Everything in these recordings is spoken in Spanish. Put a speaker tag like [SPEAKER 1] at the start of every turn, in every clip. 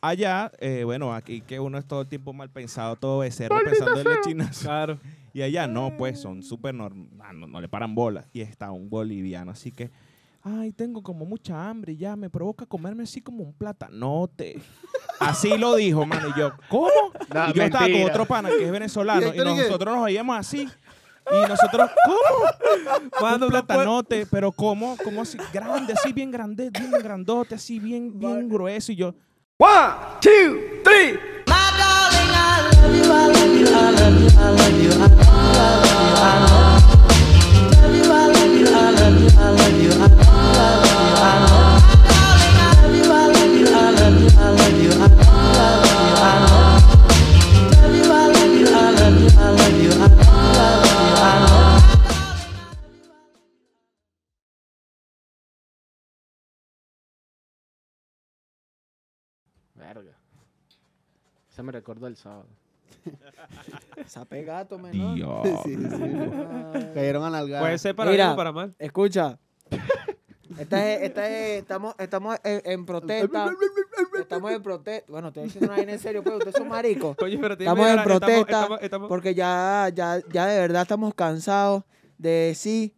[SPEAKER 1] Allá, eh, bueno, aquí que uno es todo el tiempo mal pensado, todo becerro, pensando en los chinos.
[SPEAKER 2] Claro.
[SPEAKER 1] Y allá
[SPEAKER 3] Ah.
[SPEAKER 1] no, pues son súper normales, no, no le paran bolas. Y está un boliviano, así que, ay, tengo como mucha hambre y ya, me provoca comerme así como un platanote. Así lo dijo, mano. Y yo, ¿cómo?
[SPEAKER 4] No,
[SPEAKER 1] y yo estaba con
[SPEAKER 4] mentira.
[SPEAKER 1] otro pana que es venezolano
[SPEAKER 3] Y
[SPEAKER 1] y,
[SPEAKER 3] ahí tú dije-
[SPEAKER 1] nosotros nos oíamos así. Y nosotros, ¿cómo?
[SPEAKER 2] Mano,
[SPEAKER 1] un
[SPEAKER 2] no puedo-
[SPEAKER 1] platanote, pero ¿cómo? ¿Cómo así? Grande, así bien grande, bien grandote, así bien, bien grueso. Y yo,
[SPEAKER 4] Verga. Se me recordó el sábado.
[SPEAKER 3] Sape gato, menor.
[SPEAKER 1] Dios.
[SPEAKER 3] Sí, sí. Cayeron a nalgar.
[SPEAKER 2] Puede ser para
[SPEAKER 5] Mira.
[SPEAKER 2] bien o para mal.
[SPEAKER 5] Ah, Escucha. Esta es, esta es, estamos, estamos en, en protesta. Estamos en protesta. Bueno, estoy diciendo una vaina en serio, pero ustedes son maricos.
[SPEAKER 2] Coño, pero tiene
[SPEAKER 5] Estamos
[SPEAKER 2] media
[SPEAKER 5] en
[SPEAKER 2] hora,
[SPEAKER 5] protesta
[SPEAKER 2] Estamos, estamos-
[SPEAKER 5] Porque ya, ya, ya de verdad estamos cansados de decir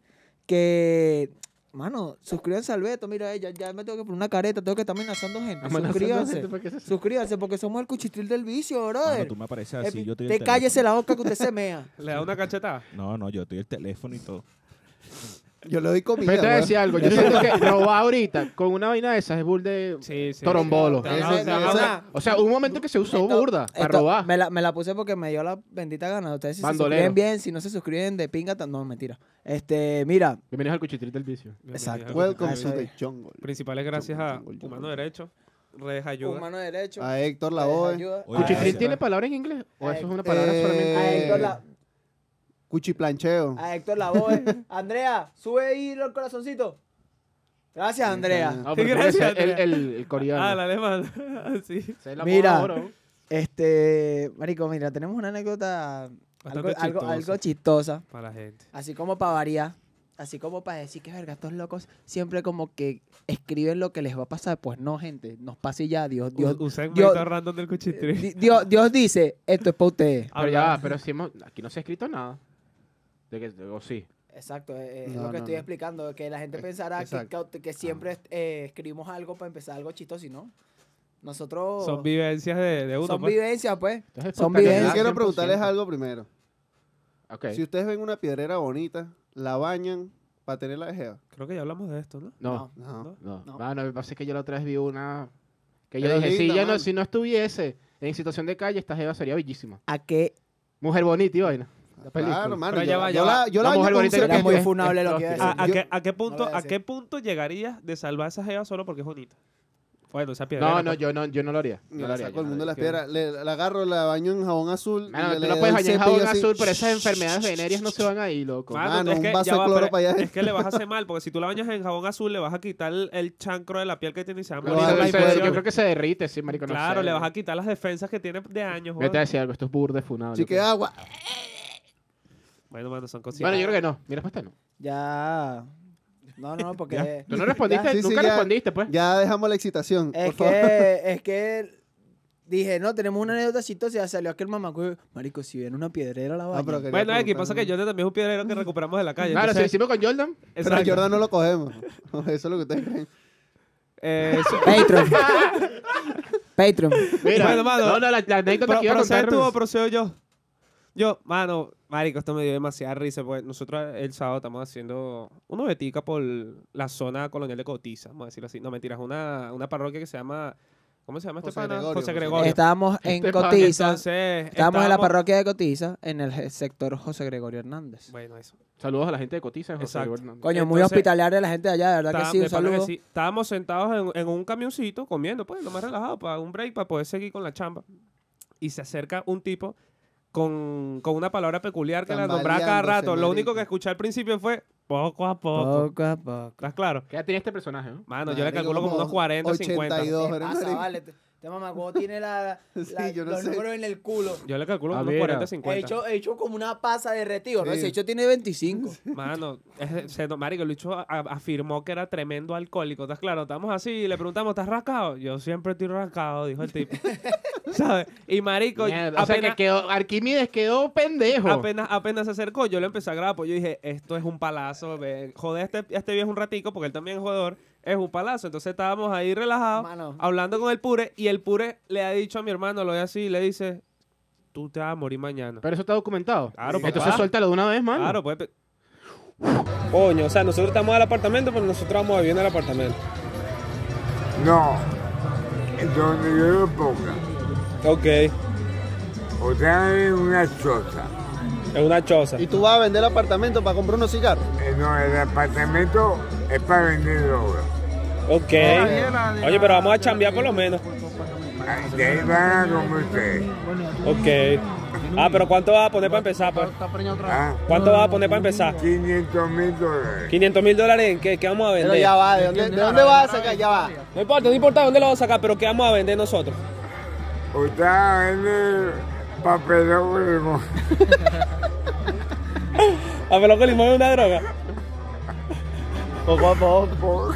[SPEAKER 5] que. Mano, suscríbanse al Beto. Mira, eh, ya, ya me tengo que poner una careta, tengo que estar amenazando
[SPEAKER 4] Ah,
[SPEAKER 5] gente. Suscríbanse. Suscríbanse porque somos el cuchitril del vicio,
[SPEAKER 1] cuando
[SPEAKER 5] brother.
[SPEAKER 1] tú me apareces
[SPEAKER 5] Eh,
[SPEAKER 1] así, yo estoy
[SPEAKER 5] te cállese la boca que usted se mea.
[SPEAKER 2] Le da una cachetada.
[SPEAKER 1] No, no, yo estoy el teléfono y todo.
[SPEAKER 3] Yo le doy comida.
[SPEAKER 4] Pero te voy a
[SPEAKER 3] weón.
[SPEAKER 4] decir algo. Yo siento que robar ahorita con una vaina de esas es bull de
[SPEAKER 2] Sí, sí.
[SPEAKER 4] torombolo.
[SPEAKER 2] Eh, Te van
[SPEAKER 3] Ese-
[SPEAKER 2] a- te van a-
[SPEAKER 3] ese-
[SPEAKER 4] O sea, hubo un momento que se usó
[SPEAKER 5] Esto-
[SPEAKER 4] burda para
[SPEAKER 5] esto
[SPEAKER 4] robar.
[SPEAKER 5] Me la, me la puse porque me dio la bendita gana. Ustedes si
[SPEAKER 4] Bandolero.
[SPEAKER 5] se suscriben bien, si no se suscriben de pinga, tan- no, mentira. Este, mira,
[SPEAKER 4] Bienvenidos al cuchitril del vicio.
[SPEAKER 5] Exacto.
[SPEAKER 3] Welcome
[SPEAKER 5] Eso
[SPEAKER 3] to the
[SPEAKER 5] es.
[SPEAKER 3] jungle.
[SPEAKER 2] Principales gracias a
[SPEAKER 3] Jungle, jungle,
[SPEAKER 2] Humano
[SPEAKER 3] jungle.
[SPEAKER 2] Derecho, Redes
[SPEAKER 5] un
[SPEAKER 2] Ayuda.
[SPEAKER 5] mano derecho.
[SPEAKER 3] A Héctor
[SPEAKER 5] les
[SPEAKER 3] Lavoe.
[SPEAKER 5] ayuda.
[SPEAKER 1] Oye,
[SPEAKER 4] ¿Cuchitril
[SPEAKER 1] Ah,
[SPEAKER 4] tiene
[SPEAKER 1] sí.
[SPEAKER 4] palabra en inglés? ¿O eso es una
[SPEAKER 3] Eh,
[SPEAKER 4] palabra
[SPEAKER 5] A
[SPEAKER 4] solamente?
[SPEAKER 5] Héctor, la,
[SPEAKER 3] Cuchiplancheo.
[SPEAKER 5] a Héctor Lavoe. Andrea, sube ahí el corazoncito. Gracias, Andrea.
[SPEAKER 4] No, pero tiene que
[SPEAKER 2] Gracias,
[SPEAKER 4] ser el, el, el
[SPEAKER 2] Ah,
[SPEAKER 4] coreano.
[SPEAKER 2] la alemana. sí.
[SPEAKER 4] Se la
[SPEAKER 5] Mira.
[SPEAKER 4] moda ahora, ¿no?
[SPEAKER 5] Este, marico, mira, tenemos una anécdota algo,
[SPEAKER 2] Bastante
[SPEAKER 5] algo-
[SPEAKER 2] chistosa.
[SPEAKER 5] algo chistosa.
[SPEAKER 2] Para la gente.
[SPEAKER 5] Así como para variar, así como para decir que verga, estos locos siempre como que escriben lo que les va a pasar. Pues no, gente, nos pase ya, Dios, Dios.
[SPEAKER 2] U- un segmento
[SPEAKER 5] Dios-
[SPEAKER 2] random del cuchitril.
[SPEAKER 5] Di- Dios, Dios dice, esto es para ustedes.
[SPEAKER 4] Pero ya va, pero si hemos, aquí no se ha escrito nada. De que, o sí.
[SPEAKER 5] Exacto, eh, es
[SPEAKER 3] No,
[SPEAKER 5] lo que
[SPEAKER 3] no,
[SPEAKER 5] estoy
[SPEAKER 3] no.
[SPEAKER 5] explicando, que la gente
[SPEAKER 3] Eh,
[SPEAKER 5] pensará que,
[SPEAKER 3] exacto.
[SPEAKER 5] que- que siempre eh, escribimos algo para empezar algo chistoso y no. Nosotros
[SPEAKER 2] Son vivencias de, de uno.
[SPEAKER 5] son
[SPEAKER 2] pues.
[SPEAKER 5] vivencias, pues.
[SPEAKER 4] Entonces,
[SPEAKER 5] Son
[SPEAKER 4] podcast
[SPEAKER 5] vivencias.
[SPEAKER 3] Yo
[SPEAKER 4] nada,
[SPEAKER 3] quiero
[SPEAKER 4] 100%.
[SPEAKER 3] preguntarles algo primero.
[SPEAKER 4] Ok.
[SPEAKER 3] Si ustedes ven una piedrera bonita, ¿la bañan para tenerla de jeva?
[SPEAKER 2] Creo que ya hablamos de esto, ¿no?
[SPEAKER 4] No,
[SPEAKER 3] No.
[SPEAKER 4] no.
[SPEAKER 5] No.
[SPEAKER 4] Mano, me pasa es que yo la otra vez vi una... Que yo
[SPEAKER 3] Pero
[SPEAKER 4] dije, si,
[SPEAKER 3] linda,
[SPEAKER 4] ya no,
[SPEAKER 3] mano.
[SPEAKER 4] si no estuviese en situación de calle, esta jeva sería bellísima.
[SPEAKER 5] ¿A qué?
[SPEAKER 4] Mujer bonita y vaina. película.
[SPEAKER 3] Claro, mano.
[SPEAKER 2] Pero
[SPEAKER 3] yo
[SPEAKER 2] ya
[SPEAKER 3] la-
[SPEAKER 2] va, ya
[SPEAKER 3] yo
[SPEAKER 2] va.
[SPEAKER 3] la, yo la
[SPEAKER 4] La
[SPEAKER 3] baño
[SPEAKER 4] mujer
[SPEAKER 3] con un
[SPEAKER 4] bonita
[SPEAKER 3] cero
[SPEAKER 5] Era
[SPEAKER 4] que
[SPEAKER 3] que-
[SPEAKER 5] muy
[SPEAKER 4] es-
[SPEAKER 5] funable
[SPEAKER 4] es
[SPEAKER 5] lo que iba a
[SPEAKER 2] ¿A,
[SPEAKER 5] decir.
[SPEAKER 2] a
[SPEAKER 3] yo-
[SPEAKER 2] qué, a qué punto,
[SPEAKER 5] voy a
[SPEAKER 2] ¿A
[SPEAKER 5] decir.
[SPEAKER 2] qué punto llegarías de salvar a esa jeva solo porque es bonita? Bueno, esa piedra.
[SPEAKER 4] No, no, yo no, yo no lo haría. No
[SPEAKER 3] Yo
[SPEAKER 4] lo
[SPEAKER 3] la
[SPEAKER 4] haría,
[SPEAKER 3] saco
[SPEAKER 4] yo
[SPEAKER 3] el
[SPEAKER 4] no
[SPEAKER 3] mundo de
[SPEAKER 4] lo
[SPEAKER 3] las
[SPEAKER 4] haría.
[SPEAKER 3] piedras, le- la agarro, la baño en jabón azul.
[SPEAKER 4] Mano,
[SPEAKER 3] y
[SPEAKER 4] tú
[SPEAKER 3] le
[SPEAKER 4] no
[SPEAKER 3] doy
[SPEAKER 4] puedes
[SPEAKER 3] un
[SPEAKER 4] bañar en
[SPEAKER 3] cepillo
[SPEAKER 4] jabón
[SPEAKER 3] así.
[SPEAKER 4] azul, pero esas enfermedades venéreas no se van ahí, loco.
[SPEAKER 2] Mano,
[SPEAKER 3] Mano,
[SPEAKER 2] es
[SPEAKER 3] un
[SPEAKER 2] que
[SPEAKER 3] vaso
[SPEAKER 2] ya
[SPEAKER 3] de
[SPEAKER 2] va,
[SPEAKER 3] cloro
[SPEAKER 2] pero
[SPEAKER 3] para allá.
[SPEAKER 2] es que le vas a hacer mal, porque si tú la bañas en jabón azul, le vas a quitar el, el chancro de la piel que tiene y se va a
[SPEAKER 4] Lo
[SPEAKER 2] morir
[SPEAKER 3] vas
[SPEAKER 2] de
[SPEAKER 3] a
[SPEAKER 4] único
[SPEAKER 2] la
[SPEAKER 4] que se-
[SPEAKER 3] hacer-
[SPEAKER 2] infección.
[SPEAKER 4] yo creo que se derrite, sí, marico. no
[SPEAKER 2] Claro,
[SPEAKER 4] sé.
[SPEAKER 2] le vas a quitar las defensas que tiene de
[SPEAKER 4] Yo te
[SPEAKER 2] años,
[SPEAKER 4] voy a
[SPEAKER 2] joder.
[SPEAKER 4] decir algo, esto es burde funado. yo
[SPEAKER 3] Chique
[SPEAKER 4] creo.
[SPEAKER 3] agua.
[SPEAKER 2] Bueno, mano, son cositas.
[SPEAKER 4] Bueno, yo creo que no. Mi respuesta no.
[SPEAKER 5] Ya. No, no, porque.
[SPEAKER 4] Tú no respondiste,
[SPEAKER 3] sí, sí,
[SPEAKER 4] nunca
[SPEAKER 3] ya.
[SPEAKER 4] respondiste, pues.
[SPEAKER 3] Ya dejamos la excitación.
[SPEAKER 5] es
[SPEAKER 3] por favor.
[SPEAKER 5] que. Es que. Dije, no, tenemos una anécdota chistosa y ya salió aquel mamacuevo. Marico, si viene una piedrera la
[SPEAKER 3] Ah, pero
[SPEAKER 5] baña.
[SPEAKER 3] quería
[SPEAKER 2] Bueno, aquí
[SPEAKER 3] preguntar,
[SPEAKER 2] pasa
[SPEAKER 3] ¿no?
[SPEAKER 2] que Jordan también es un piedrero que recuperamos de la calle.
[SPEAKER 4] Claro, si lo
[SPEAKER 2] entonces-
[SPEAKER 4] hicimos con Jordan.
[SPEAKER 3] Pero a
[SPEAKER 2] Exacto.
[SPEAKER 3] Jordan no lo cogemos. Eso es lo que ustedes creen.
[SPEAKER 2] Eh, su-
[SPEAKER 5] Patreon. Patreon.
[SPEAKER 4] Mira,
[SPEAKER 2] Bueno, mano,
[SPEAKER 4] no, no, la, la anécdota
[SPEAKER 2] Pro-
[SPEAKER 4] que iba a
[SPEAKER 2] ¿Procedes
[SPEAKER 4] contar.
[SPEAKER 2] tú o procedo yo? Yo, mano, marico, esto me dio demasiada risa, porque nosotros el sábado estamos haciendo una betica por la zona colonial de Cotiza, vamos a decirlo así. No, mentiras, una, una parroquia que se llama... ¿Cómo se llama este
[SPEAKER 3] José
[SPEAKER 2] pana?
[SPEAKER 3] Gregorio,
[SPEAKER 2] José
[SPEAKER 3] José
[SPEAKER 2] Gregorio.
[SPEAKER 5] Estábamos en
[SPEAKER 4] Este pan,
[SPEAKER 5] Cotiza.
[SPEAKER 2] Entonces,
[SPEAKER 5] Estábamos en la parroquia de Cotiza, en el je- sector José Gregorio Hernández.
[SPEAKER 2] Bueno, eso.
[SPEAKER 4] Saludos a la gente de Cotiza. José
[SPEAKER 2] Exacto.
[SPEAKER 4] Gregorio Hernández.
[SPEAKER 5] Coño, muy
[SPEAKER 2] Entonces,
[SPEAKER 5] hospitalaria la gente de allá, de verdad que
[SPEAKER 2] Está-
[SPEAKER 5] sí, un
[SPEAKER 2] de pana que
[SPEAKER 5] saludo.
[SPEAKER 2] sí. Estábamos sentados en, en un camioncito comiendo, pues, lo más relajado, para un break, para poder seguir con la chamba. Y se acerca un tipo con, con una palabra peculiar que la nombraba cada
[SPEAKER 3] Tambaleándose,
[SPEAKER 2] rato. Lo único
[SPEAKER 3] marico.
[SPEAKER 2] que escuché al principio fue poco a poco.
[SPEAKER 5] Poco a poco.
[SPEAKER 2] ¿Estás claro?
[SPEAKER 4] ¿Qué edad tenía este personaje? no?
[SPEAKER 2] Mano, yo le
[SPEAKER 3] Marico,
[SPEAKER 2] calculo como unos 40,
[SPEAKER 3] 82,
[SPEAKER 2] 50.
[SPEAKER 3] ¿verdad, marico?
[SPEAKER 5] Ah, vale. Este mamagüevo tiene la, la-
[SPEAKER 3] Sí, yo no
[SPEAKER 5] los
[SPEAKER 3] sé.
[SPEAKER 5] números en el culo.
[SPEAKER 2] Yo le calculo
[SPEAKER 4] Ah,
[SPEAKER 2] unos
[SPEAKER 4] mira.
[SPEAKER 2] 40,
[SPEAKER 5] He
[SPEAKER 2] 50.
[SPEAKER 5] hecho, he hecho como una pasa de retiro, ¿no?
[SPEAKER 3] Sí.
[SPEAKER 5] Ese hecho tiene 25.
[SPEAKER 2] Mano, es- se- no, marico, el bicho a- afirmó que era tremendo alcohólico. ¿Estás claro? Estamos así y le preguntamos, ¿estás rascado? Yo siempre estoy rascado, dijo el tipo. ¿Sabes? Y marico,
[SPEAKER 4] Mierda, o sea que
[SPEAKER 2] apenas-
[SPEAKER 4] quedó, Arquímedes quedó pendejo.
[SPEAKER 2] apenas, apenas se acercó, yo le empecé a grabar, pues yo dije, esto es un palazo, ve, joder a este, a este viejo un ratico, porque él también es jugador, es un palazo. Entonces estábamos ahí relajados,
[SPEAKER 5] Mano.
[SPEAKER 2] hablando con el pure, y el pure le ha dicho a mi hermano, lo ve así, y le dice, tú te vas a morir mañana.
[SPEAKER 4] Pero eso está documentado.
[SPEAKER 2] Claro,
[SPEAKER 4] Entonces
[SPEAKER 2] papá.
[SPEAKER 4] suéltalo de una vez, mano.
[SPEAKER 2] Claro, pues... Coño, o sea, nosotros estamos al apartamento, pero nosotros vamos a vivir en el apartamento.
[SPEAKER 6] No, donde yo lo ponga.
[SPEAKER 2] Ok, es
[SPEAKER 6] Otra vez una choza.
[SPEAKER 2] una choza.
[SPEAKER 3] ¿Y tú vas a vender el apartamento para comprar unos cigarros?
[SPEAKER 6] Eh, No, el apartamento es para vender droga.
[SPEAKER 2] Ok. Oye, pero vamos a chambear por lo menos.
[SPEAKER 6] Ah, De ahí van a comer ustedes.
[SPEAKER 2] Ok. Ah, pero ¿cuánto vas a poner para empezar? pues?
[SPEAKER 6] ¿Ah?
[SPEAKER 2] ¿Cuánto vas a poner para empezar?
[SPEAKER 6] 500 mil dólares.
[SPEAKER 2] 500 mil dólares en qué, qué vamos a
[SPEAKER 3] Pero
[SPEAKER 2] vender.
[SPEAKER 3] ya va, ¿de dónde, de dónde vas a sacar? Ya va.
[SPEAKER 2] No importa, no importa dónde lo vamos a sacar, pero qué vamos a vender nosotros.
[SPEAKER 6] Usted va a vender papelón con limón.
[SPEAKER 2] A pelón con limón es una droga.
[SPEAKER 3] Poco a poco.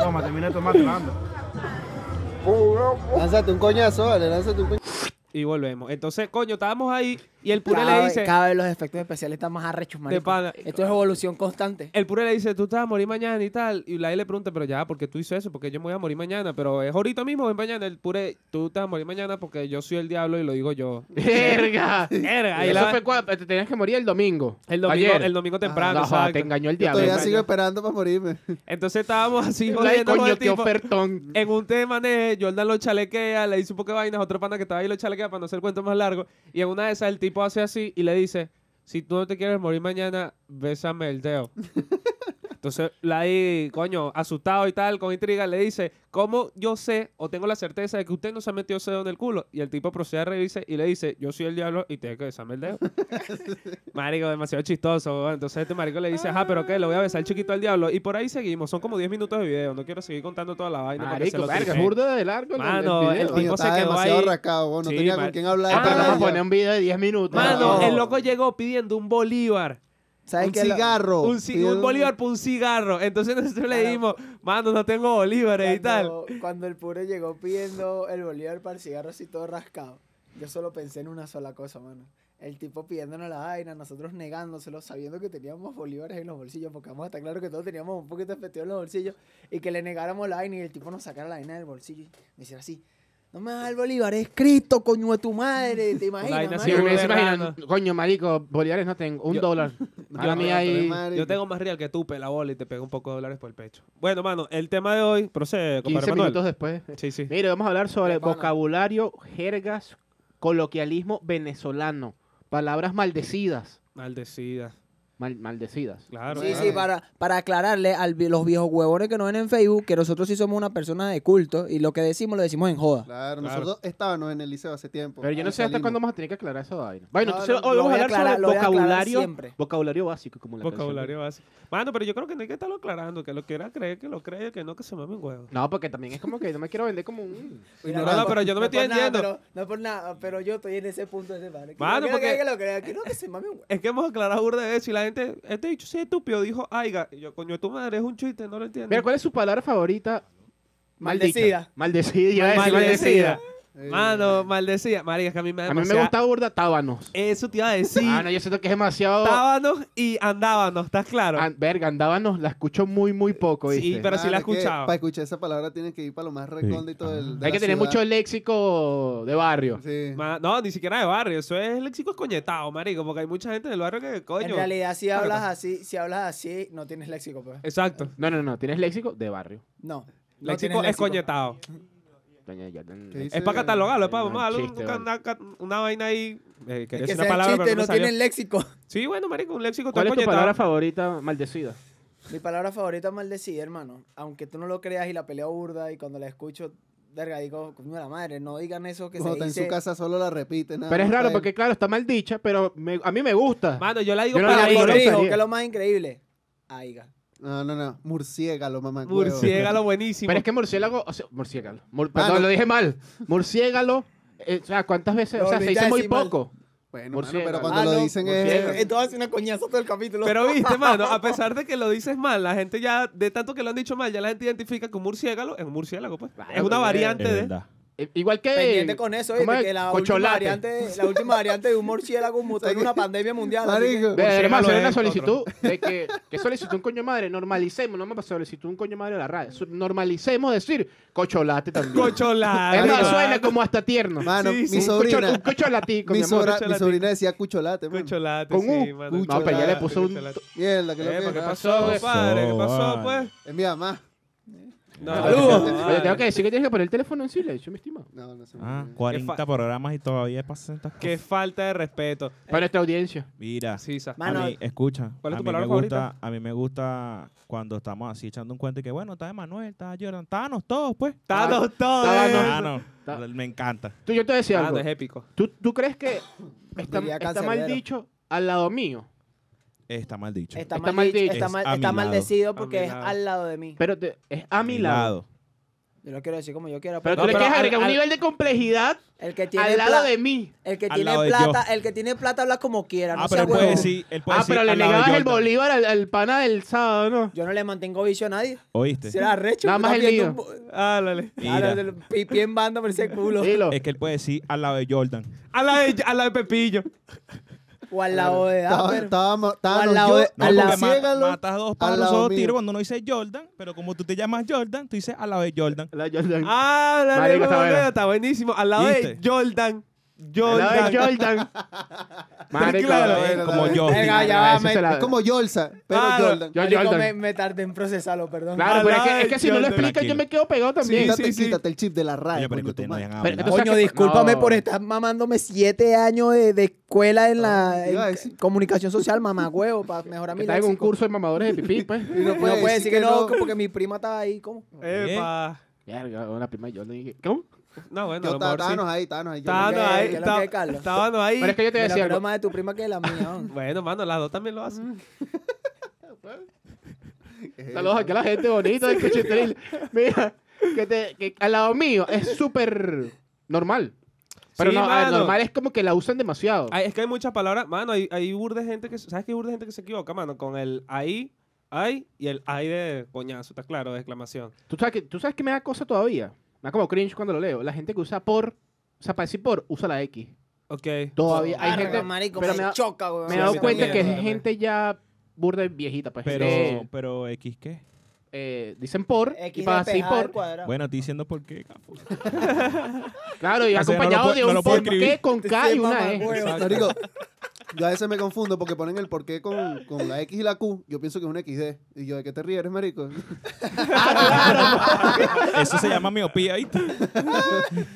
[SPEAKER 7] Toma, termina de tomar, anda.
[SPEAKER 6] Puro
[SPEAKER 3] Lánzate un coñazo, vale, lánzate un coñazo.
[SPEAKER 2] Y volvemos. Entonces, coño, estábamos ahí y el pure
[SPEAKER 5] Cada
[SPEAKER 2] le
[SPEAKER 5] vez-
[SPEAKER 2] dice,
[SPEAKER 5] cada vez los efectos especiales están más arrechos, marico.
[SPEAKER 2] pana. Eh,
[SPEAKER 5] Esto es evolución constante.
[SPEAKER 2] el pure le dice, tú te vas a morir mañana y tal. Y Blay le pregunta, pero ya, ¿por qué tú hizo eso? Porque yo me voy a morir mañana, pero es ahorita mismo o es mañana. El pure, tú te vas a morir mañana porque yo soy el diablo y lo digo yo.
[SPEAKER 4] Verga.
[SPEAKER 2] Verga, ahí
[SPEAKER 4] Eso
[SPEAKER 2] la-
[SPEAKER 4] fue cuando te tenías que morir el domingo.
[SPEAKER 2] El domingo,
[SPEAKER 4] Ayer.
[SPEAKER 2] el domingo temprano,
[SPEAKER 4] No, joda,
[SPEAKER 2] exacto.
[SPEAKER 4] te engañó el
[SPEAKER 3] Yo
[SPEAKER 4] diablo.
[SPEAKER 3] todavía
[SPEAKER 2] Diablo.
[SPEAKER 3] sigo esperando para morirme.
[SPEAKER 2] Entonces estábamos así
[SPEAKER 4] Ay,
[SPEAKER 2] jodiendo con
[SPEAKER 4] coño,
[SPEAKER 2] el
[SPEAKER 4] qué
[SPEAKER 2] este tipo. Eh,
[SPEAKER 4] ofertón.
[SPEAKER 2] En un tema, ne, Jordan lo chalequea, le dice un poco de vainas, otro pana que estaba ahí lo chalequea para no hacer el cuento más largo. Y en una de esas el tipo hace así y le dice, si tú no te quieres morir mañana, bésame el dedo. Entonces, la ahí, coño, asustado y tal, con intriga, le dice, ¿cómo yo sé o tengo la certeza de que usted no se ha metido ese dedo en el culo? Y el tipo procede a revisar y le dice, yo soy el diablo y tienes que besarme el dedo. Marico, demasiado chistoso. weón. Entonces este marico le dice, ajá, pero qué, lo voy a besar chiquito al diablo. Y por ahí seguimos. Son como 10 minutos de video. No quiero seguir contando toda la vaina. porque
[SPEAKER 4] Marico,
[SPEAKER 2] se lo
[SPEAKER 4] verga,
[SPEAKER 2] tripé.
[SPEAKER 4] burda de largo. el-
[SPEAKER 2] Mano,
[SPEAKER 4] el video.
[SPEAKER 2] el
[SPEAKER 3] Coño,
[SPEAKER 2] tipo se
[SPEAKER 3] estaba
[SPEAKER 2] quedó
[SPEAKER 3] demasiado
[SPEAKER 2] ahí.
[SPEAKER 3] rascado, weón, no
[SPEAKER 2] Sí,
[SPEAKER 3] tenía
[SPEAKER 2] mar-
[SPEAKER 3] con quién hablar.
[SPEAKER 4] Ah,
[SPEAKER 3] Estaba
[SPEAKER 4] pero vamos a
[SPEAKER 3] ya.
[SPEAKER 4] poner un video de 10 minutos.
[SPEAKER 2] Mano,
[SPEAKER 3] No.
[SPEAKER 2] el loco llegó pidiendo un bolívar.
[SPEAKER 5] ¿Sabes
[SPEAKER 3] un
[SPEAKER 5] qué es lo-
[SPEAKER 3] cigarro.
[SPEAKER 2] Un, ci-
[SPEAKER 3] Pidió
[SPEAKER 2] un bolívar por un cigarro. Entonces nosotros le
[SPEAKER 5] Claro.
[SPEAKER 2] dimos, mano, no tengo bolívares y tal.
[SPEAKER 5] Cuando, cuando el puro llegó pidiendo el bolívar para el cigarro así todo rascado, yo solo pensé en una sola cosa, mano. El tipo pidiéndonos la vaina, nosotros negándoselo, sabiendo que teníamos bolívares en los bolsillos, porque vamos a estar claro que todos teníamos un poquito de efectivo en los bolsillos, y que le negáramos la vaina y el tipo nos sacara la vaina del bolsillo y me hiciera así. No me das el bolívar, es Cristo, coño de tu madre, ¿te imaginas?
[SPEAKER 2] vaina así,
[SPEAKER 4] Sí,
[SPEAKER 5] mano?
[SPEAKER 2] burda
[SPEAKER 4] me
[SPEAKER 2] de
[SPEAKER 4] imaginan, coño, marico, bolívares no tengo, un
[SPEAKER 2] Yo-
[SPEAKER 4] dólar.
[SPEAKER 2] yo
[SPEAKER 4] A mí
[SPEAKER 2] tengo-
[SPEAKER 4] hay...
[SPEAKER 3] Marico.
[SPEAKER 2] Yo tengo más real que tú, pela bola, y te pego un poco de dólares por el pecho. Bueno, mano, el tema de hoy
[SPEAKER 4] 15
[SPEAKER 2] procede, compadre Manuel.
[SPEAKER 4] minutos después.
[SPEAKER 2] Sí, sí.
[SPEAKER 4] Mire, vamos a hablar sobre
[SPEAKER 5] De pana.
[SPEAKER 4] vocabulario, jergas, coloquialismo venezolano, palabras maldecidas.
[SPEAKER 2] Maldecida.
[SPEAKER 4] Mal- maldecidas.
[SPEAKER 2] Claro.
[SPEAKER 5] Sí,
[SPEAKER 2] claro.
[SPEAKER 5] sí, para, para aclararle a los viejos huevones que nos ven en Facebook que nosotros sí somos una persona de culto y lo que decimos lo decimos en joda.
[SPEAKER 3] Claro,
[SPEAKER 2] Claro.
[SPEAKER 3] nosotros estábamos en el liceo hace tiempo.
[SPEAKER 4] Pero yo no
[SPEAKER 3] Ahí
[SPEAKER 4] sé hasta
[SPEAKER 3] salimos.
[SPEAKER 4] cuándo vamos a tener que aclarar esa vaina. Bueno,
[SPEAKER 5] No,
[SPEAKER 4] entonces
[SPEAKER 5] no,
[SPEAKER 4] hoy
[SPEAKER 5] lo
[SPEAKER 4] vamos a
[SPEAKER 5] voy a
[SPEAKER 4] hablar
[SPEAKER 5] aclarar- lo
[SPEAKER 4] sobre
[SPEAKER 5] voy a aclarar
[SPEAKER 4] vocabulario,
[SPEAKER 5] siempre.
[SPEAKER 4] vocabulario básico, como la canción.
[SPEAKER 2] Vocabulario básico. Mano, pero yo creo que no hay que estarlo aclarando. Que lo quiera creer, que lo cree, que no, que se mame un huevo.
[SPEAKER 4] No, porque también es como que no me quiero vender como un...
[SPEAKER 5] Mira,
[SPEAKER 2] no, no,
[SPEAKER 5] por-
[SPEAKER 2] pero yo no me
[SPEAKER 5] por
[SPEAKER 2] estoy
[SPEAKER 5] nada,
[SPEAKER 2] vendiendo.
[SPEAKER 5] pero- no por nada, pero yo estoy en ese punto de ese padre.
[SPEAKER 2] Mano,
[SPEAKER 5] Mano,
[SPEAKER 2] porque-
[SPEAKER 5] que lo crea, que no que se mame un hue-
[SPEAKER 2] Es que hemos aclarado burda de eso y la gente, este dicho sí estúpido, dijo, aiga, Y yo, coño, tu madre es un chiste, no lo entiendo.
[SPEAKER 4] Mira, ¿cuál es su palabra favorita?
[SPEAKER 5] Maldecida.
[SPEAKER 4] Maldicha. Maldecida. iba a decir
[SPEAKER 2] maldecida.
[SPEAKER 4] maldecida.
[SPEAKER 3] Eh,
[SPEAKER 2] Mano, maldecida. María, es que a mí me da
[SPEAKER 4] A mí me
[SPEAKER 2] demasiada-
[SPEAKER 4] gusta burda tábanos.
[SPEAKER 2] Eso te iba a decir.
[SPEAKER 4] Ah, no, yo siento que es demasiado...
[SPEAKER 2] Tábanos y andábanos, ¿estás claro?
[SPEAKER 4] An- verga, andábanos, la escucho muy, muy poco,
[SPEAKER 2] Sí,
[SPEAKER 4] ¿viste?
[SPEAKER 2] pero sí la he
[SPEAKER 3] es que
[SPEAKER 2] escuchado.
[SPEAKER 3] Para escuchar esa palabra tienes que ir para lo más recóndito
[SPEAKER 1] Sí.
[SPEAKER 3] del. de
[SPEAKER 4] Hay
[SPEAKER 3] la
[SPEAKER 4] que tener
[SPEAKER 3] ciudad.
[SPEAKER 4] mucho léxico de barrio.
[SPEAKER 3] Sí.
[SPEAKER 2] Ma- no, ni siquiera de barrio. Eso es léxico escoñetado, marico, porque hay mucha gente del barrio que, coño.
[SPEAKER 5] En realidad, si
[SPEAKER 2] Claro.
[SPEAKER 5] hablas así, si hablas así, no tienes léxico, pues.
[SPEAKER 2] Exacto.
[SPEAKER 4] No, no, no, tienes léxico de barrio.
[SPEAKER 5] No. no
[SPEAKER 2] léxico
[SPEAKER 5] tienes
[SPEAKER 2] escoñetado.
[SPEAKER 4] Doña eh, Yolanda.
[SPEAKER 3] ¿Qué dice?
[SPEAKER 2] Es para catalogarlo, es para
[SPEAKER 4] No,
[SPEAKER 2] vamos a darle un-
[SPEAKER 4] chiste,
[SPEAKER 2] una, una vaina ahí. eh, que
[SPEAKER 5] Es
[SPEAKER 2] es
[SPEAKER 5] que
[SPEAKER 2] una
[SPEAKER 5] sea
[SPEAKER 2] palabra,
[SPEAKER 5] el chiste,
[SPEAKER 2] pero no,
[SPEAKER 5] no,
[SPEAKER 2] me salió.
[SPEAKER 5] tienen léxico.
[SPEAKER 2] Sí, bueno, marico, un léxico todo
[SPEAKER 4] ¿Cuál es tu
[SPEAKER 2] escoñetado.
[SPEAKER 4] palabra favorita maldecida?
[SPEAKER 5] Mi palabra favorita es maldecida, hermano. Aunque tú no lo creas y la peleo burda y cuando la escucho, verga, digo, coño de la madre, no digan eso que
[SPEAKER 3] Cuando
[SPEAKER 5] se
[SPEAKER 3] está en
[SPEAKER 5] dice.
[SPEAKER 3] su casa solo la repite. nada
[SPEAKER 4] Pero es
[SPEAKER 3] más
[SPEAKER 4] raro
[SPEAKER 3] para
[SPEAKER 4] porque,
[SPEAKER 3] él.
[SPEAKER 4] claro, está maldicha, pero me- a mí me gusta.
[SPEAKER 2] Mano, yo la digo
[SPEAKER 4] Yo no
[SPEAKER 5] Pero
[SPEAKER 4] la
[SPEAKER 2] para
[SPEAKER 5] la
[SPEAKER 4] digo,
[SPEAKER 2] mí.
[SPEAKER 4] no
[SPEAKER 5] corrijo,
[SPEAKER 4] sabía.
[SPEAKER 5] que es lo más increíble. Aiga.
[SPEAKER 3] No, no, no. Murciégalo, mamá.
[SPEAKER 2] Murciégalo buenísimo.
[SPEAKER 4] Pero es que murciélago, o sea, murciégalo. Mur-
[SPEAKER 3] Ah,
[SPEAKER 4] perdón,
[SPEAKER 3] no.
[SPEAKER 4] lo dije mal. Murciégalo, eh, o sea, ¿cuántas veces?
[SPEAKER 8] Lo
[SPEAKER 4] o sea, se
[SPEAKER 8] volví a
[SPEAKER 4] dice muy
[SPEAKER 8] decir mal.
[SPEAKER 4] poco.
[SPEAKER 3] Bueno, mano,
[SPEAKER 4] Murciégalo.
[SPEAKER 3] pero cuando
[SPEAKER 8] Ah,
[SPEAKER 3] lo
[SPEAKER 8] no,
[SPEAKER 3] dicen
[SPEAKER 4] murciégalo.
[SPEAKER 3] es...
[SPEAKER 8] Esto va a ser una coñazo todo el capítulo.
[SPEAKER 2] Pero viste, mano, a pesar de que lo dices mal, la gente ya, de tanto que lo han dicho mal, ya la gente identifica que un murciélago es un murciélago, pues.
[SPEAKER 4] Claro,
[SPEAKER 2] es una
[SPEAKER 4] pues,
[SPEAKER 2] variante
[SPEAKER 1] Es
[SPEAKER 2] de.
[SPEAKER 1] verdad.
[SPEAKER 4] Eh, igual que.
[SPEAKER 8] Pendiente con eso,
[SPEAKER 4] ¿cómo
[SPEAKER 8] ¿viste?
[SPEAKER 4] es?
[SPEAKER 8] Que la última,
[SPEAKER 4] Cocholate.
[SPEAKER 8] variante, la última variante de un murciélago mutó en una pandemia mundial. así que-
[SPEAKER 3] Marico.
[SPEAKER 4] Deberíamos
[SPEAKER 2] Murciélago
[SPEAKER 4] hacer una
[SPEAKER 2] es
[SPEAKER 4] solicitud de que, que solicitó un coño madre, normalicemos, no me solicitó un coño madre a la radio, su- normalicemos decir cocholate también.
[SPEAKER 2] Cocholate.
[SPEAKER 4] es más,
[SPEAKER 2] mano.
[SPEAKER 4] suena como hasta tierno.
[SPEAKER 3] Mano,
[SPEAKER 2] Sí,
[SPEAKER 3] mi
[SPEAKER 2] sí.
[SPEAKER 4] Un cocho-
[SPEAKER 3] sobrina...
[SPEAKER 4] Un cocholatico, mi
[SPEAKER 3] Mi,
[SPEAKER 4] amor.
[SPEAKER 3] sobra-
[SPEAKER 2] cucho
[SPEAKER 3] mi
[SPEAKER 2] latico.
[SPEAKER 3] sobrina decía cucholate, mano.
[SPEAKER 2] Cocholate,
[SPEAKER 4] Con
[SPEAKER 2] sí,
[SPEAKER 4] un
[SPEAKER 2] mano.
[SPEAKER 4] cucho- No, pero ya le puso un-
[SPEAKER 2] Cocholate.
[SPEAKER 3] Mierda, que lo
[SPEAKER 2] Eh,
[SPEAKER 3] que
[SPEAKER 2] ¿Qué
[SPEAKER 3] es.
[SPEAKER 2] pasó,
[SPEAKER 1] Pasó,
[SPEAKER 2] compadre? ¿Qué pasó,
[SPEAKER 1] vale.
[SPEAKER 2] pues?
[SPEAKER 3] Es mi mamá.
[SPEAKER 2] No,
[SPEAKER 4] Saludos.
[SPEAKER 2] no,
[SPEAKER 4] Oye,
[SPEAKER 2] vale.
[SPEAKER 4] tengo que decir que tienes que poner el teléfono en silencio, mi estimado.
[SPEAKER 2] Eh.
[SPEAKER 3] No, no se me
[SPEAKER 1] Ah,
[SPEAKER 3] olvida.
[SPEAKER 1] 40 programas y todavía pasan estas
[SPEAKER 2] Qué
[SPEAKER 1] cosas.
[SPEAKER 2] falta de respeto.
[SPEAKER 4] Para nuestra audiencia.
[SPEAKER 1] Mira,
[SPEAKER 2] Sí, sa-
[SPEAKER 8] Mano,
[SPEAKER 1] a mí, escucha.
[SPEAKER 2] ¿cuál es
[SPEAKER 1] a
[SPEAKER 2] tu
[SPEAKER 1] mí
[SPEAKER 2] palabra
[SPEAKER 1] me
[SPEAKER 2] favorita?
[SPEAKER 1] Gusta, a mí me gusta cuando estamos así echando un cuento y que bueno, está Emanuel, está Jordan, estános todos, pues.
[SPEAKER 4] ah,
[SPEAKER 2] Thanos todo.
[SPEAKER 4] Thanos.
[SPEAKER 1] Thanos.
[SPEAKER 4] Ta-
[SPEAKER 1] Me encanta.
[SPEAKER 4] Tú, yo te decía
[SPEAKER 2] Thanos
[SPEAKER 4] algo.
[SPEAKER 2] Ah, es épico.
[SPEAKER 4] ¿Tú, tú crees que está,
[SPEAKER 8] Diría
[SPEAKER 4] está mal
[SPEAKER 8] Cancerbero.
[SPEAKER 4] dicho al lado mío?
[SPEAKER 1] Está mal dicho.
[SPEAKER 8] Está,
[SPEAKER 4] Está
[SPEAKER 8] mal,
[SPEAKER 4] mal
[SPEAKER 8] dicho,
[SPEAKER 4] dicho.
[SPEAKER 8] está,
[SPEAKER 1] Es
[SPEAKER 8] mal,
[SPEAKER 1] a mi
[SPEAKER 8] está
[SPEAKER 1] lado.
[SPEAKER 8] maldecido
[SPEAKER 2] mi
[SPEAKER 8] porque es
[SPEAKER 2] lado.
[SPEAKER 8] al lado de mí.
[SPEAKER 4] Pero te- es a mi lado.
[SPEAKER 8] Yo lo quiero decir como yo quiero. porque
[SPEAKER 4] Pero tú
[SPEAKER 2] No,
[SPEAKER 4] le
[SPEAKER 2] pero
[SPEAKER 4] quieres
[SPEAKER 2] al-
[SPEAKER 4] agregar un
[SPEAKER 2] al-
[SPEAKER 4] nivel de complejidad
[SPEAKER 8] el que tiene
[SPEAKER 4] al lado
[SPEAKER 8] plata-
[SPEAKER 4] de mí.
[SPEAKER 8] el que
[SPEAKER 1] Al
[SPEAKER 8] tiene
[SPEAKER 1] lado de
[SPEAKER 8] plata, el que tiene plata habla como quiera, no
[SPEAKER 1] Ah,
[SPEAKER 8] sea
[SPEAKER 1] pero él
[SPEAKER 8] huevón.
[SPEAKER 1] puede decir. Él
[SPEAKER 2] Pues
[SPEAKER 1] puede
[SPEAKER 4] ah,
[SPEAKER 1] decir
[SPEAKER 4] pero le
[SPEAKER 1] al lado de
[SPEAKER 4] negabas el
[SPEAKER 1] Jordan.
[SPEAKER 4] Bolívar al, al pana del sábado, ¿no?
[SPEAKER 8] Yo no le mantengo vicio a nadie.
[SPEAKER 1] ¿Oíste?
[SPEAKER 8] Será arrecho.
[SPEAKER 4] Nada
[SPEAKER 8] tú
[SPEAKER 4] más
[SPEAKER 8] estás
[SPEAKER 4] el
[SPEAKER 8] viendo
[SPEAKER 4] mío.
[SPEAKER 8] un bo-
[SPEAKER 2] Álale.
[SPEAKER 8] Claro,
[SPEAKER 1] Mira.
[SPEAKER 8] del pipí en banda por ese culo.
[SPEAKER 4] Dilo.
[SPEAKER 1] Es que él puede decir al lado de Jordan.
[SPEAKER 2] A la de, a la de Pepillo.
[SPEAKER 8] O al lado de
[SPEAKER 3] Estaba-
[SPEAKER 8] Dapper.
[SPEAKER 3] Estábamos...
[SPEAKER 8] al
[SPEAKER 3] estábamos
[SPEAKER 8] lado
[SPEAKER 3] yo-
[SPEAKER 8] de-
[SPEAKER 1] No,
[SPEAKER 8] al
[SPEAKER 1] porque
[SPEAKER 8] lado-
[SPEAKER 1] ma-
[SPEAKER 3] Ciégalo
[SPEAKER 1] matas dos
[SPEAKER 3] al
[SPEAKER 1] pájaros
[SPEAKER 3] lado
[SPEAKER 1] solo
[SPEAKER 3] mío.
[SPEAKER 1] tiro cuando uno dice Jordan, pero como tú te llamas Jordan, tú dices al lado de Jordan.
[SPEAKER 4] La Jordan.
[SPEAKER 2] Álale,
[SPEAKER 4] Marico, está
[SPEAKER 2] huevón,
[SPEAKER 4] bueno.
[SPEAKER 2] está buenísimo. Al lado de
[SPEAKER 1] ¿Viste?
[SPEAKER 2] Jordan.
[SPEAKER 4] al
[SPEAKER 2] Jordan.
[SPEAKER 4] lado de Jordan. Marico,
[SPEAKER 2] Claro,
[SPEAKER 4] eh,
[SPEAKER 1] como
[SPEAKER 3] la-
[SPEAKER 1] yo.
[SPEAKER 8] Venga, ya
[SPEAKER 4] Ah,
[SPEAKER 8] va,
[SPEAKER 4] eso
[SPEAKER 8] me-
[SPEAKER 4] se la-
[SPEAKER 3] Es como Yolsa, pero
[SPEAKER 2] Ah,
[SPEAKER 3] Jordan.
[SPEAKER 4] Yo-
[SPEAKER 8] Marico,
[SPEAKER 4] Jordan.
[SPEAKER 8] me, me tardé en procesarlo, perdón.
[SPEAKER 4] Claro, pero es
[SPEAKER 2] Al lado
[SPEAKER 4] que, es
[SPEAKER 2] de
[SPEAKER 4] que si no lo
[SPEAKER 2] Jordan.
[SPEAKER 4] explicas, yo me quedo pegado también.
[SPEAKER 2] Sí,
[SPEAKER 3] Quítate, quítate el chip de la
[SPEAKER 1] Oye, pero que
[SPEAKER 3] raya. coño, tu
[SPEAKER 1] ustedes no
[SPEAKER 3] madre.
[SPEAKER 1] hayan
[SPEAKER 4] Pero
[SPEAKER 1] hablado.
[SPEAKER 4] entonces-
[SPEAKER 8] Coño,
[SPEAKER 4] que-
[SPEAKER 8] discúlpame
[SPEAKER 4] no.
[SPEAKER 8] por estar mamándome siete años de, de escuela en
[SPEAKER 3] Ah,
[SPEAKER 8] la
[SPEAKER 3] iba a
[SPEAKER 8] en
[SPEAKER 3] decir.
[SPEAKER 8] comunicación social, mamagüevo, para mejorar mi
[SPEAKER 4] Está en un
[SPEAKER 8] léxico.
[SPEAKER 4] curso de mamadores de pipí, pues.
[SPEAKER 3] Y no
[SPEAKER 8] No
[SPEAKER 3] puede
[SPEAKER 8] puede decir que no, porque mi prima estaba ahí, ¿cómo?
[SPEAKER 2] Epa.
[SPEAKER 4] Verga, una prima de Jordan. y que- ¿Cómo?
[SPEAKER 2] No, bueno, a
[SPEAKER 3] Yo
[SPEAKER 2] lo mejor sí.
[SPEAKER 3] Thanos ahí, Thanos ahí. yo-
[SPEAKER 2] Estábano
[SPEAKER 8] que-
[SPEAKER 2] ahí.
[SPEAKER 8] yo lo
[SPEAKER 2] está-
[SPEAKER 8] que calo.
[SPEAKER 2] estábano ahí.
[SPEAKER 4] Pero es que yo te
[SPEAKER 8] Pero
[SPEAKER 4] decía
[SPEAKER 8] creo
[SPEAKER 4] algo.
[SPEAKER 8] más de tu prima que de la mía. ¿no?
[SPEAKER 2] Bueno, mano, las dos también lo hacen.
[SPEAKER 4] Saludos aquí a la gente bonita del Cuchitril. Mira, que, te, que al lado mío es súper normal. Pero
[SPEAKER 2] Sí,
[SPEAKER 4] no, a-
[SPEAKER 2] mano.
[SPEAKER 4] normal es como que la usan demasiado.
[SPEAKER 2] Ay, es que hay muchas palabras. Mano, hay, hay burda de gente que. se- ¿Sabes que hay burda de gente que se equivoca, mano? Con el ahí, ay y el ay de coñazo, está claro, de exclamación.
[SPEAKER 4] ¿Tú, sabes que, ¿Tú sabes que me da cosa todavía? Me da como cringe cuando lo leo. La gente que usa por, o sea, para decir por, usa la X.
[SPEAKER 2] Ok.
[SPEAKER 4] Todavía hay
[SPEAKER 8] Arre,
[SPEAKER 4] gente...
[SPEAKER 8] marico,
[SPEAKER 4] pero
[SPEAKER 8] me,
[SPEAKER 4] me da-
[SPEAKER 8] choca, weón.
[SPEAKER 4] me he
[SPEAKER 2] Sí,
[SPEAKER 4] dado
[SPEAKER 2] sí,
[SPEAKER 4] cuenta
[SPEAKER 2] también,
[SPEAKER 4] que es
[SPEAKER 2] también.
[SPEAKER 4] gente ya burda y viejita, pues.
[SPEAKER 1] Pero,
[SPEAKER 4] gente,
[SPEAKER 1] pero X qué.
[SPEAKER 4] eh, dicen por, y
[SPEAKER 8] X
[SPEAKER 4] para
[SPEAKER 8] despejada
[SPEAKER 4] decir
[SPEAKER 8] al
[SPEAKER 4] por.
[SPEAKER 8] cuadrado.
[SPEAKER 1] Bueno, estoy diciendo por qué, capo.
[SPEAKER 4] Claro, y
[SPEAKER 1] O sea, no lo
[SPEAKER 4] acompañado
[SPEAKER 1] puedo-
[SPEAKER 4] de
[SPEAKER 1] no
[SPEAKER 4] un
[SPEAKER 1] lo puedo
[SPEAKER 4] por qué
[SPEAKER 1] escribir.
[SPEAKER 4] con K y una E.
[SPEAKER 8] Mamagüevo.
[SPEAKER 3] Marico, yo a veces me confundo porque ponen el porqué con, con la X y la Q. Yo pienso que es un XD. Y yo, ¿de qué te ríes, marico?
[SPEAKER 1] Eso se llama miopía, ¿viste?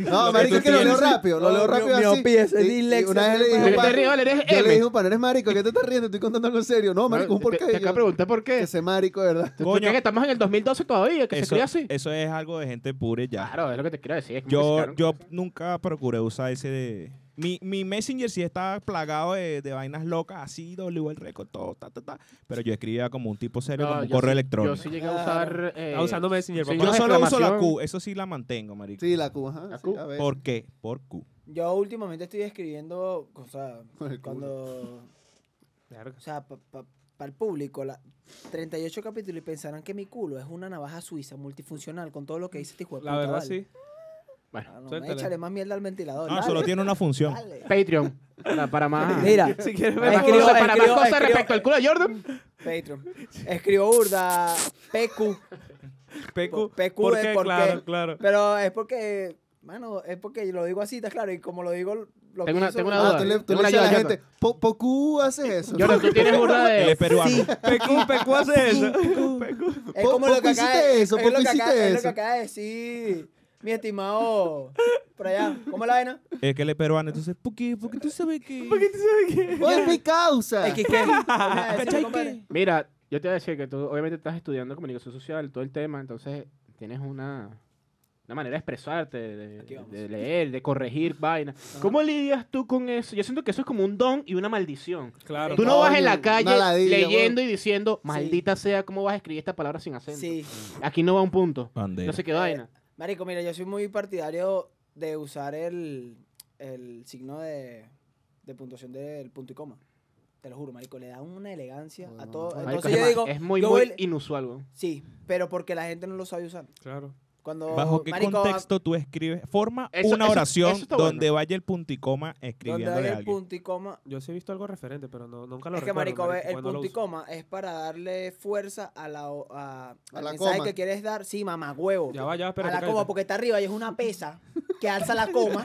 [SPEAKER 3] No,
[SPEAKER 1] Lo
[SPEAKER 3] marico,
[SPEAKER 1] que
[SPEAKER 3] es que lo leo
[SPEAKER 1] tienes.
[SPEAKER 3] rápido. Lo
[SPEAKER 8] No,
[SPEAKER 3] leo
[SPEAKER 8] mi-
[SPEAKER 3] rápido así.
[SPEAKER 8] miopía, ese
[SPEAKER 3] Y- y
[SPEAKER 8] dislexia,
[SPEAKER 3] Una vez
[SPEAKER 8] ese
[SPEAKER 3] le dije a
[SPEAKER 4] Si
[SPEAKER 3] un
[SPEAKER 8] papá.
[SPEAKER 4] te
[SPEAKER 3] pan-
[SPEAKER 4] río, eres
[SPEAKER 3] yo le dije a
[SPEAKER 4] M.
[SPEAKER 3] un panel, marico, ¿qué te estás riendo? Estoy contando en serio. No, marico, un
[SPEAKER 4] Te-
[SPEAKER 3] porqué.
[SPEAKER 4] Te
[SPEAKER 3] Y yo,
[SPEAKER 4] acabo de preguntar por qué.
[SPEAKER 3] Que se marico, de ¿verdad?
[SPEAKER 4] ¿Tú, tú
[SPEAKER 1] Coño.
[SPEAKER 4] crees que estamos en el 2012 todavía? ¿Que se
[SPEAKER 1] Eso,
[SPEAKER 4] cría así?
[SPEAKER 1] eso es algo de gente pure ya.
[SPEAKER 4] Claro, es lo que te quiero decir. es como que se
[SPEAKER 1] Yo,
[SPEAKER 4] quedaron-
[SPEAKER 1] yo nunca procuré usar ese de... Mi, mi Messenger sí estaba plagado de, de vainas locas, así, W el récord, todo, ta, ta, ta. Pero yo escribía como un tipo serio,
[SPEAKER 4] No,
[SPEAKER 1] como un
[SPEAKER 4] yo
[SPEAKER 1] correo
[SPEAKER 4] sí-
[SPEAKER 1] electrónico.
[SPEAKER 4] Yo
[SPEAKER 1] Yo,
[SPEAKER 4] sí llegué a usar... eh,
[SPEAKER 2] Está usando Messenger,
[SPEAKER 4] sí,
[SPEAKER 2] papá.
[SPEAKER 4] yo-
[SPEAKER 1] solo uso la
[SPEAKER 4] exclamación.
[SPEAKER 1] Q, eso sí la mantengo, marico.
[SPEAKER 3] Sí, pues. la Q, ajá.
[SPEAKER 4] La
[SPEAKER 3] sí,
[SPEAKER 4] Q.
[SPEAKER 3] a ver.
[SPEAKER 1] ¿Por qué? Por Q.
[SPEAKER 8] Yo últimamente estoy escribiendo, o sea,
[SPEAKER 3] Con el culo.
[SPEAKER 8] cuando,
[SPEAKER 2] Verga.
[SPEAKER 8] o sea, para el público, la 38 capítulos y pensarán que mi culo es una navaja suiza multifuncional con todo lo que dice este hijo de
[SPEAKER 2] La
[SPEAKER 8] puta,
[SPEAKER 2] verdad,
[SPEAKER 8] ¿vale?
[SPEAKER 2] sí.
[SPEAKER 8] Ah, no,
[SPEAKER 2] Suéltale. Ah,
[SPEAKER 8] échale más mierda al ventilador.
[SPEAKER 1] No,
[SPEAKER 8] dale,
[SPEAKER 1] Ah, solo tiene una función.
[SPEAKER 8] dale.
[SPEAKER 4] Patreon. Para, para más...
[SPEAKER 8] Mira,
[SPEAKER 2] Si quieres
[SPEAKER 4] Para más
[SPEAKER 2] ver.
[SPEAKER 8] Escribo-
[SPEAKER 4] cosas, para más
[SPEAKER 8] escribo-
[SPEAKER 4] cosas
[SPEAKER 8] escribo-
[SPEAKER 4] respecto al culo de Jordan.
[SPEAKER 8] Patreon. Escribo urda, PQ,
[SPEAKER 2] PQ.
[SPEAKER 8] PQ
[SPEAKER 2] ¿Por
[SPEAKER 8] es
[SPEAKER 2] qué?
[SPEAKER 8] porque-
[SPEAKER 2] Claro, claro.
[SPEAKER 8] pero es porque, mano, es porque yo lo digo así, está claro, y como lo digo, lo
[SPEAKER 4] Tengo una-
[SPEAKER 8] pienso,
[SPEAKER 4] tengo una
[SPEAKER 3] Ah,
[SPEAKER 4] duda.
[SPEAKER 3] tú le, tú
[SPEAKER 4] Tengo una
[SPEAKER 3] le dices a la
[SPEAKER 4] ayuda,
[SPEAKER 3] gente, "Po- ¿por Q haces eso?
[SPEAKER 4] Jordan, tú tienes burda
[SPEAKER 1] Él
[SPEAKER 4] de...
[SPEAKER 1] es peruano.
[SPEAKER 2] PQ, PQ hace eso. PQ.
[SPEAKER 8] Es
[SPEAKER 3] Po-
[SPEAKER 8] como lo
[SPEAKER 3] poco
[SPEAKER 8] que acaba
[SPEAKER 3] hiciste
[SPEAKER 8] de,
[SPEAKER 3] eso,
[SPEAKER 8] es
[SPEAKER 3] poco
[SPEAKER 8] lo que acaba-
[SPEAKER 3] hiciste
[SPEAKER 8] es lo que
[SPEAKER 3] eso.
[SPEAKER 8] acaba de decir mi estimado por allá. ¿Cómo es la vaina?
[SPEAKER 1] Es que él es peruano, entonces, ¿por qué? ¿Por qué tú sabes que...?
[SPEAKER 3] "Oh, es mi causa.
[SPEAKER 8] X, ¿qué? ¿Cómo es la decisión,
[SPEAKER 1] ¿Cachai
[SPEAKER 8] compadre?
[SPEAKER 4] Mira, yo te voy a decir que tú obviamente estás estudiando comunicación social, todo el tema, entonces tienes una una manera de expresarte, de,
[SPEAKER 5] Aquí vamos.
[SPEAKER 4] de leer, de corregir vainas. ¿Cómo lidias tú con eso? Yo siento que eso es como un don y una maldición.
[SPEAKER 2] Claro.
[SPEAKER 4] Tú no
[SPEAKER 3] Coño,
[SPEAKER 4] vas en la
[SPEAKER 3] una
[SPEAKER 4] calle
[SPEAKER 3] ladilla,
[SPEAKER 4] leyendo y diciendo, maldita sea, ¿cómo vas a escribir esta palabra sin acento?
[SPEAKER 5] Sí. Eh,
[SPEAKER 4] Aquí no va un punto.
[SPEAKER 1] Bandera.
[SPEAKER 4] No sé qué vaina.
[SPEAKER 5] Marico, mira, yo soy muy partidario de usar el, el signo de, de puntuación del punto y coma. Te lo juro, marico, le da una elegancia a
[SPEAKER 3] Bueno,
[SPEAKER 5] todo.
[SPEAKER 3] marico,
[SPEAKER 5] Entonces
[SPEAKER 4] Marico,
[SPEAKER 5] yo
[SPEAKER 4] es,
[SPEAKER 5] digo,
[SPEAKER 4] es muy,
[SPEAKER 5] yo
[SPEAKER 4] muy
[SPEAKER 5] voy-
[SPEAKER 4] inusual, weón.
[SPEAKER 5] sí, pero porque la gente no lo sabe usar.
[SPEAKER 2] Claro.
[SPEAKER 5] Cuando
[SPEAKER 1] ¿Bajo qué
[SPEAKER 5] marico,
[SPEAKER 1] contexto tú escribes? Forma
[SPEAKER 4] Eso-
[SPEAKER 1] una
[SPEAKER 4] eso-
[SPEAKER 1] oración
[SPEAKER 4] eso está
[SPEAKER 1] donde vaya el punto y coma
[SPEAKER 5] donde
[SPEAKER 1] escribiéndole
[SPEAKER 5] hay
[SPEAKER 1] a
[SPEAKER 5] el
[SPEAKER 1] alguien.
[SPEAKER 5] punto y coma,
[SPEAKER 2] Yo sí he visto algo referente, pero no, nunca lo
[SPEAKER 5] es que
[SPEAKER 2] recuerdo.
[SPEAKER 5] marico, ve, el
[SPEAKER 2] cuando lo
[SPEAKER 5] punto y
[SPEAKER 2] uso.
[SPEAKER 5] coma es para darle fuerza a la o- a, al
[SPEAKER 3] la
[SPEAKER 5] mensaje
[SPEAKER 3] coma.
[SPEAKER 5] que quieres dar, sí, mamá huevo.
[SPEAKER 2] Ya va, ya va,
[SPEAKER 5] a la
[SPEAKER 2] espérate.
[SPEAKER 5] coma
[SPEAKER 2] cállate.
[SPEAKER 5] porque está arriba y es una pesa que alza la coma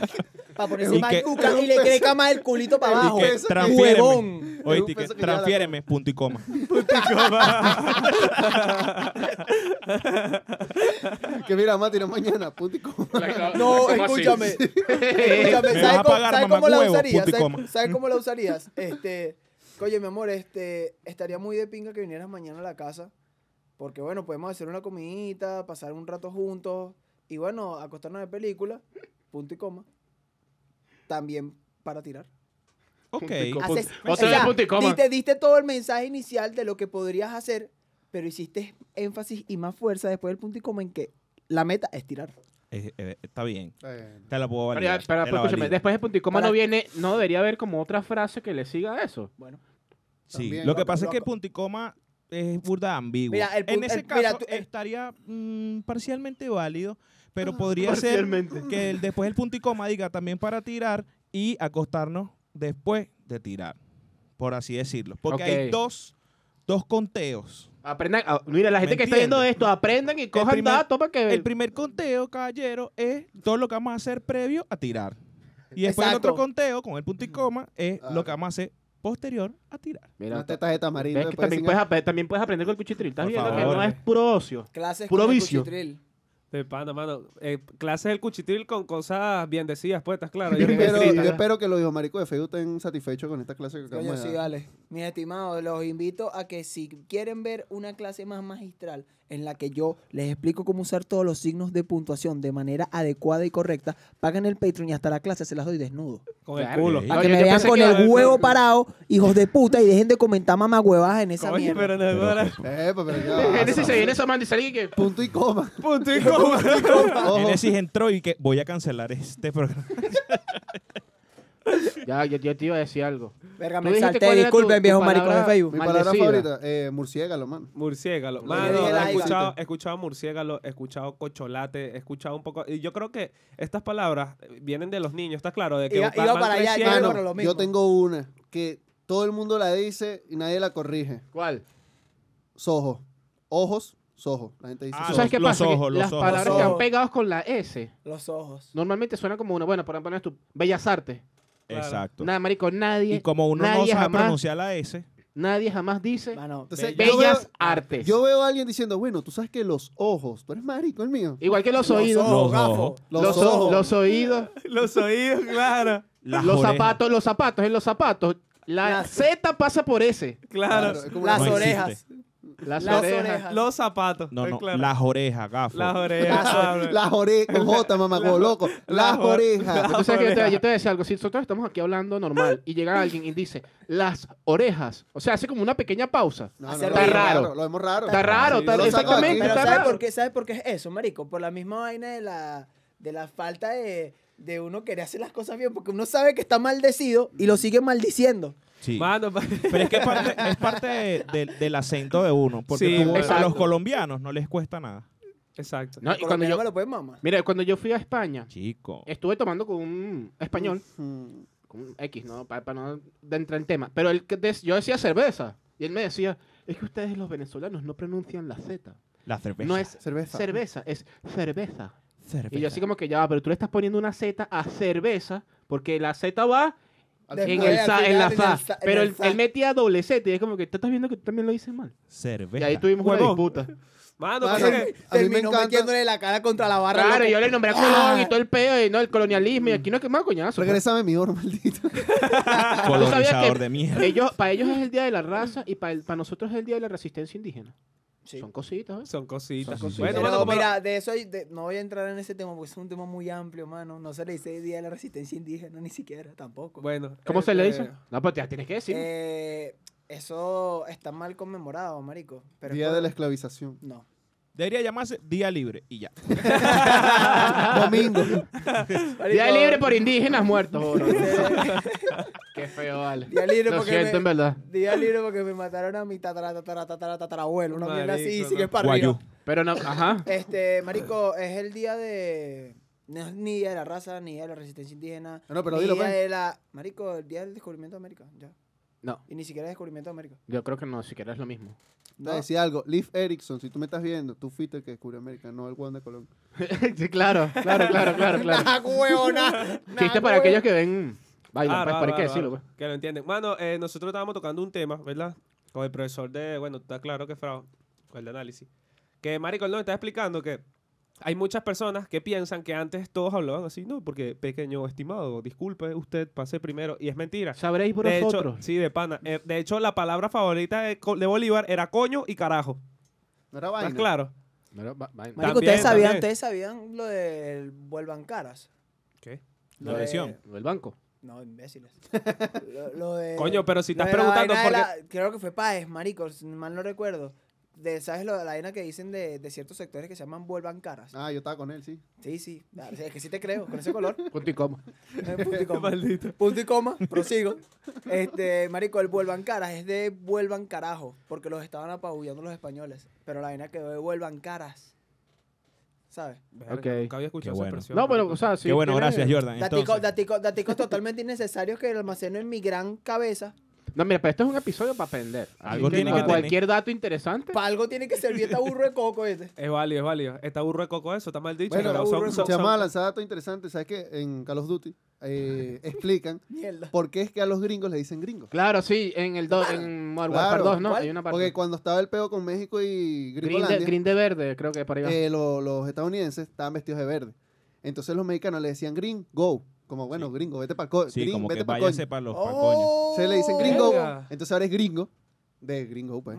[SPEAKER 5] para ponerse
[SPEAKER 1] Y
[SPEAKER 5] más
[SPEAKER 1] que-
[SPEAKER 5] yuca y le cree más el culito para abajo.
[SPEAKER 1] Y que
[SPEAKER 3] Eso que-
[SPEAKER 1] transfiéreme.
[SPEAKER 5] Huevón.
[SPEAKER 3] Es un
[SPEAKER 1] Oíste, que
[SPEAKER 3] peso que lleva la
[SPEAKER 1] transfiéreme, punto y coma.
[SPEAKER 3] Que mira, Mati, no mañana, punto y coma.
[SPEAKER 5] No, escúchame. Escúchame,
[SPEAKER 1] Me vas
[SPEAKER 5] ¿sabes
[SPEAKER 1] a
[SPEAKER 5] cómo,
[SPEAKER 1] pagar,
[SPEAKER 5] sabes
[SPEAKER 1] mamá
[SPEAKER 5] cómo la
[SPEAKER 1] huevo,
[SPEAKER 5] usarías?
[SPEAKER 1] punto y
[SPEAKER 5] ¿Sabes,
[SPEAKER 1] coma.
[SPEAKER 5] sabes cómo la usarías? Este, coño, mi amor, este, estaría muy de pinga que vinieras mañana a la casa. Porque bueno, podemos hacer una comidita, pasar un rato juntos y bueno, acostarnos de película, punto y coma. También para tirar.
[SPEAKER 1] Ok.
[SPEAKER 4] Punto-
[SPEAKER 5] Haces-
[SPEAKER 4] Otra
[SPEAKER 5] o sea,
[SPEAKER 4] vez punto y coma.
[SPEAKER 5] Diste, diste todo el mensaje inicial de lo que podrías hacer, pero hiciste énfasis y más fuerza después del punto y coma en que la meta es tirar.
[SPEAKER 1] Eh, eh, está bien.
[SPEAKER 3] Bueno.
[SPEAKER 1] Te la puedo
[SPEAKER 4] Pero,
[SPEAKER 1] validar.
[SPEAKER 4] ya, pero,
[SPEAKER 1] te
[SPEAKER 4] pues,
[SPEAKER 1] la
[SPEAKER 4] escúchame,
[SPEAKER 1] valido.
[SPEAKER 4] después de punto y coma
[SPEAKER 5] Para-
[SPEAKER 4] no viene, no debería haber como otra frase que le siga a eso.
[SPEAKER 5] Bueno.
[SPEAKER 1] Sí,
[SPEAKER 3] También,
[SPEAKER 1] lo que
[SPEAKER 5] loco,
[SPEAKER 1] pasa es que
[SPEAKER 5] loco.
[SPEAKER 1] punto y coma es burda ambiguo.
[SPEAKER 5] Mira, el
[SPEAKER 1] en
[SPEAKER 5] pun-
[SPEAKER 1] ese
[SPEAKER 5] el-
[SPEAKER 1] caso
[SPEAKER 5] mira, tú- el-
[SPEAKER 1] estaría mm, parcialmente válido, pero podría ser que el- después el punto y coma diga también para tirar y acostarnos después de tirar, por así decirlo. Porque hay
[SPEAKER 4] Ok.
[SPEAKER 1] dos, dos conteos.
[SPEAKER 4] Aprendan, ah, mira, la gente
[SPEAKER 1] ¿Me
[SPEAKER 4] que está viendo
[SPEAKER 1] entiendes?
[SPEAKER 4] esto, aprendan y cojan
[SPEAKER 1] primer-
[SPEAKER 4] datos para que
[SPEAKER 1] El primer conteo, caballero, es todo lo que vamos a hacer previo a tirar. Y después el
[SPEAKER 5] Exacto.
[SPEAKER 1] otro conteo, con el punto y coma, es
[SPEAKER 3] Claro.
[SPEAKER 1] lo que vamos a hacer posterior a tirar.
[SPEAKER 4] Mira,
[SPEAKER 3] Una teta de
[SPEAKER 4] ves
[SPEAKER 3] tamarindo.
[SPEAKER 4] que
[SPEAKER 5] pues,
[SPEAKER 3] después
[SPEAKER 4] también,
[SPEAKER 3] sin-
[SPEAKER 4] puedes, ap- también puedes aprender con el cuchitril. Estás
[SPEAKER 1] Por
[SPEAKER 4] viendo
[SPEAKER 1] favor.
[SPEAKER 4] que no es puro ocio.
[SPEAKER 5] Clases
[SPEAKER 4] Puro
[SPEAKER 5] con el
[SPEAKER 4] vicio.
[SPEAKER 5] cuchitril.
[SPEAKER 2] De pana, mano. Eh, clases del cuchitril con cosas bien decidas, pues, estás claro.
[SPEAKER 3] Yo
[SPEAKER 2] Yo-
[SPEAKER 3] espero, yo
[SPEAKER 4] Sí,
[SPEAKER 3] espero que los hijos maricos de Facebook estén satisfechos con esta clase que acabamos
[SPEAKER 5] Coño,
[SPEAKER 3] de
[SPEAKER 5] sí,
[SPEAKER 3] dar.
[SPEAKER 5] vale. Mis estimados, los invito a que si quieren ver una clase más magistral en la que yo les explico cómo usar todos los signos de puntuación de manera adecuada y correcta, pagan el Patreon y hasta la clase se las doy desnudo.
[SPEAKER 2] con el
[SPEAKER 4] Claro.
[SPEAKER 2] culo.
[SPEAKER 1] Sí.
[SPEAKER 5] Para
[SPEAKER 4] No,
[SPEAKER 5] que
[SPEAKER 4] yo-
[SPEAKER 5] me
[SPEAKER 4] yo
[SPEAKER 5] vean
[SPEAKER 4] pensé
[SPEAKER 5] con
[SPEAKER 4] que iba a
[SPEAKER 5] el
[SPEAKER 4] decir-
[SPEAKER 5] huevo parado, hijos de puta, y dejen de comentar mamagüevadas en esa
[SPEAKER 2] Oye,
[SPEAKER 5] mierda.
[SPEAKER 2] pero no
[SPEAKER 1] Pero,
[SPEAKER 2] ahora-
[SPEAKER 3] Eh, pues, pero
[SPEAKER 4] En
[SPEAKER 3] ya. va.
[SPEAKER 4] ese se viene esa manda y salí que...
[SPEAKER 3] Punto y coma.
[SPEAKER 2] Punto y coma.
[SPEAKER 3] Ojo.
[SPEAKER 1] Genesis entró y que voy a cancelar este programa.
[SPEAKER 4] Ya, yo, yo te iba a decir algo.
[SPEAKER 5] Verga,
[SPEAKER 4] Tú
[SPEAKER 5] me
[SPEAKER 4] dijiste
[SPEAKER 5] salté,
[SPEAKER 4] cuál era tu-
[SPEAKER 5] disculpen,
[SPEAKER 4] tu
[SPEAKER 5] viejos maricos de
[SPEAKER 4] palabra-
[SPEAKER 5] Facebook.
[SPEAKER 3] Mi palabra
[SPEAKER 4] Maldecida.
[SPEAKER 3] favorita, eh, murciégalo, mano.
[SPEAKER 2] Murciégalo.
[SPEAKER 3] Lo
[SPEAKER 5] que
[SPEAKER 2] Mano,
[SPEAKER 5] dije
[SPEAKER 2] he
[SPEAKER 5] like.
[SPEAKER 2] escuchado, he escuchado murciégalo, he escuchado cocholate, he escuchado un poco. Y yo creo que estas palabras eh, vienen de los niños, ¿está claro? De que
[SPEAKER 5] Iba-
[SPEAKER 2] van-
[SPEAKER 5] iba
[SPEAKER 2] van
[SPEAKER 5] para allá,
[SPEAKER 2] creciendo.
[SPEAKER 5] Mano,
[SPEAKER 3] Mano,
[SPEAKER 5] bueno, lo mismo.
[SPEAKER 3] yo tengo una que todo el mundo la dice y nadie la corrige.
[SPEAKER 4] ¿Cuál?
[SPEAKER 3] Sojo. Ojos, sojo. La gente dice
[SPEAKER 1] Ah,
[SPEAKER 3] sojo.
[SPEAKER 4] ¿Sabes qué
[SPEAKER 1] los
[SPEAKER 4] pasa? Que
[SPEAKER 1] ojos, los
[SPEAKER 4] las
[SPEAKER 1] ojos.
[SPEAKER 4] palabras
[SPEAKER 5] Los
[SPEAKER 4] que han
[SPEAKER 5] ojos.
[SPEAKER 4] pegado con la S
[SPEAKER 5] Los ojos.
[SPEAKER 4] normalmente suenan como una... Bueno, por ejemplo, tú, Bellas Artes.
[SPEAKER 2] Claro.
[SPEAKER 1] Exacto.
[SPEAKER 4] Nada, marico, nadie,
[SPEAKER 1] Y como uno no
[SPEAKER 4] nadie
[SPEAKER 1] sabe
[SPEAKER 4] jamás-
[SPEAKER 1] pronunciar la S,
[SPEAKER 4] nadie jamás dice
[SPEAKER 5] Mano,
[SPEAKER 3] Entonces, yo
[SPEAKER 4] Bellas
[SPEAKER 3] veo-
[SPEAKER 4] Artes.
[SPEAKER 3] Yo veo a alguien diciendo, bueno, tú sabes que los ojos, tú eres marico el mío.
[SPEAKER 4] Igual que los,
[SPEAKER 5] los
[SPEAKER 4] oídos.
[SPEAKER 1] Los
[SPEAKER 5] ojos, gafo.
[SPEAKER 1] ojos.
[SPEAKER 3] Los
[SPEAKER 4] Los,
[SPEAKER 3] ojos.
[SPEAKER 4] o- los oídos.
[SPEAKER 2] Los oídos, claro.
[SPEAKER 1] las
[SPEAKER 4] los
[SPEAKER 1] orejas.
[SPEAKER 4] zapatos, los zapatos, en los zapatos. La
[SPEAKER 5] Las-
[SPEAKER 4] Z pasa por S.
[SPEAKER 2] Claro.
[SPEAKER 3] es como
[SPEAKER 5] Las
[SPEAKER 1] No
[SPEAKER 3] una-
[SPEAKER 1] existe.
[SPEAKER 5] orejas.
[SPEAKER 4] Las,
[SPEAKER 5] Las
[SPEAKER 4] orejas.
[SPEAKER 5] orejas.
[SPEAKER 2] Los zapatos.
[SPEAKER 1] No,
[SPEAKER 2] eh,
[SPEAKER 1] no,
[SPEAKER 2] claro.
[SPEAKER 1] las orejas, gafo.
[SPEAKER 2] Las orejas.
[SPEAKER 4] Ah,
[SPEAKER 3] Las, las orejas, con J, mamá, con loco. Las
[SPEAKER 2] ore-
[SPEAKER 3] orejas.
[SPEAKER 4] Tú sabes que yo te, yo te decía algo. Si nosotros estamos aquí hablando normal y llega alguien y dice las orejas, o sea, hace como una pequeña pausa.
[SPEAKER 3] No, no,
[SPEAKER 5] Hacer
[SPEAKER 3] lo vemos
[SPEAKER 4] raro.
[SPEAKER 3] Lo vemos raro.
[SPEAKER 4] Está raro,
[SPEAKER 2] sí,
[SPEAKER 4] está-
[SPEAKER 3] lo saco
[SPEAKER 4] exactamente,
[SPEAKER 3] aquí.
[SPEAKER 5] Pero
[SPEAKER 4] está
[SPEAKER 5] ¿sabes
[SPEAKER 4] raro.
[SPEAKER 5] por, qué, ¿sabes por qué es eso, marico? Por la misma vaina de la, de la falta de, de uno querer hacer las cosas bien, porque uno sabe que está maldecido y lo sigue maldiciendo.
[SPEAKER 1] Sí.
[SPEAKER 2] Mano,
[SPEAKER 1] Pero es que es parte, es parte de- de- del acento de uno. Porque
[SPEAKER 2] Sí,
[SPEAKER 1] como a
[SPEAKER 4] exacto.
[SPEAKER 1] los colombianos no les cuesta nada.
[SPEAKER 2] exacto.
[SPEAKER 4] No, y
[SPEAKER 5] Por
[SPEAKER 4] cuando
[SPEAKER 5] lo
[SPEAKER 4] yo,
[SPEAKER 5] me lo pueden mamar.
[SPEAKER 4] mira, cuando yo fui a España,
[SPEAKER 1] Chico.
[SPEAKER 4] estuve tomando con un español,
[SPEAKER 3] Mm.
[SPEAKER 4] con un X, ¿no? Para, no de- entrar en tema. Pero el que des- yo decía cerveza. Y él me decía, es que ustedes los venezolanos no pronuncian la Z.
[SPEAKER 1] La cerveza.
[SPEAKER 4] No es
[SPEAKER 3] Cerveza.
[SPEAKER 4] cerveza, es cerveza.
[SPEAKER 1] Cerveza.
[SPEAKER 4] Y yo así como que ya, va, pero tú le estás poniendo una Z a cerveza, porque la Z va en
[SPEAKER 5] Después,
[SPEAKER 4] el
[SPEAKER 5] al
[SPEAKER 4] sa, en la
[SPEAKER 5] final, en
[SPEAKER 4] sa.
[SPEAKER 5] el sa- en
[SPEAKER 4] pero
[SPEAKER 5] el
[SPEAKER 4] él,
[SPEAKER 5] sa.
[SPEAKER 4] él metía doble Z y es como que tú estás viendo que tú también lo dices mal.
[SPEAKER 1] Cerveza.
[SPEAKER 4] Y ahí tuvimos una
[SPEAKER 2] Huevón.
[SPEAKER 4] disputa.
[SPEAKER 2] Mano,
[SPEAKER 3] Mano,
[SPEAKER 2] pasa que-
[SPEAKER 3] a mí me
[SPEAKER 5] Terminó
[SPEAKER 3] encanta.
[SPEAKER 5] metiéndole la cara contra la barra.
[SPEAKER 4] Claro,
[SPEAKER 5] loco.
[SPEAKER 4] yo le nombré a
[SPEAKER 5] ¡Ah!
[SPEAKER 4] Colón y todo el peo y no, el colonialismo y aquí no es que más coñazo. pues.
[SPEAKER 3] Regrésame mi oro, maldito.
[SPEAKER 4] ¿Tú sabías
[SPEAKER 1] Colonizador
[SPEAKER 4] que
[SPEAKER 1] de mierda.
[SPEAKER 4] Ellos, para ellos es el día de la raza y para, el- para nosotros es el día de la resistencia indígena.
[SPEAKER 8] Sí.
[SPEAKER 4] Son cositas, ¿eh? ¿ves?
[SPEAKER 2] Son cositas.
[SPEAKER 4] Son cositas.
[SPEAKER 2] Bueno,
[SPEAKER 8] Pero
[SPEAKER 2] bueno, como
[SPEAKER 8] mira, de eso hay- de- no voy a entrar en ese tema porque es un tema muy amplio, mano. No se le dice Día de la Resistencia Indígena ni siquiera, tampoco.
[SPEAKER 2] bueno,
[SPEAKER 4] ¿Cómo se
[SPEAKER 5] eh,
[SPEAKER 4] le
[SPEAKER 2] este,
[SPEAKER 4] dice? No, pues ya tienes que decir.
[SPEAKER 8] Eh, eso está mal conmemorado, marico. Pero
[SPEAKER 3] Día
[SPEAKER 8] es
[SPEAKER 3] de la
[SPEAKER 8] por-
[SPEAKER 3] esclavización.
[SPEAKER 8] No.
[SPEAKER 1] Debería llamarse Día Libre y ya.
[SPEAKER 3] Domingo.
[SPEAKER 4] Día
[SPEAKER 8] Marico,
[SPEAKER 4] libre por indígenas muertos. bro.
[SPEAKER 8] eh,
[SPEAKER 4] Qué feo, vale.
[SPEAKER 8] Día libre
[SPEAKER 4] Lo
[SPEAKER 8] porque
[SPEAKER 4] siento,
[SPEAKER 8] me-
[SPEAKER 4] en verdad.
[SPEAKER 8] Día libre porque me mataron a mi tatara, tatara, tatara, tatarabuelo. Una mierda así y
[SPEAKER 2] Marico,
[SPEAKER 8] sigue
[SPEAKER 2] no.
[SPEAKER 8] para arriba.
[SPEAKER 4] Pero no, ajá.
[SPEAKER 8] Este, marico, es el día de... No es ni día de la raza, ni día de la resistencia indígena.
[SPEAKER 3] No, no, pero
[SPEAKER 8] ni
[SPEAKER 3] dilo,
[SPEAKER 8] día
[SPEAKER 3] pues.
[SPEAKER 8] de la... Marico, el día del descubrimiento de América, ya.
[SPEAKER 4] No,
[SPEAKER 8] Y ni siquiera el descubrimiento de América.
[SPEAKER 4] yo creo que no, siquiera es lo mismo.
[SPEAKER 3] Te decía algo. Leif Erickson, si tú me estás viendo, tú fuiste el que descubrió América, no el Juan de Colón.
[SPEAKER 4] sí, claro, claro, claro, claro, claro.
[SPEAKER 8] ¡Ah, huevona!
[SPEAKER 4] Chiste para aquellos que ven. Vaya,
[SPEAKER 2] Ah,
[SPEAKER 4] pues,
[SPEAKER 2] va,
[SPEAKER 4] ¿para
[SPEAKER 2] va,
[SPEAKER 4] qué
[SPEAKER 2] va,
[SPEAKER 4] decirlo, pues?
[SPEAKER 2] Que lo entienden. Mano, eh, nosotros estábamos tocando un tema, ¿verdad? Con el profesor de, bueno, está claro que Frao, con el de análisis. Que Marico él nos está explicando que hay muchas personas que piensan que antes todos hablaban así, no, porque pequeño estimado, disculpe usted, pase primero. Y es mentira.
[SPEAKER 4] Sabréis por
[SPEAKER 2] de
[SPEAKER 4] vosotros.
[SPEAKER 2] hecho, sí, de pana. Eh, de hecho, la palabra favorita de, co- de Bolívar era coño y carajo.
[SPEAKER 3] No era
[SPEAKER 2] ¿Estás
[SPEAKER 3] vaina.
[SPEAKER 2] claro?
[SPEAKER 4] Pero, va- vaina.
[SPEAKER 8] Marico,
[SPEAKER 2] También,
[SPEAKER 8] ustedes sabían,
[SPEAKER 2] también.
[SPEAKER 8] ustedes sabían lo del vuelvan caras.
[SPEAKER 2] ¿Qué?
[SPEAKER 8] Lo
[SPEAKER 1] La
[SPEAKER 8] de-
[SPEAKER 1] lesión.
[SPEAKER 4] Lo del banco.
[SPEAKER 8] No, imbéciles. lo, lo de,
[SPEAKER 2] Coño, pero si
[SPEAKER 8] lo de
[SPEAKER 2] estás
[SPEAKER 8] la
[SPEAKER 2] preguntando
[SPEAKER 8] vaina de
[SPEAKER 2] por
[SPEAKER 8] la- creo que fue Páez, marico, si mal no recuerdo. De, ¿Sabes lo de la vaina que dicen de, de ciertos sectores que se llaman vuelvan caras?
[SPEAKER 3] Ah, yo estaba con él, sí.
[SPEAKER 8] Sí, sí. Ah, Es que sí te creo, con ese color.
[SPEAKER 4] Punto y coma.
[SPEAKER 8] Eh, punto y coma.
[SPEAKER 2] Maldito.
[SPEAKER 8] Punto y coma, prosigo. Este, marico, el vuelvan caras es de vuelvan carajo, porque los estaban apabullando los españoles. Pero la vaina quedó de vuelvan caras. ¿Sabes?
[SPEAKER 2] Verga,
[SPEAKER 4] Ok.
[SPEAKER 2] Nunca había escuchado
[SPEAKER 1] Qué
[SPEAKER 2] esa
[SPEAKER 1] bueno.
[SPEAKER 2] expresión.
[SPEAKER 4] No, bueno,
[SPEAKER 2] marico.
[SPEAKER 4] o sea, sí.
[SPEAKER 1] Qué bueno,
[SPEAKER 4] tiene-
[SPEAKER 1] gracias, Jordan.
[SPEAKER 8] Daticos
[SPEAKER 1] Entonces,
[SPEAKER 8] datico, datico totalmente innecesarios que almaceno en mi gran cabeza.
[SPEAKER 4] No, mira, pero esto es un episodio para aprender. Así
[SPEAKER 1] Algo
[SPEAKER 4] que
[SPEAKER 1] tiene que
[SPEAKER 4] con
[SPEAKER 1] tener.
[SPEAKER 4] cualquier dato interesante.
[SPEAKER 8] Para algo tiene que servir esta burro de coco, ¿viste?
[SPEAKER 2] Es válido, es válido. Está burro de coco eso, está mal dicho.
[SPEAKER 3] Bueno,
[SPEAKER 2] pero son-
[SPEAKER 8] burro de
[SPEAKER 2] son-
[SPEAKER 3] Se
[SPEAKER 2] son-
[SPEAKER 3] llama lanzada dato interesante. ¿Sabes qué? En Call of Duty eh, explican
[SPEAKER 8] Mierda.
[SPEAKER 3] por qué es que a los gringos les dicen gringos.
[SPEAKER 4] Claro, sí, en el do- en Modern Warfare
[SPEAKER 3] Claro.
[SPEAKER 4] 2, ¿no?
[SPEAKER 3] ¿Cuál?
[SPEAKER 4] Hay una parte.
[SPEAKER 3] Porque cuando estaba el peo con México y
[SPEAKER 4] Green de,
[SPEAKER 3] Gringolandia,
[SPEAKER 4] green de verde, creo que por ahí va.
[SPEAKER 3] eh, lo- los estadounidenses estaban vestidos de verde. Entonces los mexicanos le decían gringo, go. Como, bueno, gringo, vete para coño.
[SPEAKER 1] Sí,
[SPEAKER 3] gringo,
[SPEAKER 1] como que
[SPEAKER 3] vete pa'l
[SPEAKER 1] váyase
[SPEAKER 3] coño.
[SPEAKER 1] para los pa'l coño.
[SPEAKER 8] Oh,
[SPEAKER 3] Se le dicen gringo,
[SPEAKER 2] Verga.
[SPEAKER 3] entonces ahora es gringo. De gringo, pues.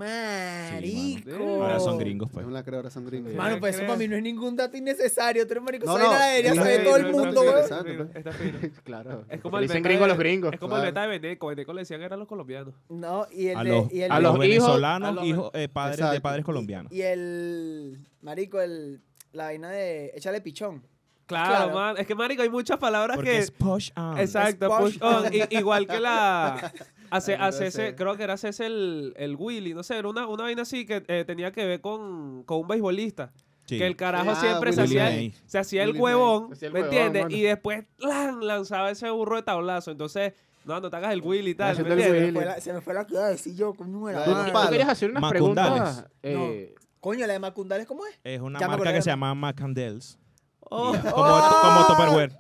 [SPEAKER 8] Marico.
[SPEAKER 2] Sí, mano.
[SPEAKER 1] Ahora son gringos, pues.
[SPEAKER 3] Es una creadora, son gringos.
[SPEAKER 2] Sí.
[SPEAKER 8] Mano, pues eso para mí no es ningún dato innecesario. Tres maricos
[SPEAKER 3] No,
[SPEAKER 8] saben
[SPEAKER 3] no,
[SPEAKER 8] aérea,
[SPEAKER 3] es
[SPEAKER 8] sabe
[SPEAKER 3] que-
[SPEAKER 8] todo el
[SPEAKER 3] no, no,
[SPEAKER 8] mundo,
[SPEAKER 3] no, no,
[SPEAKER 8] güey.
[SPEAKER 3] no, Exacto, pues.
[SPEAKER 2] Está fino.
[SPEAKER 4] claro.
[SPEAKER 2] Es como
[SPEAKER 4] le
[SPEAKER 2] el
[SPEAKER 4] dicen
[SPEAKER 2] beta
[SPEAKER 4] gringos
[SPEAKER 2] de-
[SPEAKER 4] los gringos.
[SPEAKER 2] Es como el
[SPEAKER 3] claro.
[SPEAKER 2] beta de Beneco. Beneco le decían era a los colombianos.
[SPEAKER 8] No, y el
[SPEAKER 1] A
[SPEAKER 8] de-
[SPEAKER 1] los,
[SPEAKER 8] y el
[SPEAKER 1] a
[SPEAKER 8] de-
[SPEAKER 1] los
[SPEAKER 4] hijos-
[SPEAKER 1] venezolanos,
[SPEAKER 4] a los-
[SPEAKER 1] hijos, eh, padres de
[SPEAKER 3] Exacto.
[SPEAKER 1] padres colombianos.
[SPEAKER 8] Y el. Marico, el. La vaina de. Échale pichón.
[SPEAKER 2] Claro,
[SPEAKER 8] Claro.
[SPEAKER 2] man. Es que, marico, hay muchas palabras
[SPEAKER 1] Porque
[SPEAKER 2] que...
[SPEAKER 1] es push on.
[SPEAKER 2] Exacto,
[SPEAKER 8] Es
[SPEAKER 2] push
[SPEAKER 8] push
[SPEAKER 2] on. I- igual que la... Hace,
[SPEAKER 3] Ay, no
[SPEAKER 2] hace
[SPEAKER 3] sé.
[SPEAKER 2] ese, creo que era hace ese el, el Willy, no sé, era una, una vaina así que eh, tenía que ver con, con un beisbolista.
[SPEAKER 1] Sí.
[SPEAKER 2] Que el carajo
[SPEAKER 3] Ah,
[SPEAKER 2] siempre se
[SPEAKER 3] Willie
[SPEAKER 2] hacía,
[SPEAKER 1] May.
[SPEAKER 2] se hacía el
[SPEAKER 3] Willie May.
[SPEAKER 2] huevón,
[SPEAKER 4] Se hacía el
[SPEAKER 2] ¿me
[SPEAKER 4] huevón,
[SPEAKER 2] entiendes?
[SPEAKER 4] mano.
[SPEAKER 2] Y después ¡lan! lanzaba ese burro de tablazo. Entonces, no, no te hagas el Willy y tal. ¿me
[SPEAKER 4] Haciendo el
[SPEAKER 2] entiendes?
[SPEAKER 8] Se me fue la- Se me fue la que iba a decir yo, coño, era.
[SPEAKER 3] La de los
[SPEAKER 8] madre.
[SPEAKER 4] Tú
[SPEAKER 3] palos.
[SPEAKER 4] querías hacer unas preguntas.
[SPEAKER 1] Macundales.
[SPEAKER 4] eh,
[SPEAKER 8] Coño, la de Macundales, ¿cómo es?
[SPEAKER 1] Es una
[SPEAKER 8] Ya me
[SPEAKER 1] marca
[SPEAKER 8] acordé.
[SPEAKER 1] que se llama Macandels.
[SPEAKER 2] Oh.
[SPEAKER 1] Como, como Tupperware.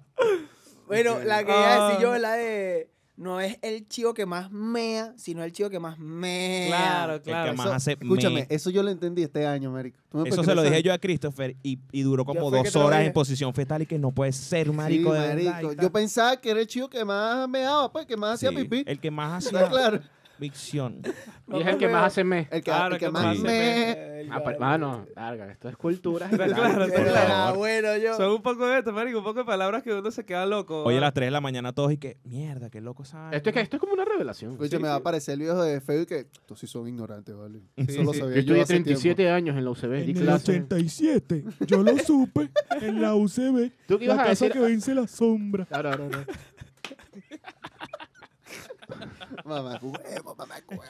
[SPEAKER 8] Bueno, la que iba a
[SPEAKER 2] Ah.
[SPEAKER 8] decir yo, la de. No es el chico que más mea, sino el chico que más mea.
[SPEAKER 2] Claro, claro.
[SPEAKER 1] que más hace
[SPEAKER 3] Escúchame,
[SPEAKER 1] me.
[SPEAKER 3] eso yo lo entendí este año, marico. Tú me
[SPEAKER 1] Eso
[SPEAKER 3] puedes
[SPEAKER 1] se lo
[SPEAKER 3] creer,
[SPEAKER 1] dije yo a Christopher y, y duró como
[SPEAKER 8] fue que
[SPEAKER 1] dos
[SPEAKER 8] te lo
[SPEAKER 1] horas
[SPEAKER 8] dije.
[SPEAKER 1] en posición fetal y que no puede ser marico de
[SPEAKER 3] Sí,
[SPEAKER 1] verdad
[SPEAKER 3] marico.
[SPEAKER 1] y tal.
[SPEAKER 3] Yo pensaba que era el chico que más meaba, pues, que más hacía
[SPEAKER 1] Sí,
[SPEAKER 3] pipí.
[SPEAKER 1] El que más
[SPEAKER 3] Está
[SPEAKER 1] hacía
[SPEAKER 3] claro.
[SPEAKER 1] ficción.
[SPEAKER 4] y es el que más hace mes.
[SPEAKER 3] El que,
[SPEAKER 2] Claro,
[SPEAKER 3] el que
[SPEAKER 2] que
[SPEAKER 3] más
[SPEAKER 1] más pues.
[SPEAKER 3] me...
[SPEAKER 8] El
[SPEAKER 4] Ah, pero,
[SPEAKER 8] gato.
[SPEAKER 4] mano, larga, esto es cultura.
[SPEAKER 2] Claro, claro.
[SPEAKER 8] Pero
[SPEAKER 1] Por
[SPEAKER 8] era
[SPEAKER 1] favor.
[SPEAKER 8] bueno yo.
[SPEAKER 2] Son un poco de esto, marico, un poco de palabras que uno se queda loco.
[SPEAKER 1] Hoy a
[SPEAKER 2] ¿verdad?
[SPEAKER 1] las 3 de la mañana todos y que, mierda, qué loco sabe.
[SPEAKER 4] Esto es, que, esto es como una revelación.
[SPEAKER 3] Escúchame, va a aparecer el viejo de Facebook que estos sí son ignorantes, ¿vale?
[SPEAKER 2] Sí,
[SPEAKER 3] Eso lo
[SPEAKER 2] sí.
[SPEAKER 3] sabía
[SPEAKER 4] Yo estudié
[SPEAKER 3] hace
[SPEAKER 4] 37 años en la UCB, di clase.
[SPEAKER 1] 87, yo lo supe en la UCB.
[SPEAKER 4] ¿Tú qué ibas a decir? "Ah,
[SPEAKER 1] vence la sombra.
[SPEAKER 4] Claro, claro, claro.
[SPEAKER 3] tiempo. Mamá, huevo, mamá, huevo.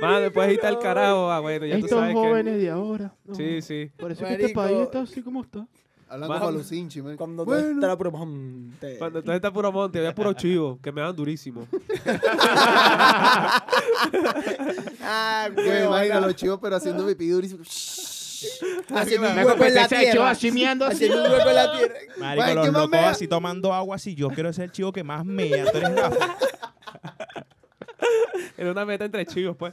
[SPEAKER 2] Mano, después ahí está el carajo. Ah, bueno, ya tú
[SPEAKER 4] Estos
[SPEAKER 2] sabes
[SPEAKER 4] jóvenes de ahora.
[SPEAKER 2] que...
[SPEAKER 4] no,
[SPEAKER 2] Sí, sí.
[SPEAKER 4] Por eso que este
[SPEAKER 8] Marico.
[SPEAKER 4] país está así como está.
[SPEAKER 3] Hablando
[SPEAKER 2] Mamá.
[SPEAKER 3] con los hinchis, marico.
[SPEAKER 8] Cuando tú
[SPEAKER 3] Bueno,
[SPEAKER 8] estás la promón. te-
[SPEAKER 2] Cuando entonces está puro monte, había puro chivo, que me dan durísimo.
[SPEAKER 8] Ah,
[SPEAKER 3] que
[SPEAKER 8] huevona.
[SPEAKER 3] imagina los chivos, pero haciendo pipí durísimo.
[SPEAKER 8] Haciendo un
[SPEAKER 4] Me
[SPEAKER 8] hueco en la
[SPEAKER 4] competencia de chivos
[SPEAKER 8] tierra.
[SPEAKER 4] así meando así.
[SPEAKER 8] Haciendo un hueco en
[SPEAKER 1] Ah.
[SPEAKER 8] la tierra.
[SPEAKER 1] Marico,
[SPEAKER 3] Güey,
[SPEAKER 1] los
[SPEAKER 3] ¿qué más
[SPEAKER 1] locos
[SPEAKER 3] mea?
[SPEAKER 1] así tomando agua así. Yo quiero ser el chivo que más mea. Tú eres gafa.
[SPEAKER 2] Era una meta entre chivos, pues.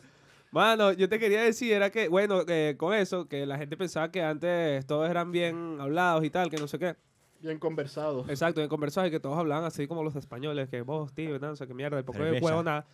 [SPEAKER 2] Mano, yo te quería decir, era que, bueno, eh, con eso, que la gente pensaba que antes todos eran bien hablados y tal, que no sé qué.
[SPEAKER 4] Bien conversado.
[SPEAKER 2] Eh, Exacto, en conversaje que todos hablaban así como los españoles, que vos, tío, no sé qué mierda, el poco de
[SPEAKER 1] Cerveza.
[SPEAKER 2] huevo, nada.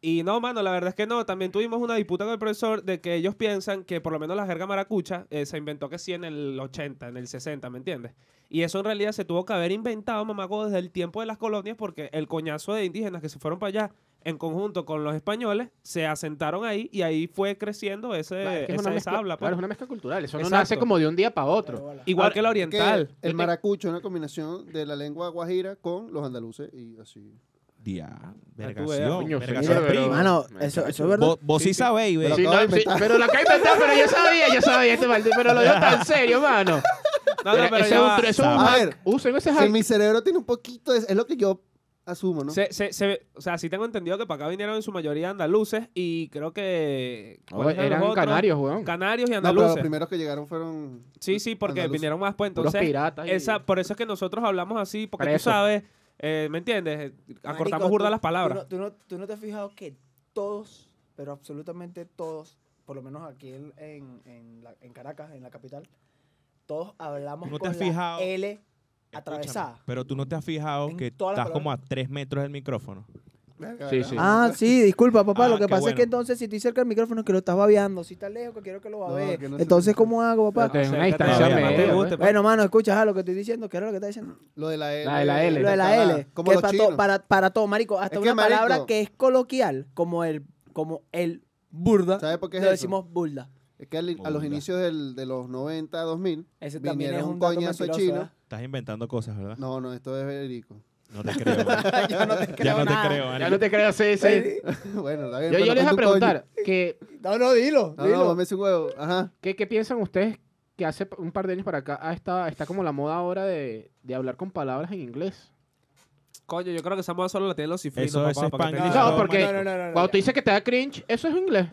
[SPEAKER 2] Y no, mano, la verdad es que no. También tuvimos una disputa con el profesor de que ellos piensan que por lo menos la jerga maracucha eh, se inventó que sí en el 80, en el 60, ¿me entiendes? Y eso en realidad se tuvo que haber inventado, mamaco, desde el tiempo de las colonias porque el coñazo de indígenas que se fueron para allá en conjunto con los españoles se asentaron ahí y ahí fue creciendo ese,
[SPEAKER 4] Claro, es que es
[SPEAKER 2] esa,
[SPEAKER 4] una
[SPEAKER 2] esa
[SPEAKER 4] mezcla-
[SPEAKER 2] habla. pues.
[SPEAKER 4] Claro, es una mezcla cultural. Eso no
[SPEAKER 2] Exacto.
[SPEAKER 4] nace como de un día para otro.
[SPEAKER 2] Igual
[SPEAKER 3] Ahora,
[SPEAKER 2] que la
[SPEAKER 3] Que
[SPEAKER 2] oriental. Yo
[SPEAKER 3] el
[SPEAKER 2] te-
[SPEAKER 3] maracucho es una combinación de la lengua guajira con los andaluces y así.
[SPEAKER 1] Dia,
[SPEAKER 2] veas.
[SPEAKER 1] vergación,
[SPEAKER 4] Coño,
[SPEAKER 1] vergación
[SPEAKER 4] señor, pero-
[SPEAKER 1] prima.
[SPEAKER 8] Mano, eso, eso es verdad.
[SPEAKER 1] Vos, vos sí, sabéis,
[SPEAKER 3] Pero-
[SPEAKER 1] ¿ves?
[SPEAKER 4] Sí,
[SPEAKER 3] acabo de
[SPEAKER 4] no, sí,
[SPEAKER 3] inventar.
[SPEAKER 4] pero la acabo de inventar, pero yo sabía, yo sabía este maldito, pero lo digo tan serio, mano.
[SPEAKER 2] No, no,
[SPEAKER 4] Mira,
[SPEAKER 2] pero
[SPEAKER 4] ese
[SPEAKER 2] ya
[SPEAKER 4] es un
[SPEAKER 2] va.
[SPEAKER 4] tru- eso es un
[SPEAKER 3] A
[SPEAKER 4] hack.
[SPEAKER 3] ver,
[SPEAKER 4] Usen ese
[SPEAKER 3] Si
[SPEAKER 4] hack.
[SPEAKER 3] mi cerebro tiene un poquito, de- es lo que yo asumo, ¿no?
[SPEAKER 2] Se- se- se- o sea, sí tengo entendido que para acá vinieron en su mayoría andaluces y creo que... ¿cuáles eran
[SPEAKER 4] Eran
[SPEAKER 2] los otros?
[SPEAKER 4] canarios, weón.
[SPEAKER 2] Canarios y
[SPEAKER 3] No, pero los
[SPEAKER 2] andaluces.
[SPEAKER 3] primeros que llegaron fueron.
[SPEAKER 2] sí, sí, porque
[SPEAKER 3] andaluces.
[SPEAKER 2] vinieron más pues.
[SPEAKER 4] Puros
[SPEAKER 2] Entonces,
[SPEAKER 4] piratas. y-
[SPEAKER 2] esa, por eso es que nosotros hablamos así, porque
[SPEAKER 4] Presos.
[SPEAKER 2] tú sabes, eh, ¿me entiendes? Eh, Acortamos
[SPEAKER 8] Marico,
[SPEAKER 2] burda
[SPEAKER 8] tú-
[SPEAKER 2] las palabras.
[SPEAKER 8] Tú no, tú no- tú no te has fijado que todos, pero absolutamente todos, por lo menos aquí en, en, en la- en Caracas, en la capital, todos hablamos
[SPEAKER 1] ¿No te
[SPEAKER 8] con
[SPEAKER 1] has
[SPEAKER 8] la
[SPEAKER 1] fijado?
[SPEAKER 8] L
[SPEAKER 1] Escúchame,
[SPEAKER 8] atravesada.
[SPEAKER 1] Pero tú no te has fijado
[SPEAKER 8] En
[SPEAKER 1] que
[SPEAKER 8] todas las
[SPEAKER 1] estás como a
[SPEAKER 8] palabras.
[SPEAKER 1] tres metros del micrófono.
[SPEAKER 4] Sí, sí.
[SPEAKER 8] Ah, sí, disculpa, papá.
[SPEAKER 1] Ah,
[SPEAKER 8] lo que
[SPEAKER 1] qué
[SPEAKER 8] pasa es
[SPEAKER 1] bueno.
[SPEAKER 8] que entonces, si estoy cerca del micrófono, que lo estás babeando. Si está lejos, que quiero que lo babee.
[SPEAKER 3] que no se
[SPEAKER 8] entonces,
[SPEAKER 3] escucha.
[SPEAKER 8] ¿cómo hago, papá?
[SPEAKER 4] Pero es una
[SPEAKER 2] Acércate,
[SPEAKER 1] distancia
[SPEAKER 2] acércate,
[SPEAKER 1] media,
[SPEAKER 2] te
[SPEAKER 1] pues.
[SPEAKER 2] guste, pues.
[SPEAKER 8] Bueno, mano, escucha ajá, lo que estoy diciendo. ¿Qué era lo que está diciendo?
[SPEAKER 3] Lo de la L.
[SPEAKER 4] La de la L.
[SPEAKER 8] Lo de la
[SPEAKER 3] Ajá,
[SPEAKER 8] L.
[SPEAKER 3] Como
[SPEAKER 8] que
[SPEAKER 3] los
[SPEAKER 8] para, to-
[SPEAKER 3] chinos.
[SPEAKER 8] para, para todo, marico. Hasta
[SPEAKER 3] Es que,
[SPEAKER 8] una palabra
[SPEAKER 3] marico-
[SPEAKER 8] que es coloquial, como el, como el burda.
[SPEAKER 3] ¿Sabes por qué es
[SPEAKER 8] le
[SPEAKER 3] eso?
[SPEAKER 8] decimos burda.
[SPEAKER 3] Es que al- a los
[SPEAKER 1] Burda.
[SPEAKER 3] inicios del- de los 90, 2000,
[SPEAKER 8] Ese también
[SPEAKER 3] vinieron
[SPEAKER 8] es
[SPEAKER 3] un,
[SPEAKER 8] un dato
[SPEAKER 3] coñazo
[SPEAKER 8] mentiroso,
[SPEAKER 3] chino.
[SPEAKER 8] ¿eh?
[SPEAKER 1] Estás inventando cosas, ¿verdad?
[SPEAKER 3] No, no, esto es verídico.
[SPEAKER 1] No te creo. ¿verdad?
[SPEAKER 8] Yo no te
[SPEAKER 1] ya
[SPEAKER 8] creo
[SPEAKER 1] no
[SPEAKER 8] nada.
[SPEAKER 1] te creo,
[SPEAKER 4] Ya
[SPEAKER 1] Ani.
[SPEAKER 4] no te creas, sí, sí.
[SPEAKER 3] bueno, la
[SPEAKER 4] Yo, yo les voy a preguntar, ¿qué,
[SPEAKER 8] No, no, dilo.
[SPEAKER 3] No, no,
[SPEAKER 8] dilo.
[SPEAKER 3] mames un huevo. Ajá.
[SPEAKER 4] qué, qué piensan ustedes que hace un par de años para acá ah, está, está como la moda ahora de, de hablar con palabras en inglés?
[SPEAKER 2] pues. Coño, yo creo que esa moda solo la tienen los cifrinos,
[SPEAKER 1] Eso es
[SPEAKER 2] papá, para que te
[SPEAKER 1] Spanglish.
[SPEAKER 2] digan.
[SPEAKER 4] No, porque-
[SPEAKER 8] no, no, no, no,
[SPEAKER 4] Cuando tú
[SPEAKER 8] ya.
[SPEAKER 4] dices que te da cringe, eso es inglés.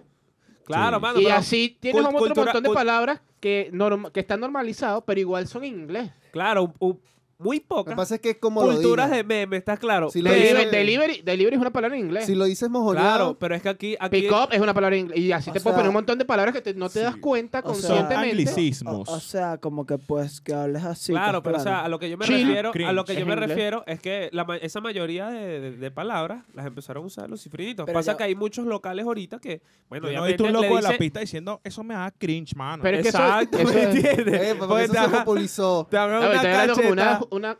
[SPEAKER 2] Claro,
[SPEAKER 1] Sí.
[SPEAKER 2] mano,
[SPEAKER 4] y
[SPEAKER 2] pero-
[SPEAKER 4] así tienes
[SPEAKER 2] cult-
[SPEAKER 4] otro
[SPEAKER 2] cultura-
[SPEAKER 4] montón de
[SPEAKER 2] cult-
[SPEAKER 4] palabras que, norm- que están normalizados, pero igual son en inglés.
[SPEAKER 2] Claro, un- un- muy
[SPEAKER 3] Lo que
[SPEAKER 2] pocas
[SPEAKER 3] pasa es que es como
[SPEAKER 2] culturas
[SPEAKER 3] lo
[SPEAKER 2] de
[SPEAKER 3] digas.
[SPEAKER 2] meme, ¿estás claro?
[SPEAKER 3] Si lo
[SPEAKER 2] Pero-
[SPEAKER 3] digo
[SPEAKER 4] Delivery, delivery, delivery es una palabra en inglés.
[SPEAKER 3] Si lo dices
[SPEAKER 2] Claro,
[SPEAKER 3] mojoneado,
[SPEAKER 2] pero es que aquí... aquí
[SPEAKER 4] Pick up es una palabra en inglés. Y así
[SPEAKER 8] O
[SPEAKER 4] te
[SPEAKER 8] sea,
[SPEAKER 4] puedes poner un montón de palabras que te- no te das cuenta
[SPEAKER 8] o sea,
[SPEAKER 1] Son
[SPEAKER 4] conscientemente.
[SPEAKER 8] O,
[SPEAKER 1] anglicismos.
[SPEAKER 8] o sea, como que pues que hables así.
[SPEAKER 2] Claro,
[SPEAKER 8] pues,
[SPEAKER 2] pero o sea, a lo que yo me
[SPEAKER 4] Chill.
[SPEAKER 2] refiero, a lo que
[SPEAKER 4] Cringe.
[SPEAKER 2] yo me
[SPEAKER 4] Es inglés.
[SPEAKER 2] refiero es que la ma- esa mayoría de, de- de palabras las empezaron a usar los cifrinitos.
[SPEAKER 8] Pero
[SPEAKER 2] Pasa
[SPEAKER 8] ya-
[SPEAKER 2] que hay muchos locales ahorita que, bueno,
[SPEAKER 1] Yo
[SPEAKER 2] ya
[SPEAKER 1] no he visto un
[SPEAKER 2] le- le
[SPEAKER 1] loco de la
[SPEAKER 2] dicen-
[SPEAKER 1] pista diciendo, eso me da cringe, mano.
[SPEAKER 4] Pero es que eso-
[SPEAKER 2] Exacto,
[SPEAKER 4] eso
[SPEAKER 2] ¿me
[SPEAKER 4] es-
[SPEAKER 2] entiendes?
[SPEAKER 3] eh, porque
[SPEAKER 2] Pues
[SPEAKER 3] eso
[SPEAKER 2] te
[SPEAKER 3] se
[SPEAKER 2] haga-
[SPEAKER 3] popularizó.
[SPEAKER 2] te haga
[SPEAKER 4] No, Ah, pero
[SPEAKER 2] una
[SPEAKER 4] estoy hablando como
[SPEAKER 2] cacheta.
[SPEAKER 4] una, una-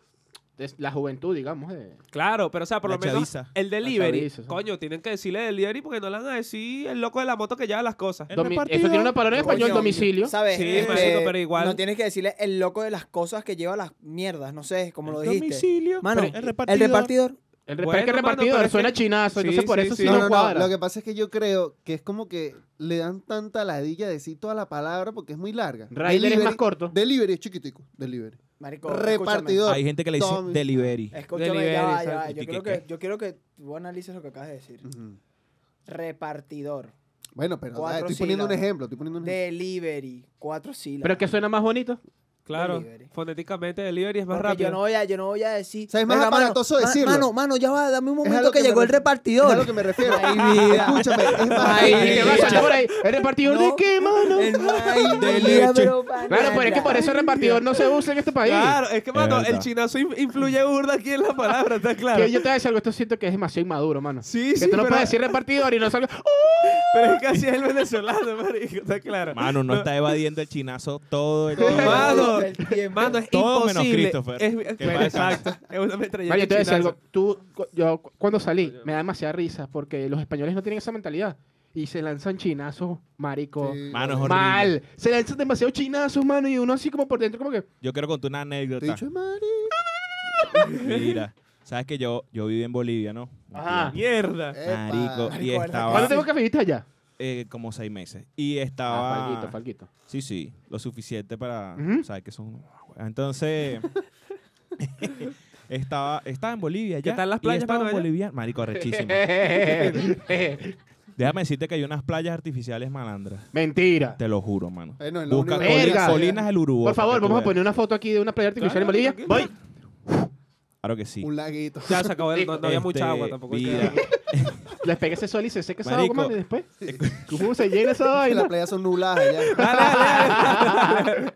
[SPEAKER 4] de la juventud, digamos. de-
[SPEAKER 2] Claro, pero o sea, por
[SPEAKER 1] La
[SPEAKER 2] lo menos
[SPEAKER 1] chaviza.
[SPEAKER 2] el delivery.
[SPEAKER 4] chaviza, sí.
[SPEAKER 2] coño, tienen que decirle delivery porque no le van a decir el loco de la moto que lleva las cosas.
[SPEAKER 1] Él me
[SPEAKER 4] domi-
[SPEAKER 1] partió.
[SPEAKER 4] eso tiene una palabra en
[SPEAKER 8] Coño,
[SPEAKER 4] español, domicilio.
[SPEAKER 8] ¿Sabes? Eh,
[SPEAKER 2] Sí, marico, pero igual-
[SPEAKER 8] No tienes que decirle el loco de las cosas que lleva las mierdas, no sé, como lo
[SPEAKER 1] El
[SPEAKER 8] dijiste.
[SPEAKER 1] domicilio,
[SPEAKER 8] Mano,
[SPEAKER 1] el repartidor.
[SPEAKER 8] El repartidor.
[SPEAKER 4] El rep-
[SPEAKER 2] Bueno,
[SPEAKER 4] es que
[SPEAKER 2] mano,
[SPEAKER 4] repartido
[SPEAKER 2] pero es
[SPEAKER 4] suena
[SPEAKER 2] que-
[SPEAKER 4] chinazo,
[SPEAKER 2] Sí,
[SPEAKER 4] entonces por
[SPEAKER 2] sí,
[SPEAKER 4] eso
[SPEAKER 2] sí.
[SPEAKER 4] sí,
[SPEAKER 2] No,
[SPEAKER 3] no,
[SPEAKER 4] no,
[SPEAKER 3] no, no,
[SPEAKER 4] cuadra.
[SPEAKER 3] Lo que pasa es que yo creo que es como que le dan tanta ladilla decir toda la palabra porque es muy larga.
[SPEAKER 4] Rider es más corto.
[SPEAKER 3] Delivery es chiquitico. Delivery.
[SPEAKER 8] Marico,
[SPEAKER 3] Repartidor.
[SPEAKER 1] Hay gente que le dice
[SPEAKER 3] Tommy.
[SPEAKER 1] delivery.
[SPEAKER 8] Escúchame, escúchame,
[SPEAKER 2] Delivery,
[SPEAKER 8] ya va, ya
[SPEAKER 2] exacto.
[SPEAKER 8] va. Yo,
[SPEAKER 1] ¿Y
[SPEAKER 8] creo
[SPEAKER 1] qué, qué?
[SPEAKER 8] que, yo quiero que tú analices lo que acabas de decir.
[SPEAKER 3] Ujú.
[SPEAKER 8] Repartidor.
[SPEAKER 3] Bueno, pero ah,
[SPEAKER 8] Cuatro
[SPEAKER 3] estoy poniendo un
[SPEAKER 8] sílabas.
[SPEAKER 3] ejemplo. Estoy poniendo un ejemplo.
[SPEAKER 8] Delivery. Cuatro sílabas.
[SPEAKER 4] Pero que suena más bonito.
[SPEAKER 2] Claro,
[SPEAKER 8] Delivery.
[SPEAKER 2] fonéticamente delivery es más
[SPEAKER 8] Porque
[SPEAKER 2] rápido.
[SPEAKER 8] Yo no voy a, yo no voy a decir.
[SPEAKER 3] O sea, es más
[SPEAKER 8] "Verga, mano,
[SPEAKER 3] aparatoso
[SPEAKER 8] ma-
[SPEAKER 3] decirlo".
[SPEAKER 8] Mano, mano, ya va, dame un
[SPEAKER 3] Es a
[SPEAKER 8] momento
[SPEAKER 3] lo
[SPEAKER 8] que,
[SPEAKER 3] que me
[SPEAKER 8] llegó el
[SPEAKER 3] ref- Es a lo
[SPEAKER 8] repartidor.
[SPEAKER 3] que me refiero. Escúchame. Es más,
[SPEAKER 8] Ay,
[SPEAKER 4] Y te vas a
[SPEAKER 8] mira.
[SPEAKER 4] por ahí. ¿El repartidor
[SPEAKER 8] No.
[SPEAKER 4] de qué, mano?
[SPEAKER 2] Eh,
[SPEAKER 8] El man-
[SPEAKER 1] De
[SPEAKER 8] mira,
[SPEAKER 1] leche.
[SPEAKER 8] pero
[SPEAKER 4] Claro, pero es que por eso el repartidor no se usa en este país.
[SPEAKER 2] Claro, es que, mano, el
[SPEAKER 1] verdad.
[SPEAKER 2] chinazo in- influye burda aquí en la palabra, ¿está claro?
[SPEAKER 4] Que yo te voy a decir algo, esto siento que es demasiado inmaduro, mano.
[SPEAKER 2] Sí,
[SPEAKER 4] que
[SPEAKER 2] sí,
[SPEAKER 4] tú no
[SPEAKER 2] pero-
[SPEAKER 4] puedes decir repartidor y no salga.
[SPEAKER 2] Pero es que así es el venezolano, marico, está claro.
[SPEAKER 1] Mano, no está evadiendo el chinazo todo el
[SPEAKER 2] Mano,
[SPEAKER 8] El tiempo.
[SPEAKER 2] mano, es
[SPEAKER 1] Todo menos
[SPEAKER 2] imposible.
[SPEAKER 1] Christopher.
[SPEAKER 2] Es- es-
[SPEAKER 1] Que
[SPEAKER 2] bueno,
[SPEAKER 1] pasa.
[SPEAKER 2] exacto. Es una metralleta
[SPEAKER 4] Mario, te voy a decir
[SPEAKER 2] chinazo.
[SPEAKER 4] algo. Tú, cu- yo cu- cuando salí, me da demasiada risa porque los españoles no tienen esa mentalidad. Y se lanzan chinazos, marico.
[SPEAKER 3] Sí.
[SPEAKER 1] Mano, es horrible.
[SPEAKER 4] Mal. Se lanzan demasiado chinazos, mano. Y uno así como por dentro, como que.
[SPEAKER 1] Yo quiero contar una
[SPEAKER 3] Te
[SPEAKER 1] anécdota.
[SPEAKER 3] he dicho, "Mari".
[SPEAKER 1] Mira, sabes que yo, yo viví en Bolivia, ¿no?
[SPEAKER 4] Ajá.
[SPEAKER 2] Mierda.
[SPEAKER 3] Epa.
[SPEAKER 1] Marico, y
[SPEAKER 8] Marico,
[SPEAKER 1] estaba
[SPEAKER 4] ¿Cuánto tiempo que viviste allá?
[SPEAKER 1] eh, como seis meses. Y
[SPEAKER 4] Ah,
[SPEAKER 1] estaba.
[SPEAKER 4] falguito, falguito.
[SPEAKER 1] Sí, sí, lo suficiente para
[SPEAKER 4] Ujú.
[SPEAKER 1] sabes que son. Entonces, estaba, estaba en Bolivia ya.
[SPEAKER 2] ¿Qué tal las
[SPEAKER 1] y
[SPEAKER 2] playas,
[SPEAKER 1] estaba
[SPEAKER 2] mano,
[SPEAKER 1] en
[SPEAKER 2] allá?
[SPEAKER 1] Bolivia, marico, rechísimo. Déjame decirte que hay unas playas artificiales malandras.
[SPEAKER 4] Mentira.
[SPEAKER 1] Te lo juro, mano.
[SPEAKER 3] Eh, no, en la
[SPEAKER 1] Busca
[SPEAKER 3] única-
[SPEAKER 1] Coli-
[SPEAKER 4] Verga.
[SPEAKER 1] Colinas del Uruguay.
[SPEAKER 4] Por favor,
[SPEAKER 1] para que tú
[SPEAKER 4] vamos a
[SPEAKER 1] veas.
[SPEAKER 4] poner una foto aquí de una playa artificial en Bolivia.
[SPEAKER 2] Claro,
[SPEAKER 4] Voy.
[SPEAKER 1] Claro que sí.
[SPEAKER 3] Un laguito.
[SPEAKER 2] Ya se acabó, el- no, no había mucha
[SPEAKER 1] Este,
[SPEAKER 2] agua tampoco. hay que-
[SPEAKER 1] mira,
[SPEAKER 4] Les pegué ese sol y se seca esa
[SPEAKER 1] Marico.
[SPEAKER 4] agua, mano, y después. ¿Cómo se llena esa
[SPEAKER 3] Y
[SPEAKER 4] vaina?
[SPEAKER 3] las playas son nubladas ya.
[SPEAKER 2] Dale, dale, dale.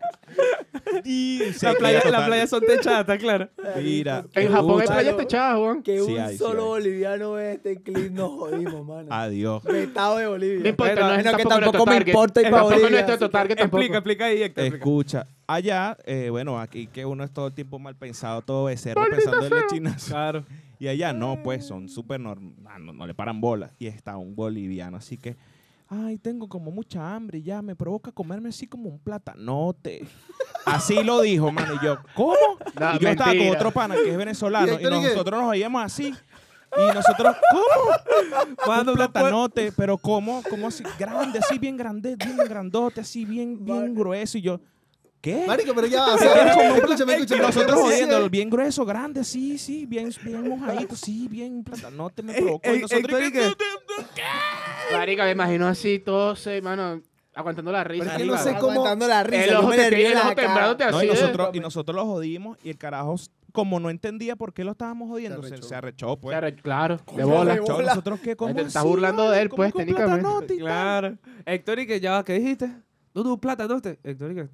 [SPEAKER 1] Y
[SPEAKER 2] La
[SPEAKER 1] sequía
[SPEAKER 2] playa, la
[SPEAKER 1] total.
[SPEAKER 2] playa son techadas, claro.
[SPEAKER 1] Mira.
[SPEAKER 4] En Japón hay
[SPEAKER 1] pucha.
[SPEAKER 4] playas techadas, weón.
[SPEAKER 8] Que
[SPEAKER 1] Sí
[SPEAKER 8] un
[SPEAKER 1] hay, sí
[SPEAKER 8] solo
[SPEAKER 1] hay. Ah.
[SPEAKER 8] boliviano ve este clip, nos jodimos, mano.
[SPEAKER 1] Adiós.
[SPEAKER 8] Vetado de
[SPEAKER 4] No
[SPEAKER 8] Bolivia.
[SPEAKER 4] importa,
[SPEAKER 2] Bueno,
[SPEAKER 4] no es
[SPEAKER 8] no, que
[SPEAKER 4] tampoco, nuestro
[SPEAKER 8] tampoco me
[SPEAKER 4] target.
[SPEAKER 8] importa ir
[SPEAKER 4] Eh,
[SPEAKER 8] pa'
[SPEAKER 4] Tampoco
[SPEAKER 8] Bolivia,
[SPEAKER 4] es nuestro
[SPEAKER 8] así que
[SPEAKER 4] target tampoco.
[SPEAKER 2] Explica, explica ahí, Héctor. explica.
[SPEAKER 1] Escucha, allá, eh, bueno, aquí que uno es todo el tiempo mal pensado, todo becerro, pensando en lechinazo.
[SPEAKER 2] Claro.
[SPEAKER 1] Y allá no, pues son súper normales, no, no le paran bolas. Y está un boliviano, así que, ay, tengo como mucha hambre, ya me provoca comerme así como un platanote. Así lo dijo, mano. Y yo, ¿cómo?
[SPEAKER 4] No,
[SPEAKER 1] y yo estaba con
[SPEAKER 4] mentira.
[SPEAKER 1] otro pana que es venezolano y,
[SPEAKER 3] Director, ¿y qué?
[SPEAKER 1] nosotros nos veíamos así. Y nosotros, ¿cómo?
[SPEAKER 2] Mano,
[SPEAKER 1] un
[SPEAKER 2] no puedo-
[SPEAKER 1] platanote, pero ¿cómo? ¿Cómo así? Grande, así bien grande, bien grandote, así bien, bien grueso. Y yo, ¿qué?
[SPEAKER 3] Marico, pero ya, o sea, escúchame,
[SPEAKER 1] Y
[SPEAKER 3] escúchame.
[SPEAKER 1] nosotros
[SPEAKER 3] Sí, sí,
[SPEAKER 1] jodiéndolo, bien grueso, grande, sí, sí, bien, bien mojadito, sí, bien platanote, me
[SPEAKER 2] Ey,
[SPEAKER 1] provocó.
[SPEAKER 2] ey,
[SPEAKER 1] Y nosotros,
[SPEAKER 2] Eh, Héctor, ¿y
[SPEAKER 1] ¿qué?
[SPEAKER 2] qué?
[SPEAKER 4] Marica, me imagino así todos, hermano, aguantando la
[SPEAKER 3] Pero
[SPEAKER 4] risa.
[SPEAKER 3] es que no
[SPEAKER 4] marica.
[SPEAKER 3] sé cómo-
[SPEAKER 8] Aguantando la risa.
[SPEAKER 4] El
[SPEAKER 8] yo
[SPEAKER 4] ojo
[SPEAKER 8] me
[SPEAKER 4] te
[SPEAKER 8] le río
[SPEAKER 4] pide, el
[SPEAKER 8] la
[SPEAKER 4] ojo
[SPEAKER 8] cara.
[SPEAKER 4] temblándote
[SPEAKER 1] No, y
[SPEAKER 4] así. eh.
[SPEAKER 1] nosotros, y nosotros lo jodimos y el carajo, como no entendía por qué lo estábamos jodiendo, se,
[SPEAKER 3] arrechó.
[SPEAKER 1] se arrechó, pues.
[SPEAKER 4] Claro, Claro, de
[SPEAKER 8] Coño,
[SPEAKER 4] bola.
[SPEAKER 8] de
[SPEAKER 1] Chao,
[SPEAKER 8] bola.
[SPEAKER 1] nosotros qué ¿Cómo
[SPEAKER 4] Te estás
[SPEAKER 1] así,
[SPEAKER 4] burlando de él,
[SPEAKER 1] ¿Cómo
[SPEAKER 4] pues,
[SPEAKER 1] que un
[SPEAKER 4] técnicamente.
[SPEAKER 1] platanote y tal?
[SPEAKER 2] Claro. Héctor, ¿y que ya va? ¿Qué dijiste? No, no, un platanote. Héctor, ¿y que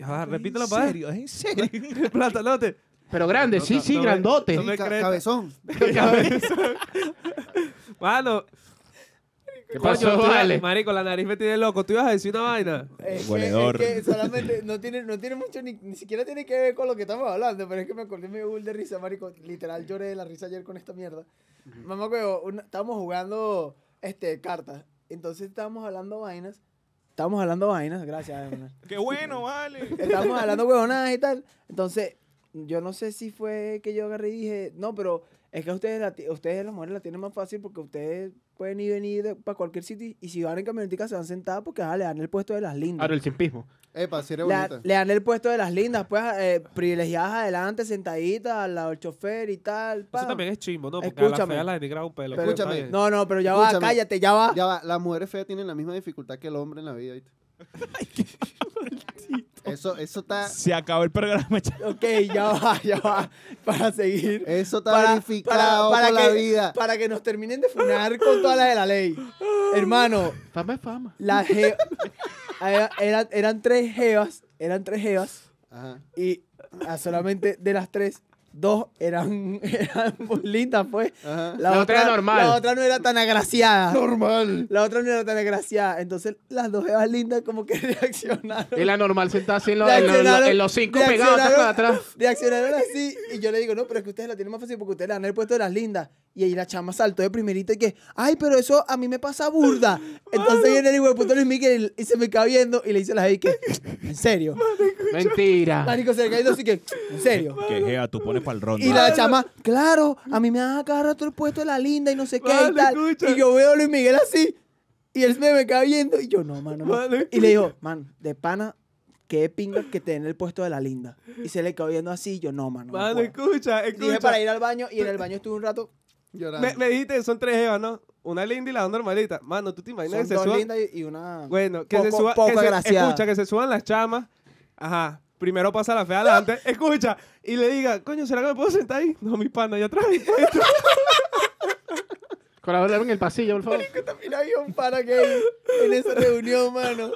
[SPEAKER 2] Ya va,
[SPEAKER 1] ¿Es
[SPEAKER 2] repítelo
[SPEAKER 1] en
[SPEAKER 2] para él.
[SPEAKER 1] serio, es en serio.
[SPEAKER 2] Platanote.
[SPEAKER 4] Pero grande, sí,
[SPEAKER 2] No,
[SPEAKER 4] sí,
[SPEAKER 2] no me-
[SPEAKER 3] sí,
[SPEAKER 4] grandote.
[SPEAKER 2] no me-
[SPEAKER 3] ca-
[SPEAKER 2] creta.
[SPEAKER 3] Cabezón.
[SPEAKER 2] Mano,
[SPEAKER 4] ¿Qué
[SPEAKER 2] coño,
[SPEAKER 4] pasó,
[SPEAKER 2] tú ibas-
[SPEAKER 4] vale?
[SPEAKER 2] Marico, la nariz me tiene loco. Tú ibas a decir una vaina.
[SPEAKER 8] Es que,
[SPEAKER 1] Goleador.
[SPEAKER 8] es que solamente no tiene, no tiene mucho, ni, ni siquiera tiene que ver con lo que estamos hablando, pero es que me acordé medio bull de risa, marico. Literal lloré de la risa ayer con esta mierda. Mamá, huevo, una- estábamos jugando este, cartas. Entonces estábamos hablando vainas. Estábamos hablando vainas, gracias, Emanuel.
[SPEAKER 1] Qué bueno, vale.
[SPEAKER 8] Estábamos hablando huevonadas y tal. Entonces, yo no sé si fue que yo agarré y dije, no, pero es que ustedes, la ti- ustedes las mujeres la tienen más fácil porque ustedes pueden ir y venir para cualquier sitio y si van en camionetica se van sentadas porque ajá, le dan el puesto de las lindas.
[SPEAKER 4] Ahora el simpismo.
[SPEAKER 3] Epa, si eres
[SPEAKER 8] Le,
[SPEAKER 3] bonita.
[SPEAKER 8] le dan el puesto de las lindas, pues eh, privilegiadas adelante, sentaditas, al lado del chofer y tal. pa.
[SPEAKER 2] Eso también es chimbo, ¿no? Porque a la
[SPEAKER 8] Escúchame.
[SPEAKER 2] fea la denigra un
[SPEAKER 8] Pero-
[SPEAKER 2] pelo. Pero está
[SPEAKER 3] Escúchame.
[SPEAKER 2] bien.
[SPEAKER 8] No, no, pero ya va,
[SPEAKER 3] Escúchame.
[SPEAKER 8] cállate, ya va.
[SPEAKER 3] Ya va, las mujeres feas tienen la misma dificultad que el hombre en la vida, ¿viste? Eso, eso está,
[SPEAKER 1] Se acabó el programa. chao.
[SPEAKER 8] Ok, ya va, ya va. Para seguir.
[SPEAKER 3] eso está
[SPEAKER 8] Para-
[SPEAKER 3] verificado
[SPEAKER 8] para- para
[SPEAKER 3] por
[SPEAKER 8] que-
[SPEAKER 3] la vida.
[SPEAKER 8] Para que nos terminen de funar con todas las de la ley. Hermano,
[SPEAKER 4] Fama es fama.
[SPEAKER 8] las je- era- eran, eran tres jevas, eran tres jevas,
[SPEAKER 3] Ajá.
[SPEAKER 8] y ah, solamente de las tres, dos eran, eran muy lindas, pues.
[SPEAKER 3] Ajá.
[SPEAKER 4] La otra era normal.
[SPEAKER 8] La otra no era tan agraciada.
[SPEAKER 3] Normal.
[SPEAKER 8] La otra no era tan agraciada. Entonces, las dos jevas lindas como que reaccionaron.
[SPEAKER 4] Y la normal sentada así en, los- en los- en los cinco pegados atrás para
[SPEAKER 8] reaccionaron-
[SPEAKER 4] atrás.
[SPEAKER 8] Reaccionaron así. Y yo le digo, no, pero es que ustedes la tienen más fácil porque ustedes la han puesto de las lindas. Y ahí la chama saltó de primerita y que, ay, pero eso a mí me pasa burda. Entonces viene el hijo de puta Luis Miguel y se me cae viendo y le dice a la jeva y que, ¿en serio?
[SPEAKER 4] Mentira.
[SPEAKER 8] Marico se le cae viendo así que, ¿en serio?
[SPEAKER 1] Que jeva, tú pones para el rondo.
[SPEAKER 8] Y la chama, claro, a mí me han agarrado todo el puesto de la linda y no sé qué
[SPEAKER 2] Vale,
[SPEAKER 8] y tal.
[SPEAKER 2] escucha.
[SPEAKER 8] Y yo veo a Luis Miguel así y él me, me queda viendo y yo, no, mano. no".
[SPEAKER 2] Vale,
[SPEAKER 8] y le digo, man, de pana, qué pinga que te den el puesto de la linda. Y se le quedó viendo así y yo, no, mano. no
[SPEAKER 2] Mano,
[SPEAKER 8] puedo".
[SPEAKER 2] escucha,
[SPEAKER 8] Y dije para
[SPEAKER 2] escucha.
[SPEAKER 8] ir al baño y en el baño estuve un rato.
[SPEAKER 3] Llorando.
[SPEAKER 2] Me, me dijiste, son tres jevas, ¿no? Una linda y la dos normalitas. Mano, tú te imaginas
[SPEAKER 8] Son
[SPEAKER 2] que se
[SPEAKER 8] dos
[SPEAKER 2] suban.
[SPEAKER 8] lindas y- y una...
[SPEAKER 2] Bueno, que se
[SPEAKER 8] Poco-
[SPEAKER 2] suba,
[SPEAKER 8] poco
[SPEAKER 2] que se-
[SPEAKER 8] agraciada.
[SPEAKER 2] escucha, que se suban las chamas. Ajá. Primero pasa la fea adelante, escucha, y le diga, coño, ¿será que me puedo sentar ahí? No, mi pana, allá atrás.
[SPEAKER 4] Colaborar en el pasillo, por favor.
[SPEAKER 8] que también había un pana gay en esa reunión, mano.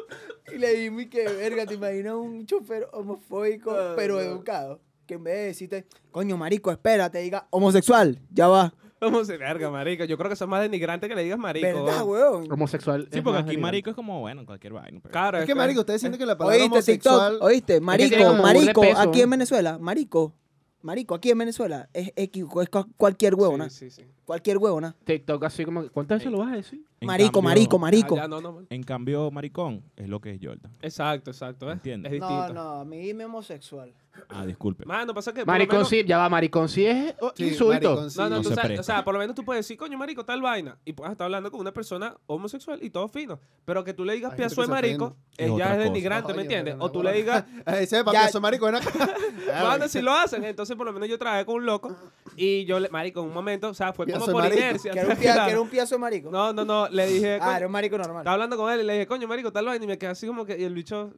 [SPEAKER 8] Y le dije, mi que verga, ¿te imaginas un chofer homofóbico, pero educado? Que en vez de decirte, coño, marico, espérate, diga, homosexual, ya va.
[SPEAKER 2] Vamos se verga, marico. Yo creo que son más denigrantes que le digas marico.
[SPEAKER 8] ¿Verdad,
[SPEAKER 2] weón.
[SPEAKER 8] weón?
[SPEAKER 4] Homosexual.
[SPEAKER 1] Sí,
[SPEAKER 4] es
[SPEAKER 1] porque
[SPEAKER 4] más
[SPEAKER 1] aquí
[SPEAKER 4] genial.
[SPEAKER 1] marico es como, bueno, cualquier vaina. pero-
[SPEAKER 2] Claro,
[SPEAKER 3] Es que, marico, ustedes sienten que la palabra
[SPEAKER 8] Oíste,
[SPEAKER 3] homosexual...
[SPEAKER 8] TikTok, oíste,
[SPEAKER 4] tiene
[SPEAKER 8] marico,
[SPEAKER 4] como burla de
[SPEAKER 8] marico,
[SPEAKER 4] peso,
[SPEAKER 8] aquí
[SPEAKER 4] ¿no?
[SPEAKER 8] en Venezuela, marico, marico, aquí en Venezuela, es, X, es cu- cualquier huevona,
[SPEAKER 2] Sí, sí, sí.
[SPEAKER 8] cualquier huevona.
[SPEAKER 4] TikTok así como... ¿Cuántas veces lo vas a decir?
[SPEAKER 1] En
[SPEAKER 8] Marico,
[SPEAKER 1] cambio-
[SPEAKER 8] marico, marico.
[SPEAKER 2] Ah, ya, no, no.
[SPEAKER 1] En cambio, maricón es lo que es Jordan.
[SPEAKER 2] Exacto, exacto. ¿eh?
[SPEAKER 1] Entiendo.
[SPEAKER 2] Es distinto.
[SPEAKER 8] a mí me homosexual.
[SPEAKER 1] Ah, disculpe.
[SPEAKER 2] Mano, pasa que. por lo
[SPEAKER 4] Maricón
[SPEAKER 2] menos-
[SPEAKER 4] sí, ya va, maricón sí es oh,
[SPEAKER 3] Sí,
[SPEAKER 4] insulto.
[SPEAKER 3] maricón, sí.
[SPEAKER 2] No, no,
[SPEAKER 1] No
[SPEAKER 2] tú
[SPEAKER 1] se
[SPEAKER 2] sabes,
[SPEAKER 1] presta.
[SPEAKER 2] o sea, por lo menos tú puedes decir, coño, marico, tal vaina. Y puedes estar hablando con una persona homosexual y todo fino. Pero que tú le digas
[SPEAKER 3] Hay gente
[SPEAKER 2] piazo de
[SPEAKER 3] que se
[SPEAKER 2] marico,
[SPEAKER 1] Es
[SPEAKER 2] eh, ya
[SPEAKER 1] otra
[SPEAKER 2] es
[SPEAKER 1] cosa.
[SPEAKER 2] denigrante,
[SPEAKER 3] Oye,
[SPEAKER 2] ¿me entiendes?
[SPEAKER 3] bueno,
[SPEAKER 2] O tú
[SPEAKER 3] bueno.
[SPEAKER 2] le digas,
[SPEAKER 3] Ese papi,
[SPEAKER 8] Ya-
[SPEAKER 3] eso, marico, ven acá.
[SPEAKER 2] Mano, si lo hacen, entonces por lo menos yo trabajé con un loco y yo, le, marico, en un momento, o sea, fue
[SPEAKER 3] Ya
[SPEAKER 2] como
[SPEAKER 3] soy
[SPEAKER 2] por
[SPEAKER 3] marico.
[SPEAKER 2] inercia.
[SPEAKER 8] Que era un, pia- que era un piazo de marico.
[SPEAKER 2] No, no, no, le dije,
[SPEAKER 8] ah,
[SPEAKER 2] coño,
[SPEAKER 8] era un marico normal.
[SPEAKER 2] estaba hablando con él y le dije, coño, marico, tal vaina, y me quedé así como que, y el bicho,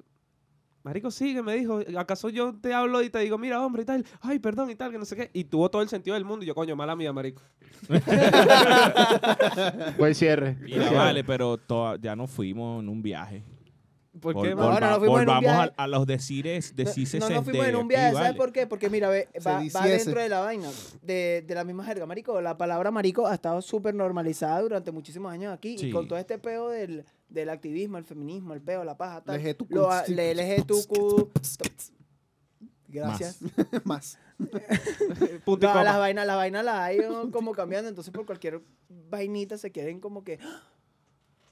[SPEAKER 2] marico, sigue, me dijo, ¿acaso yo te hablo y te digo, mira, hombre, y tal, ay, perdón, y tal, que no sé qué, y tuvo todo el sentido del mundo, y yo, coño, mala mía, marico.
[SPEAKER 4] Buen cierre.
[SPEAKER 1] Mira, vale, pero toda- ya nos fuimos en un viaje.
[SPEAKER 2] ¿Por
[SPEAKER 1] Vol-
[SPEAKER 2] qué,
[SPEAKER 1] volva-
[SPEAKER 8] mano?
[SPEAKER 2] mano?
[SPEAKER 8] Ahora no fuimos en un
[SPEAKER 1] volvamos
[SPEAKER 8] viaje.
[SPEAKER 1] a, a los decires,
[SPEAKER 8] No,
[SPEAKER 1] decises
[SPEAKER 8] no, no fuimos en un viaje, ¿sabes por qué? Porque mira, ve,
[SPEAKER 3] Se
[SPEAKER 8] va, va
[SPEAKER 3] diciese.
[SPEAKER 8] dentro de la vaina, de, de la misma jerga, marico. La palabra marico ha estado súper normalizada durante muchísimos años aquí
[SPEAKER 1] Sí.
[SPEAKER 8] y con todo este peo del, del activismo, el feminismo, el peo, la paja, tal.
[SPEAKER 3] LGTQ.
[SPEAKER 8] Lo, a- le- LGTQ. Gracias.
[SPEAKER 3] Más.
[SPEAKER 2] Punto y
[SPEAKER 8] No,
[SPEAKER 2] coma.
[SPEAKER 8] las vainas, las vainas las hay ¿no? como cambiando, entonces por cualquier vainita se quieren como que... ¡Ah!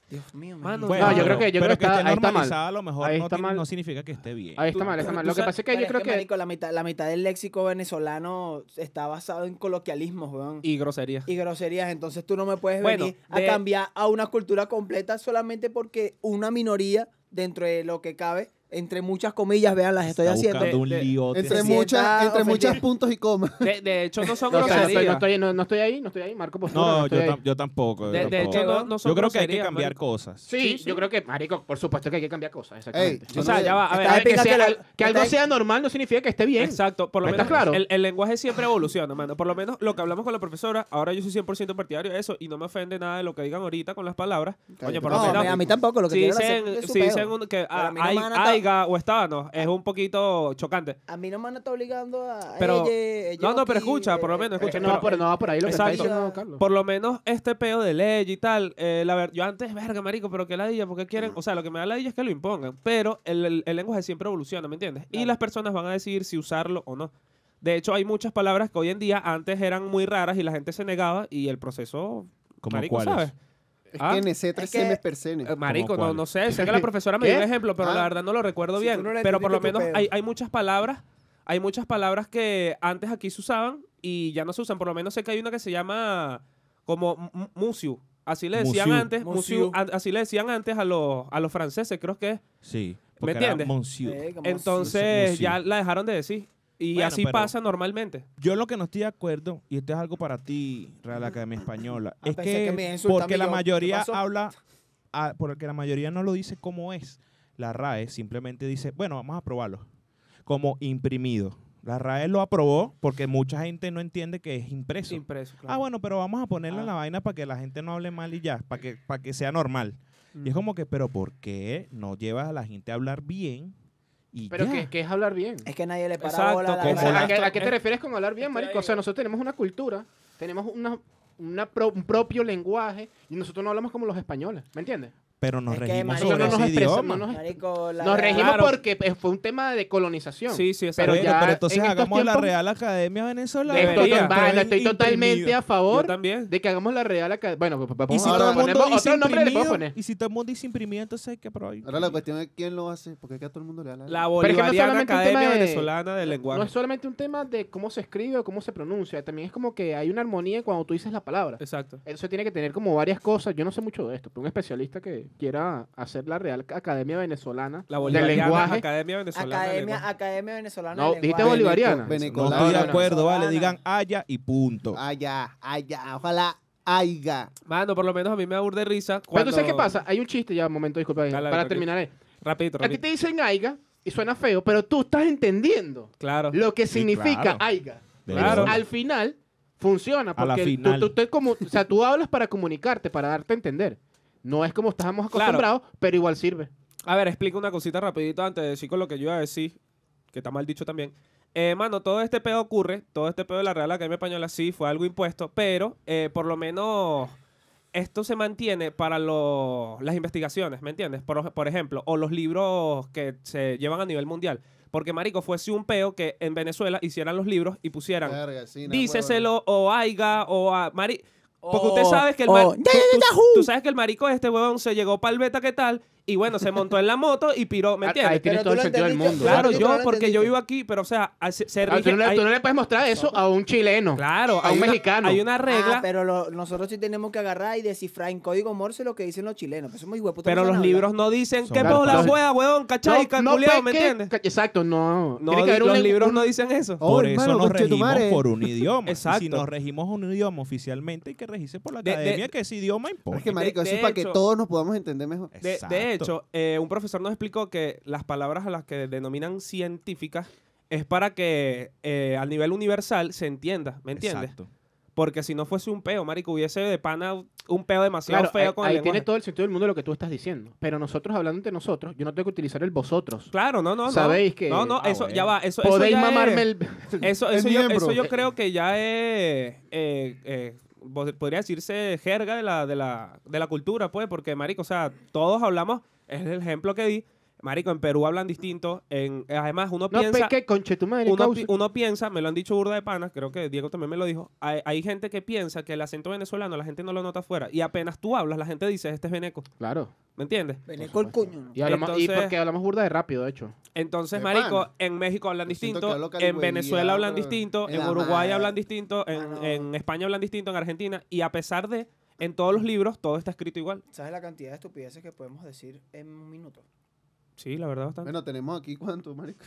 [SPEAKER 8] Dios mío,
[SPEAKER 2] Mano,
[SPEAKER 8] mano.
[SPEAKER 2] Bueno,
[SPEAKER 4] yo creo que- yo creo que está-
[SPEAKER 1] esté
[SPEAKER 4] ahí está mal.
[SPEAKER 1] normalizada, a lo mejor
[SPEAKER 4] Ahí
[SPEAKER 1] no,
[SPEAKER 4] está
[SPEAKER 1] tiene-
[SPEAKER 4] mal.
[SPEAKER 1] no significa que esté bien.
[SPEAKER 4] Ahí está
[SPEAKER 2] Tú-
[SPEAKER 4] mal, está
[SPEAKER 2] tú-
[SPEAKER 4] mal.
[SPEAKER 2] tú
[SPEAKER 4] Lo que
[SPEAKER 2] sabes-
[SPEAKER 4] pasa es que yo creo que.
[SPEAKER 8] marico, la, mitad, la mitad del léxico venezolano está basado en coloquialismos, weón.
[SPEAKER 2] Y groserías.
[SPEAKER 8] y groserías. Entonces tú no me puedes
[SPEAKER 2] Bueno,
[SPEAKER 8] venir a
[SPEAKER 2] de-
[SPEAKER 8] cambiar a una cultura completa solamente porque una minoría, dentro de lo que cabe, entre muchas comillas, vean, las estoy
[SPEAKER 1] Está
[SPEAKER 8] haciendo.
[SPEAKER 1] buscando un
[SPEAKER 2] De- de-
[SPEAKER 1] lío.
[SPEAKER 3] Entre,
[SPEAKER 8] sienta
[SPEAKER 3] muchas, entre
[SPEAKER 8] ofendido.
[SPEAKER 3] muchas puntos y comas.
[SPEAKER 2] De, de hecho, no son
[SPEAKER 4] No, o sea, no
[SPEAKER 2] groserías.
[SPEAKER 4] estoy, no, estoy, no, no estoy ahí, no estoy ahí. Marco postura.
[SPEAKER 1] No,
[SPEAKER 4] no estoy
[SPEAKER 1] yo,
[SPEAKER 4] ahí.
[SPEAKER 1] tam- yo tampoco. yo
[SPEAKER 2] de, de
[SPEAKER 1] tampoco.
[SPEAKER 2] hecho, no, no son
[SPEAKER 1] yo creo que hay que
[SPEAKER 2] groserías,
[SPEAKER 1] cambiar
[SPEAKER 2] marico.
[SPEAKER 1] cosas.
[SPEAKER 4] Sí,
[SPEAKER 2] Sí,
[SPEAKER 4] yo
[SPEAKER 2] sí.
[SPEAKER 4] creo que, Marico, por supuesto que hay que cambiar cosas.
[SPEAKER 3] Ey,
[SPEAKER 4] Exactamente.
[SPEAKER 3] yo
[SPEAKER 2] O
[SPEAKER 3] no
[SPEAKER 2] sea,
[SPEAKER 3] le-
[SPEAKER 2] ya va. A ver,
[SPEAKER 8] Está
[SPEAKER 2] a
[SPEAKER 8] de
[SPEAKER 2] ver,
[SPEAKER 4] que,
[SPEAKER 8] pica
[SPEAKER 4] sea-
[SPEAKER 8] que la-
[SPEAKER 4] al- que algo
[SPEAKER 8] está-
[SPEAKER 4] sea normal no significa que esté bien.
[SPEAKER 2] Exacto, por lo
[SPEAKER 4] ¿Está
[SPEAKER 2] menos
[SPEAKER 4] claro?
[SPEAKER 2] el, el lenguaje siempre evoluciona, mano. Por lo menos lo que hablamos con la profesora, ahora yo soy 100% partidario de eso y no me ofende nada de lo que digan ahorita con las palabras. Coño, por lo
[SPEAKER 8] No,
[SPEAKER 2] menos-
[SPEAKER 8] a mí tampoco, lo que
[SPEAKER 2] si
[SPEAKER 8] quiero hacer
[SPEAKER 2] dicen,
[SPEAKER 8] es su
[SPEAKER 2] si
[SPEAKER 8] peo.
[SPEAKER 2] dicen un- que
[SPEAKER 8] a
[SPEAKER 2] ah,
[SPEAKER 8] mí no me
[SPEAKER 2] hay-
[SPEAKER 8] van a to-
[SPEAKER 2] aiga o estábano, es un poquito chocante.
[SPEAKER 8] A mí no me está obligando a...
[SPEAKER 2] Pero-
[SPEAKER 8] ella- ella
[SPEAKER 2] no, no, pero
[SPEAKER 8] aquí,
[SPEAKER 2] escucha, por lo
[SPEAKER 8] eh,
[SPEAKER 2] menos,
[SPEAKER 4] Es que
[SPEAKER 2] escucha.
[SPEAKER 4] no, va por, no va por ahí lo que está
[SPEAKER 2] Exacto.
[SPEAKER 4] diciendo Carlos.
[SPEAKER 2] Por lo menos este pedo de ley y tal, eh, la ver- yo antes, verga, marico, pero qué ladilla, porque quieren, o sea, lo que me da ladilla es que lo impongan, pero el, el- el lenguaje siempre evoluciona, ¿me entiendes? Y
[SPEAKER 8] Claro.
[SPEAKER 2] las personas van a decidir si usarlo o no. De hecho, hay muchas palabras que hoy en día antes eran muy raras y la gente se negaba y el proceso,
[SPEAKER 1] ¿Como
[SPEAKER 2] marico,
[SPEAKER 1] cuáles?
[SPEAKER 2] ¿sabes?
[SPEAKER 3] Es
[SPEAKER 2] Ah.
[SPEAKER 3] que en C3
[SPEAKER 8] Es que-
[SPEAKER 3] se me percene.
[SPEAKER 2] Eh, Marico, no,
[SPEAKER 1] cuál?
[SPEAKER 2] no sé. Sé que la profesora me
[SPEAKER 4] ¿Qué?
[SPEAKER 2] dio un ejemplo, pero
[SPEAKER 3] Ah.
[SPEAKER 2] la verdad no lo recuerdo
[SPEAKER 8] Si
[SPEAKER 2] bien.
[SPEAKER 8] tú no la
[SPEAKER 2] pero por lo
[SPEAKER 8] entendiste,
[SPEAKER 2] menos
[SPEAKER 8] tu pedo.
[SPEAKER 2] hay, hay muchas palabras. Hay muchas palabras que antes aquí se usaban y ya no se usan. Por lo menos sé que hay una que se llama como mu- musiu. Así le decían
[SPEAKER 1] Musiu.
[SPEAKER 2] antes.
[SPEAKER 8] Musiu.
[SPEAKER 2] musiu, a- así le decían antes a los, a los franceses, creo que es.
[SPEAKER 1] Sí. porque era
[SPEAKER 2] entiendes?
[SPEAKER 1] monsieur.
[SPEAKER 8] eh, como
[SPEAKER 2] Entonces
[SPEAKER 1] Musiu.
[SPEAKER 2] ya la dejaron de decir. Y
[SPEAKER 1] Bueno,
[SPEAKER 2] así
[SPEAKER 1] pero-
[SPEAKER 2] pasa normalmente.
[SPEAKER 1] Yo lo que no estoy de acuerdo, y esto es algo para ti, Real Academia Española,
[SPEAKER 8] Ah,
[SPEAKER 1] es
[SPEAKER 8] pensé
[SPEAKER 1] que,
[SPEAKER 8] que me iba a insultar
[SPEAKER 1] porque
[SPEAKER 8] a mí,
[SPEAKER 1] la
[SPEAKER 8] yo, ¿qué
[SPEAKER 1] mayoría
[SPEAKER 8] pasó?
[SPEAKER 1] habla, ah, porque la mayoría no lo dice como es, la RAE simplemente dice, bueno, vamos a probarlo, como imprimido. La RAE lo aprobó porque mucha gente no entiende que es impreso.
[SPEAKER 2] Impreso.
[SPEAKER 1] Ah, bueno, pero vamos a ponerle
[SPEAKER 2] Ah.
[SPEAKER 1] la vaina para que la gente no hable mal y ya, para que, para que sea normal. Y es como que, pero ¿por qué no llevas a la gente a hablar bien? Y
[SPEAKER 4] Pero
[SPEAKER 1] ya?
[SPEAKER 4] que, que es hablar bien.
[SPEAKER 8] si- Es que nadie le para
[SPEAKER 2] Exacto,
[SPEAKER 8] bola a la
[SPEAKER 2] como
[SPEAKER 4] O sea,
[SPEAKER 8] vaina.
[SPEAKER 4] ¿a, qué, a qué te
[SPEAKER 2] es-
[SPEAKER 4] refieres con hablar bien,
[SPEAKER 1] este
[SPEAKER 2] es que
[SPEAKER 4] marico? O sea,
[SPEAKER 2] hay-
[SPEAKER 4] nosotros tenemos una cultura, tenemos una, una pro- un propio lenguaje y nosotros no hablamos como los españoles, ¿me entiendes?
[SPEAKER 1] pero nos
[SPEAKER 8] es que,
[SPEAKER 1] regimos
[SPEAKER 8] marico,
[SPEAKER 1] sobre
[SPEAKER 8] no
[SPEAKER 1] ese
[SPEAKER 4] nos expresa-
[SPEAKER 1] idioma.
[SPEAKER 4] no nos-
[SPEAKER 8] Marico, la-
[SPEAKER 4] Nos
[SPEAKER 8] la-
[SPEAKER 4] regimos
[SPEAKER 2] Claro.
[SPEAKER 4] porque eh, fue un tema de colonización.
[SPEAKER 2] Sí, sí, exacto.
[SPEAKER 4] Pero
[SPEAKER 1] Bueno,
[SPEAKER 4] ya
[SPEAKER 1] pero entonces
[SPEAKER 4] en estos
[SPEAKER 1] hagamos la
[SPEAKER 4] tiempos-
[SPEAKER 1] Real Academia Venezolana.
[SPEAKER 2] Esto
[SPEAKER 4] Estoy,
[SPEAKER 2] Debería.
[SPEAKER 4] to- vale, estoy totalmente a
[SPEAKER 2] Yo
[SPEAKER 4] favor
[SPEAKER 2] también.
[SPEAKER 4] de que hagamos la Real Academia. Bueno, pues, pues,
[SPEAKER 1] Y si
[SPEAKER 4] vamos
[SPEAKER 1] todo
[SPEAKER 4] a
[SPEAKER 1] el mundo
[SPEAKER 4] poner
[SPEAKER 1] dice
[SPEAKER 4] otro nombre le puedo
[SPEAKER 1] imprimido,
[SPEAKER 4] poner.
[SPEAKER 1] y si todo el mundo dice imprimido, entonces hay que probar.
[SPEAKER 3] Ahora la cuestión es quién lo hace, porque aquí a todo el mundo le da la...
[SPEAKER 2] La
[SPEAKER 4] Pero es que no es
[SPEAKER 2] Bolivariana
[SPEAKER 4] solamente un tema
[SPEAKER 2] Academia
[SPEAKER 4] de-
[SPEAKER 2] Venezolana del Lenguaje.
[SPEAKER 4] No es solamente un tema de cómo se escribe o cómo se pronuncia, también es como que hay una armonía cuando tú dices la palabra.
[SPEAKER 2] Exacto.
[SPEAKER 4] Eso tiene que tener como varias cosas. Yo no sé mucho de esto, pero un especialista que quiera hacer la Real Academia Venezolana
[SPEAKER 2] La
[SPEAKER 4] del
[SPEAKER 2] Bolivariana
[SPEAKER 4] lenguaje.
[SPEAKER 2] Academia Venezolana. del
[SPEAKER 8] Academia,
[SPEAKER 2] Lenguaje.
[SPEAKER 8] Academia Venezolana.
[SPEAKER 4] No,
[SPEAKER 8] de
[SPEAKER 4] dijiste
[SPEAKER 8] Lenguaje.
[SPEAKER 4] Bolívar. bolivariana.
[SPEAKER 1] No
[SPEAKER 3] Venecolana.
[SPEAKER 1] estoy de
[SPEAKER 8] Venezolana.
[SPEAKER 1] acuerdo, vale. Digan haya y punto.
[SPEAKER 3] Ah, Allá, allá, ojalá haya.
[SPEAKER 2] Mano, por lo menos a mí me da burda de risa.
[SPEAKER 4] Pero
[SPEAKER 2] Cuando...
[SPEAKER 4] tú sabes qué pasa. Hay un chiste ya, un momento, disculpa, ahí,
[SPEAKER 2] Dale,
[SPEAKER 4] para
[SPEAKER 2] tranquilo.
[SPEAKER 4] terminar ahí. A
[SPEAKER 2] Rapidito,
[SPEAKER 4] ti
[SPEAKER 2] rapidito.
[SPEAKER 4] te dicen aiga y suena feo, pero tú estás entendiendo
[SPEAKER 2] Claro.
[SPEAKER 4] lo que
[SPEAKER 1] Sí,
[SPEAKER 4] significa
[SPEAKER 1] claro.
[SPEAKER 4] aiga.
[SPEAKER 2] Claro.
[SPEAKER 1] Venezuela.
[SPEAKER 4] Al final funciona
[SPEAKER 1] A la
[SPEAKER 4] porque tú-
[SPEAKER 1] final.
[SPEAKER 4] tú, te como, o sea, tú hablas para comunicarte, para darte a entender. No es como estábamos
[SPEAKER 2] Claro.
[SPEAKER 4] acostumbrados, pero igual sirve.
[SPEAKER 2] A ver, explico una cosita rapidito antes de decir con lo que yo iba a decir, que está mal dicho también. Eh, mano, todo este pedo ocurre, todo este pedo de la Real Academia Española sí fue algo impuesto, pero eh, por lo menos esto se mantiene para los- las investigaciones, ¿me entiendes? Por, por ejemplo, o los libros que se llevan a nivel mundial. Porque, marico, fuese un peo que en Venezuela hicieran los libros y pusieran
[SPEAKER 3] Verga, sí, no,
[SPEAKER 2] díceselo o aiga o a mari porque
[SPEAKER 8] O-
[SPEAKER 2] usted sabe que el
[SPEAKER 8] o-
[SPEAKER 2] mar-
[SPEAKER 8] ¡Ya,
[SPEAKER 2] tú,
[SPEAKER 8] ya,
[SPEAKER 2] tú-
[SPEAKER 8] ya,
[SPEAKER 2] tú sabes que el marico este huevón se llegó para el beta qué tal y bueno se montó en la moto y piró ¿me
[SPEAKER 4] Ah, ahí
[SPEAKER 2] entiendes?
[SPEAKER 4] tienes
[SPEAKER 8] Pero tú
[SPEAKER 4] todo el
[SPEAKER 8] lo
[SPEAKER 4] sentido del
[SPEAKER 8] entendiste,
[SPEAKER 4] mundo.
[SPEAKER 8] claro,
[SPEAKER 2] claro
[SPEAKER 8] tú no
[SPEAKER 2] yo
[SPEAKER 8] lo
[SPEAKER 2] porque yo
[SPEAKER 8] entendiste.
[SPEAKER 2] vivo aquí pero o sea a- se, se
[SPEAKER 4] Ah, tú,
[SPEAKER 2] rige-
[SPEAKER 4] no le,
[SPEAKER 2] hay-
[SPEAKER 4] tú no le puedes mostrar eso a un chileno.
[SPEAKER 2] claro
[SPEAKER 4] a
[SPEAKER 2] hay
[SPEAKER 4] un
[SPEAKER 2] una-
[SPEAKER 4] mexicano.
[SPEAKER 2] hay una regla
[SPEAKER 8] Ah, pero lo- nosotros sí tenemos que agarrar y descifrar en código Morse lo que dicen los chilenos. Pues somos
[SPEAKER 2] pero,
[SPEAKER 8] hijueputas, no
[SPEAKER 2] los
[SPEAKER 8] saben
[SPEAKER 2] libros no dicen
[SPEAKER 1] Son
[SPEAKER 2] qué por la
[SPEAKER 4] claro.
[SPEAKER 2] hueá huevón cachai
[SPEAKER 4] No, no,
[SPEAKER 2] calculado ¿me
[SPEAKER 4] pues, que-
[SPEAKER 2] entiendes?
[SPEAKER 4] ca- Exacto, no.
[SPEAKER 2] No,
[SPEAKER 4] Tiene que haber un
[SPEAKER 2] los
[SPEAKER 4] lengu-
[SPEAKER 2] libros
[SPEAKER 4] un-
[SPEAKER 2] no dicen eso
[SPEAKER 3] Oh,
[SPEAKER 1] por eso
[SPEAKER 3] hermano,
[SPEAKER 1] nos
[SPEAKER 3] conche tu
[SPEAKER 1] regimos
[SPEAKER 3] madre.
[SPEAKER 1] por un idioma. Y si
[SPEAKER 2] Exacto.
[SPEAKER 1] nos regimos un idioma oficialmente, hay que regirse por la
[SPEAKER 2] De- de-
[SPEAKER 1] academia, que ese idioma
[SPEAKER 3] Es que,
[SPEAKER 1] importa.
[SPEAKER 3] marico,
[SPEAKER 2] de
[SPEAKER 3] eso es para que
[SPEAKER 2] hecho-
[SPEAKER 3] todos nos podamos entender mejor.
[SPEAKER 2] De, de hecho, eh, un profesor nos explicó que las palabras a las que denominan científicas es para que eh, a nivel universal se entienda, ¿me entiendes? Porque si no fuese un peo, marico, hubiese de pana un peo demasiado
[SPEAKER 4] Claro, ahí,
[SPEAKER 2] feo con el
[SPEAKER 4] ahí tiene
[SPEAKER 2] lenguaje.
[SPEAKER 4] todo el sentido del mundo lo que tú estás diciendo. Pero nosotros hablando entre nosotros, yo no tengo que utilizar el vosotros.
[SPEAKER 2] Claro, no, no, no.
[SPEAKER 4] Sabéis que-
[SPEAKER 2] No, no,
[SPEAKER 1] Ah,
[SPEAKER 2] eso
[SPEAKER 1] bueno.
[SPEAKER 2] ya va. Eso, eso
[SPEAKER 4] Podéis
[SPEAKER 2] ya
[SPEAKER 4] mamarme
[SPEAKER 2] es-
[SPEAKER 4] el...
[SPEAKER 2] Eso,
[SPEAKER 3] el
[SPEAKER 2] eso, yo,
[SPEAKER 3] miembro.
[SPEAKER 2] eso yo creo que ya es. eh, eh, vos- podría decirse jerga de la, de, la, de la cultura, pues, porque, marico, o sea, todos hablamos. Es el ejemplo que di. Marico, en Perú hablan distinto. En, además, uno
[SPEAKER 4] No,
[SPEAKER 2] piensa.
[SPEAKER 4] peque, conche tu madre,
[SPEAKER 2] Uno,
[SPEAKER 4] causa.
[SPEAKER 2] pi- uno piensa, me lo han dicho burda de panas, creo que Diego también me lo dijo. Hay, hay gente que piensa que el acento venezolano la gente no lo nota afuera. Y apenas tú hablas, la gente dice, este es veneco.
[SPEAKER 4] Claro.
[SPEAKER 2] ¿Me entiendes?
[SPEAKER 8] Veneco el cuño. ¿no?
[SPEAKER 4] Y, hablamos, y
[SPEAKER 2] Entonces-
[SPEAKER 4] porque hablamos burda de rápido, de hecho.
[SPEAKER 2] Entonces,
[SPEAKER 3] De
[SPEAKER 2] marico,
[SPEAKER 3] pana.
[SPEAKER 2] en México hablan
[SPEAKER 3] Yo siento que hablo
[SPEAKER 2] distinto, en
[SPEAKER 3] calihueviado,
[SPEAKER 2] Venezuela hablan
[SPEAKER 3] pero
[SPEAKER 2] distinto,
[SPEAKER 3] en
[SPEAKER 2] en
[SPEAKER 3] la
[SPEAKER 2] Uruguay
[SPEAKER 3] madre.
[SPEAKER 2] hablan distinto, en,
[SPEAKER 8] Mano.
[SPEAKER 2] en España hablan distinto, en Argentina. Y a pesar de, en todos los libros, todo está escrito igual.
[SPEAKER 8] ¿Sabes la cantidad de estupideces que podemos decir en un minuto?
[SPEAKER 2] Sí, la verdad, bastante.
[SPEAKER 3] Bueno, tenemos aquí cuánto, marico.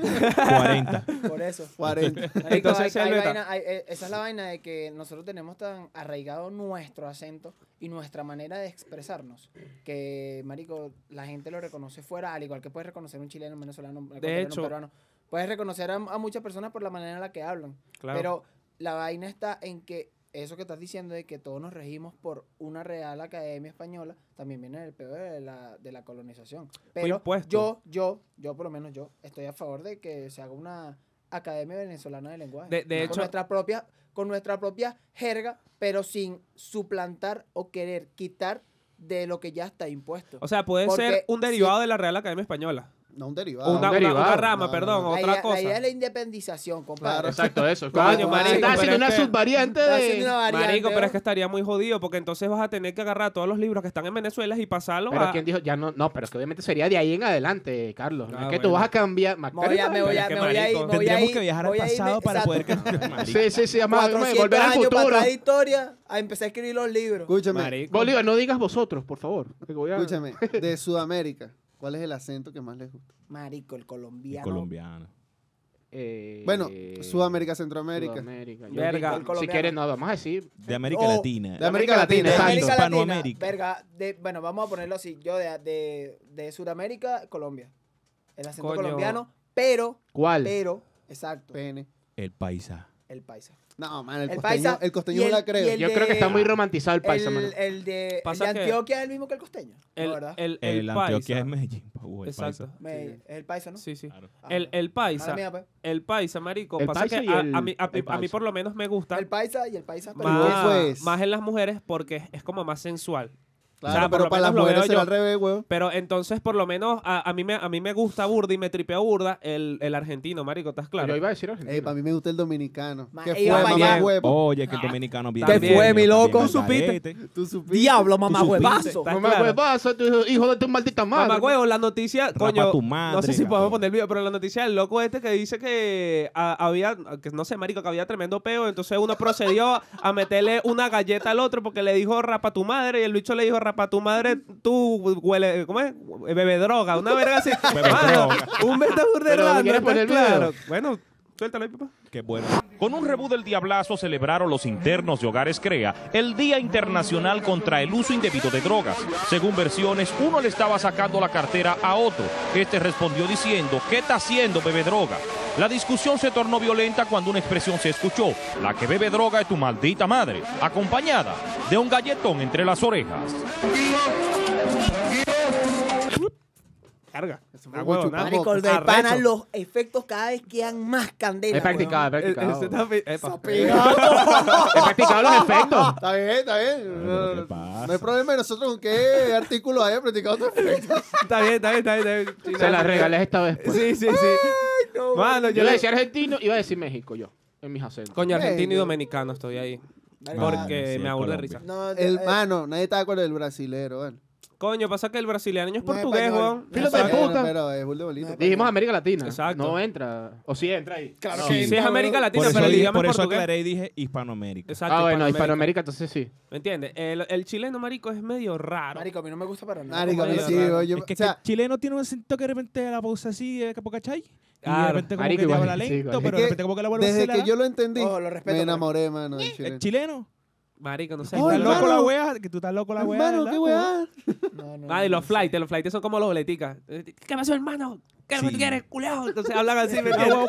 [SPEAKER 1] 40.
[SPEAKER 8] Por eso.
[SPEAKER 3] 40.
[SPEAKER 8] Marico,
[SPEAKER 2] Entonces,
[SPEAKER 8] hay- hay
[SPEAKER 2] Selveta.
[SPEAKER 8] vaina- hay- eh, esa es la vaina de que nosotros tenemos tan arraigado nuestro acento y nuestra manera de expresarnos que, marico, la gente lo reconoce fuera, al igual que puedes reconocer un chileno, un venezolano, un ecuatoriano, un
[SPEAKER 2] hecho-
[SPEAKER 8] peruano. Puedes reconocer a, a muchas personas por la manera en la que hablan.
[SPEAKER 2] Claro.
[SPEAKER 8] Pero la vaina está en que eso que estás diciendo de que todos nos regimos por una Real Academia Española también viene del peor de la, de la colonización. Pero yo,
[SPEAKER 2] impuesto.
[SPEAKER 8] yo, yo por lo menos yo, estoy a favor de que se haga una Academia Venezolana de Lenguaje.
[SPEAKER 2] De- de
[SPEAKER 8] con
[SPEAKER 2] hecho-
[SPEAKER 8] Nuestra propia, con nuestra propia jerga, pero sin suplantar o querer quitar de lo que ya está impuesto.
[SPEAKER 2] o sea, puede
[SPEAKER 8] Porque
[SPEAKER 2] ser un
[SPEAKER 8] si- Ah,
[SPEAKER 2] derivado de la Real Academia Española.
[SPEAKER 3] No, un derivado.
[SPEAKER 2] Una, una-
[SPEAKER 4] derivado.
[SPEAKER 2] una rama,
[SPEAKER 3] No,
[SPEAKER 2] perdón,
[SPEAKER 8] la,
[SPEAKER 3] no,
[SPEAKER 2] otra
[SPEAKER 8] idea, la
[SPEAKER 2] cosa.
[SPEAKER 8] idea es la independización, compadre.
[SPEAKER 3] Claro.
[SPEAKER 4] Exacto, eso.
[SPEAKER 2] Coño,
[SPEAKER 4] Coño,
[SPEAKER 2] marico,
[SPEAKER 4] Estás haciendo
[SPEAKER 2] pero
[SPEAKER 4] una
[SPEAKER 2] es que-
[SPEAKER 4] subvariante
[SPEAKER 8] Está haciendo una
[SPEAKER 4] de...
[SPEAKER 8] variante,
[SPEAKER 2] Marico, pero
[SPEAKER 8] ¿no?
[SPEAKER 2] es que estaría muy jodido porque entonces vas a tener que agarrar todos los libros que están en Venezuela y pasarlos
[SPEAKER 4] Pero
[SPEAKER 2] a...
[SPEAKER 4] quién dijo, ya no, no, pero es que obviamente sería de ahí en adelante, Carlos. No
[SPEAKER 2] Ah,
[SPEAKER 4] es que tú
[SPEAKER 2] bueno.
[SPEAKER 4] vas a cambiar. Mac-
[SPEAKER 8] Me voy a, me voy a,
[SPEAKER 2] Pero
[SPEAKER 8] me
[SPEAKER 2] es
[SPEAKER 8] voy
[SPEAKER 2] que,
[SPEAKER 8] a ir.
[SPEAKER 2] marico,
[SPEAKER 8] me voy a
[SPEAKER 1] Tendríamos
[SPEAKER 8] ir-
[SPEAKER 1] que viajar al
[SPEAKER 8] voy a irme-
[SPEAKER 1] pasado para
[SPEAKER 8] exacto,
[SPEAKER 1] poder
[SPEAKER 4] Sí, sí, sí, vamos a
[SPEAKER 8] 400
[SPEAKER 4] volver al
[SPEAKER 8] años para
[SPEAKER 4] futuro.
[SPEAKER 8] atrás de historia, a empezar a escribir los libros.
[SPEAKER 3] Escúchame,
[SPEAKER 2] Marico.
[SPEAKER 4] Bolívar, no digas vosotros, por favor. que voy a-
[SPEAKER 3] escúchame. De Sudamérica, ¿cuál es el acento que más les gusta?
[SPEAKER 8] Marico, el colombiano.
[SPEAKER 1] Colombiano.
[SPEAKER 4] Eh,
[SPEAKER 3] Bueno, Sudamérica, Centroamérica.
[SPEAKER 4] Sudamérica. Yo
[SPEAKER 2] Verga.
[SPEAKER 4] digo,
[SPEAKER 8] El colombiano.
[SPEAKER 4] Si quieres, no, vamos a decir.
[SPEAKER 1] De América
[SPEAKER 8] Oh,
[SPEAKER 1] Latina.
[SPEAKER 3] de América Latina,
[SPEAKER 8] De
[SPEAKER 3] exacto.
[SPEAKER 8] América Latina,
[SPEAKER 1] Hispanoamérica.
[SPEAKER 8] Verga, de- bueno, vamos a ponerlo así. Yo de, de, de Sudamérica, Colombia. El acento
[SPEAKER 2] Coño.
[SPEAKER 8] colombiano, pero,
[SPEAKER 4] ¿Cuál?
[SPEAKER 8] pero, exacto,
[SPEAKER 3] Pene.
[SPEAKER 1] El paisa.
[SPEAKER 8] el paisa.
[SPEAKER 3] No, man, el,
[SPEAKER 8] El
[SPEAKER 3] costeño,
[SPEAKER 8] paisa
[SPEAKER 3] el costeño
[SPEAKER 8] y
[SPEAKER 3] es
[SPEAKER 8] el-
[SPEAKER 3] la creo.
[SPEAKER 8] y el-
[SPEAKER 4] Yo
[SPEAKER 8] de-
[SPEAKER 4] creo que está muy romantizado el paisa, mano.
[SPEAKER 8] el, el de, el
[SPEAKER 2] Pasa
[SPEAKER 8] de
[SPEAKER 2] que-
[SPEAKER 8] Antioquia es el mismo que el costeño, ¿no,
[SPEAKER 2] El,
[SPEAKER 8] ¿verdad?
[SPEAKER 2] el, el,
[SPEAKER 1] El, Antioquia es
[SPEAKER 2] paisa.
[SPEAKER 1] Medellín. pa' Hugo, el
[SPEAKER 2] Exacto.
[SPEAKER 1] paisa.
[SPEAKER 8] Me- es el paisa, ¿no?
[SPEAKER 2] Sí, sí.
[SPEAKER 1] Claro.
[SPEAKER 8] Ah,
[SPEAKER 2] El,
[SPEAKER 8] bueno.
[SPEAKER 2] el
[SPEAKER 8] Mala
[SPEAKER 2] paisa,
[SPEAKER 8] mía, pues.
[SPEAKER 2] el paisa, marico.
[SPEAKER 4] El
[SPEAKER 2] pasa
[SPEAKER 4] paisa
[SPEAKER 2] que
[SPEAKER 4] y
[SPEAKER 2] a,
[SPEAKER 4] el-
[SPEAKER 2] a mí, a-
[SPEAKER 4] el
[SPEAKER 2] a mí
[SPEAKER 4] paisa.
[SPEAKER 2] por lo menos me gusta
[SPEAKER 8] El paisa y el paisa, pero
[SPEAKER 3] vos,
[SPEAKER 2] más,
[SPEAKER 3] pues.
[SPEAKER 2] más en las mujeres porque es- es como más sensual.
[SPEAKER 3] Claro,
[SPEAKER 2] o sea, por
[SPEAKER 3] pero
[SPEAKER 2] lo
[SPEAKER 3] para las
[SPEAKER 2] menos lo
[SPEAKER 3] mujeres
[SPEAKER 2] veo
[SPEAKER 3] será
[SPEAKER 2] yo.
[SPEAKER 3] al revés, huevón.
[SPEAKER 2] Pero entonces, por lo menos, a, a mí, me, a mí me gusta burda y me tripea burda el, el argentino, marico, ¿estás claro?
[SPEAKER 4] Yo iba a decir Argentina.
[SPEAKER 3] Ey, para mí me gusta el dominicano.
[SPEAKER 8] Ma-
[SPEAKER 3] Que
[SPEAKER 8] ey,
[SPEAKER 3] fue
[SPEAKER 8] va
[SPEAKER 3] mamá
[SPEAKER 2] bien.
[SPEAKER 3] huevo.
[SPEAKER 1] Oye, que el dominicano bien.
[SPEAKER 2] ¿Qué
[SPEAKER 1] bien,
[SPEAKER 2] fue,
[SPEAKER 1] bien,
[SPEAKER 8] mi
[SPEAKER 1] bien,
[SPEAKER 8] loco?
[SPEAKER 1] al
[SPEAKER 8] ¿Tú supiste?
[SPEAKER 1] garete.
[SPEAKER 3] Tú supiste.
[SPEAKER 8] Diablo, mamá
[SPEAKER 1] mamá
[SPEAKER 8] huevazo.
[SPEAKER 1] huevazo.
[SPEAKER 2] Está
[SPEAKER 4] Mamá,
[SPEAKER 2] claro.
[SPEAKER 4] huevazo, tu hijo de tu maldita madre.
[SPEAKER 2] Mamá, huevo, la noticia,
[SPEAKER 1] Rapa
[SPEAKER 2] coño,
[SPEAKER 1] tu madre,
[SPEAKER 2] no sé si podemos
[SPEAKER 1] cabrón.
[SPEAKER 2] poner el video, pero la noticia del loco este que dice que ah, había, que no sé, marico, que había tremendo peo, entonces uno procedió a meterle una galleta al otro porque le dijo rapa tu madre y el bicho le dijo rapa tu madre, tú huele, ¿cómo es? Bebe droga, una verga así.
[SPEAKER 1] Bebe
[SPEAKER 2] Mano,
[SPEAKER 1] droga.
[SPEAKER 2] un verdader de
[SPEAKER 4] Pero,
[SPEAKER 2] random,
[SPEAKER 4] ¿quieres
[SPEAKER 2] ¿estás
[SPEAKER 4] poner el video?
[SPEAKER 2] claro. Bueno, suéltalo ahí, papá.
[SPEAKER 1] Qué bueno.
[SPEAKER 9] Con un rebú del diablazo celebraron los internos de Hogares Crea el Día Internacional contra el Uso Indebido de Drogas. Según versiones, uno le estaba sacando la cartera a otro. Este respondió diciendo, ¿qué está haciendo, bebe droga? La discusión se tornó violenta cuando una expresión se escuchó, la que bebe droga es tu maldita madre, acompañada de un galletón entre las orejas.
[SPEAKER 2] Carga.
[SPEAKER 3] fue
[SPEAKER 2] Ah,
[SPEAKER 3] muy
[SPEAKER 2] huevo, nada.
[SPEAKER 3] chupado.
[SPEAKER 8] Marico, de
[SPEAKER 2] Arrecho.
[SPEAKER 8] pana los efectos cada vez quedan más candela.
[SPEAKER 4] He practicado, he
[SPEAKER 2] Eh, eh,
[SPEAKER 4] practicado.
[SPEAKER 2] se está fi- epa.
[SPEAKER 4] He practicado los efectos.
[SPEAKER 3] Está bien, está bien.
[SPEAKER 1] Pero, ¿pero qué
[SPEAKER 3] No,
[SPEAKER 1] pasa?
[SPEAKER 3] no hay problema de nosotros con qué artículo haya practicado tu efecto.
[SPEAKER 2] Está bien, está bien, está bien, está bien.
[SPEAKER 4] Se las regalé esta vez. pues.
[SPEAKER 2] Sí, sí, sí. Mano,
[SPEAKER 4] Yo le decía argentino, iba a decir México yo, en mis acentos.
[SPEAKER 2] Coño, argentino y
[SPEAKER 3] Ey, yo-
[SPEAKER 2] dominicano estoy ahí.
[SPEAKER 8] Marico,
[SPEAKER 1] Ah, no, sí,
[SPEAKER 2] Porque
[SPEAKER 1] es
[SPEAKER 2] me aburre de
[SPEAKER 1] Colombia.
[SPEAKER 2] risa.
[SPEAKER 8] no,
[SPEAKER 3] El
[SPEAKER 8] eh,
[SPEAKER 3] mano, nadie está de acuerdo del brasilero, ¿vale?
[SPEAKER 2] Coño, pasa que el brasileño es
[SPEAKER 3] No es
[SPEAKER 2] portugués,
[SPEAKER 3] español.
[SPEAKER 2] weón.
[SPEAKER 4] Filo de
[SPEAKER 3] Pero-
[SPEAKER 4] puta.
[SPEAKER 3] Pero es burda bonito.
[SPEAKER 8] No,
[SPEAKER 4] Dijimos América Latina.
[SPEAKER 2] Exacto.
[SPEAKER 4] No entra. O sí entra ahí.
[SPEAKER 3] Claro
[SPEAKER 2] Sí, sí es América
[SPEAKER 1] Por
[SPEAKER 2] Latina,
[SPEAKER 1] eso,
[SPEAKER 2] pero el
[SPEAKER 1] dije-
[SPEAKER 2] idioma
[SPEAKER 1] por
[SPEAKER 2] es
[SPEAKER 1] eso
[SPEAKER 2] portugués.
[SPEAKER 1] aclaré y dije Hispanoamérica.
[SPEAKER 2] Exacto,
[SPEAKER 4] Ah, bueno,
[SPEAKER 2] Hispanoamérica.
[SPEAKER 4] Hispanoamérica, entonces sí.
[SPEAKER 2] ¿Me entiendes? El, el chileno, marico, es medio raro.
[SPEAKER 8] Marico, a mí no me gusta para nada.
[SPEAKER 3] Marico,
[SPEAKER 2] Como
[SPEAKER 3] no
[SPEAKER 2] yo,
[SPEAKER 3] sí,
[SPEAKER 2] raro.
[SPEAKER 3] oye,
[SPEAKER 1] Es que, este
[SPEAKER 3] o sea,
[SPEAKER 1] el chileno tiene un acento que de repente la pausa así, eh, capocachay. Y
[SPEAKER 2] Claro.
[SPEAKER 1] de repente como
[SPEAKER 4] Marico,
[SPEAKER 1] que te
[SPEAKER 4] igual,
[SPEAKER 1] habla
[SPEAKER 4] sí,
[SPEAKER 1] lento,
[SPEAKER 4] igual.
[SPEAKER 1] pero
[SPEAKER 3] Es
[SPEAKER 1] de
[SPEAKER 3] que
[SPEAKER 1] repente como que la vuelve a
[SPEAKER 3] desde
[SPEAKER 1] hacer
[SPEAKER 3] que
[SPEAKER 1] la-
[SPEAKER 3] yo lo entendí,
[SPEAKER 8] Ojo, lo respeto, pues.
[SPEAKER 3] me
[SPEAKER 8] pero-
[SPEAKER 3] enamoré, mano. del
[SPEAKER 1] El
[SPEAKER 3] chileno.
[SPEAKER 1] chileno.
[SPEAKER 2] Marico, no sé.
[SPEAKER 1] Está
[SPEAKER 3] Ay,
[SPEAKER 2] está loco.
[SPEAKER 1] loco la
[SPEAKER 3] hermano.
[SPEAKER 1] wea, que tú estás loco la wea.
[SPEAKER 3] Hermano,
[SPEAKER 1] ¿verdad?
[SPEAKER 3] qué weá.
[SPEAKER 8] No, no,
[SPEAKER 2] Ah, y
[SPEAKER 8] no, no.
[SPEAKER 2] los flights, los flights son como los boleticas. Eh, ¿Qué pasó, hermano? ¿Qué es lo que tú
[SPEAKER 1] Sí.
[SPEAKER 2] quieres, culeado? Entonces hablan así, ¿me entiendes?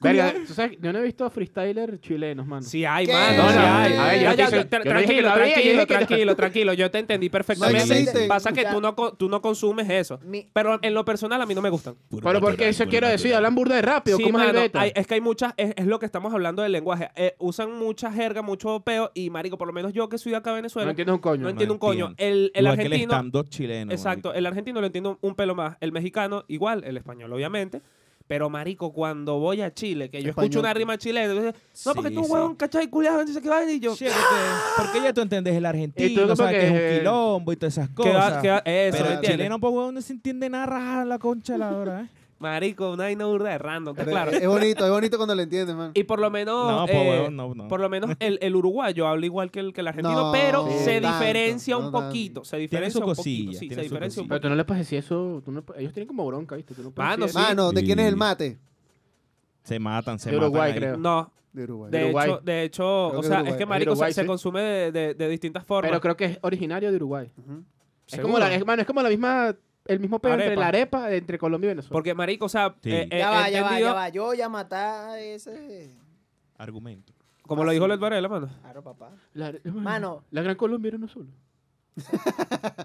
[SPEAKER 4] Verga, ¿tú sabes? Yo no he visto freestyler chilenos, mano.
[SPEAKER 2] Sí hay,
[SPEAKER 8] ¿Qué?
[SPEAKER 2] mano.
[SPEAKER 8] No,
[SPEAKER 2] sí
[SPEAKER 8] no,
[SPEAKER 2] hay.
[SPEAKER 8] a ver, yo
[SPEAKER 2] Ya,
[SPEAKER 8] no
[SPEAKER 2] ya,
[SPEAKER 4] dije-
[SPEAKER 2] ya, tra-
[SPEAKER 4] yo no dije que
[SPEAKER 2] tranquilo,
[SPEAKER 4] lo había, yo
[SPEAKER 2] tranquilo,
[SPEAKER 4] dije que no.
[SPEAKER 2] tranquilo. Yo te entendí
[SPEAKER 3] No
[SPEAKER 2] perfectamente.
[SPEAKER 3] existen.
[SPEAKER 2] Pasa que
[SPEAKER 8] Ya.
[SPEAKER 2] tú no, co- tú no consumes eso.
[SPEAKER 8] Mi-
[SPEAKER 2] Pero en lo personal a mí no me gustan.
[SPEAKER 4] Pero porque eso quiero decir, hablan burda de rápido.
[SPEAKER 2] Sí,
[SPEAKER 4] ¿Cómo es el
[SPEAKER 2] mano,
[SPEAKER 4] beta?
[SPEAKER 2] hay- es que hay muchas, es, es lo que estamos hablando del lenguaje. Eh, usan mucha jerga, mucho peo y marico, por lo menos yo que soy de acá de Venezuela,
[SPEAKER 4] No entiendo un coño.
[SPEAKER 2] no entiendo un coño.
[SPEAKER 1] entiendo.
[SPEAKER 2] El, el
[SPEAKER 1] Igual que el
[SPEAKER 2] argentino,
[SPEAKER 1] stand-up chileno.
[SPEAKER 2] exacto,
[SPEAKER 1] marico.
[SPEAKER 2] el argentino lo entiendo un pelo más, el mexicano igual, el español obviamente. Pero, marico, cuando voy a Chile, que yo escucho
[SPEAKER 3] Español.
[SPEAKER 2] una rima chilena, yo digo, no, porque
[SPEAKER 1] Sí,
[SPEAKER 2] tú,
[SPEAKER 1] sí.
[SPEAKER 2] huevón, cachai, culiado, dice que vaina", y yo...
[SPEAKER 1] Sí, porque- Porque ya tú entendés el
[SPEAKER 4] Y tú
[SPEAKER 1] argentino,
[SPEAKER 4] como
[SPEAKER 1] sabes que
[SPEAKER 4] que-
[SPEAKER 1] es un quilombo y todas esas
[SPEAKER 2] Que va-
[SPEAKER 1] cosas.
[SPEAKER 2] que va- eso,
[SPEAKER 1] Pero
[SPEAKER 2] ¿me
[SPEAKER 1] el
[SPEAKER 2] entiendes?
[SPEAKER 1] chileno, pues, huevón, no se entiende nada raja la concha de la hora, ¿eh?
[SPEAKER 2] Marico, una vaina burda de random, está claro.
[SPEAKER 3] Eh,
[SPEAKER 4] eh,
[SPEAKER 3] Es bonito, es bonito cuando lo entiendes, man.
[SPEAKER 2] Y por lo menos.
[SPEAKER 1] No, pues,
[SPEAKER 2] eh,
[SPEAKER 1] huevón, no, no.
[SPEAKER 2] Por lo menos el, el uruguayo habla igual que el, que el argentino,
[SPEAKER 3] No,
[SPEAKER 2] pero
[SPEAKER 3] sí,
[SPEAKER 2] se
[SPEAKER 3] tanto,
[SPEAKER 2] diferencia
[SPEAKER 3] no
[SPEAKER 2] un
[SPEAKER 3] tanto.
[SPEAKER 2] poquito. Se
[SPEAKER 1] Tiene
[SPEAKER 2] diferencia
[SPEAKER 1] su
[SPEAKER 2] un poquito.
[SPEAKER 1] cosilla.
[SPEAKER 2] Sí,
[SPEAKER 1] tiene
[SPEAKER 2] se
[SPEAKER 1] su
[SPEAKER 2] diferencia un
[SPEAKER 1] cosilla.
[SPEAKER 4] Pero tú no le puedes decir eso. tú no le puedes- ellos tienen como bronca, ¿viste? Tú no puedes
[SPEAKER 2] Mano,
[SPEAKER 4] decir eso.
[SPEAKER 3] Mano, ¿de quién es el
[SPEAKER 1] Sí.
[SPEAKER 3] mate?
[SPEAKER 1] Se matan, se
[SPEAKER 4] De
[SPEAKER 1] matan.
[SPEAKER 4] Uruguay,
[SPEAKER 1] ahí.
[SPEAKER 4] creo.
[SPEAKER 2] poquito. No,
[SPEAKER 3] De Uruguay.
[SPEAKER 2] de
[SPEAKER 4] Uruguay.
[SPEAKER 2] hecho, de hecho
[SPEAKER 3] Creo
[SPEAKER 2] o
[SPEAKER 3] que
[SPEAKER 2] sea,
[SPEAKER 3] Uruguay.
[SPEAKER 2] es que Marico
[SPEAKER 4] Uruguay,
[SPEAKER 2] se, se
[SPEAKER 4] sí.
[SPEAKER 2] consume de, de- de distintas formas.
[SPEAKER 4] Pero creo que es originario de Uruguay.
[SPEAKER 3] Ujú.
[SPEAKER 4] Es como, la, es, mano, es como la misma, el mismo peo entre
[SPEAKER 2] Arepa.
[SPEAKER 4] la arepa entre Colombia y Venezuela.
[SPEAKER 2] Porque, Marico, o sea,
[SPEAKER 1] Sí.
[SPEAKER 2] eh,
[SPEAKER 8] Ya
[SPEAKER 2] eh,
[SPEAKER 8] va,
[SPEAKER 2] he
[SPEAKER 8] ya va, ya
[SPEAKER 2] entendido-
[SPEAKER 8] va. Yo voy a matar a ese.
[SPEAKER 1] Argumento.
[SPEAKER 2] como lo dijo Led Varela, mano.
[SPEAKER 8] Claro, papá.
[SPEAKER 4] La,
[SPEAKER 8] Mano.
[SPEAKER 4] La gran Colombia era una sola.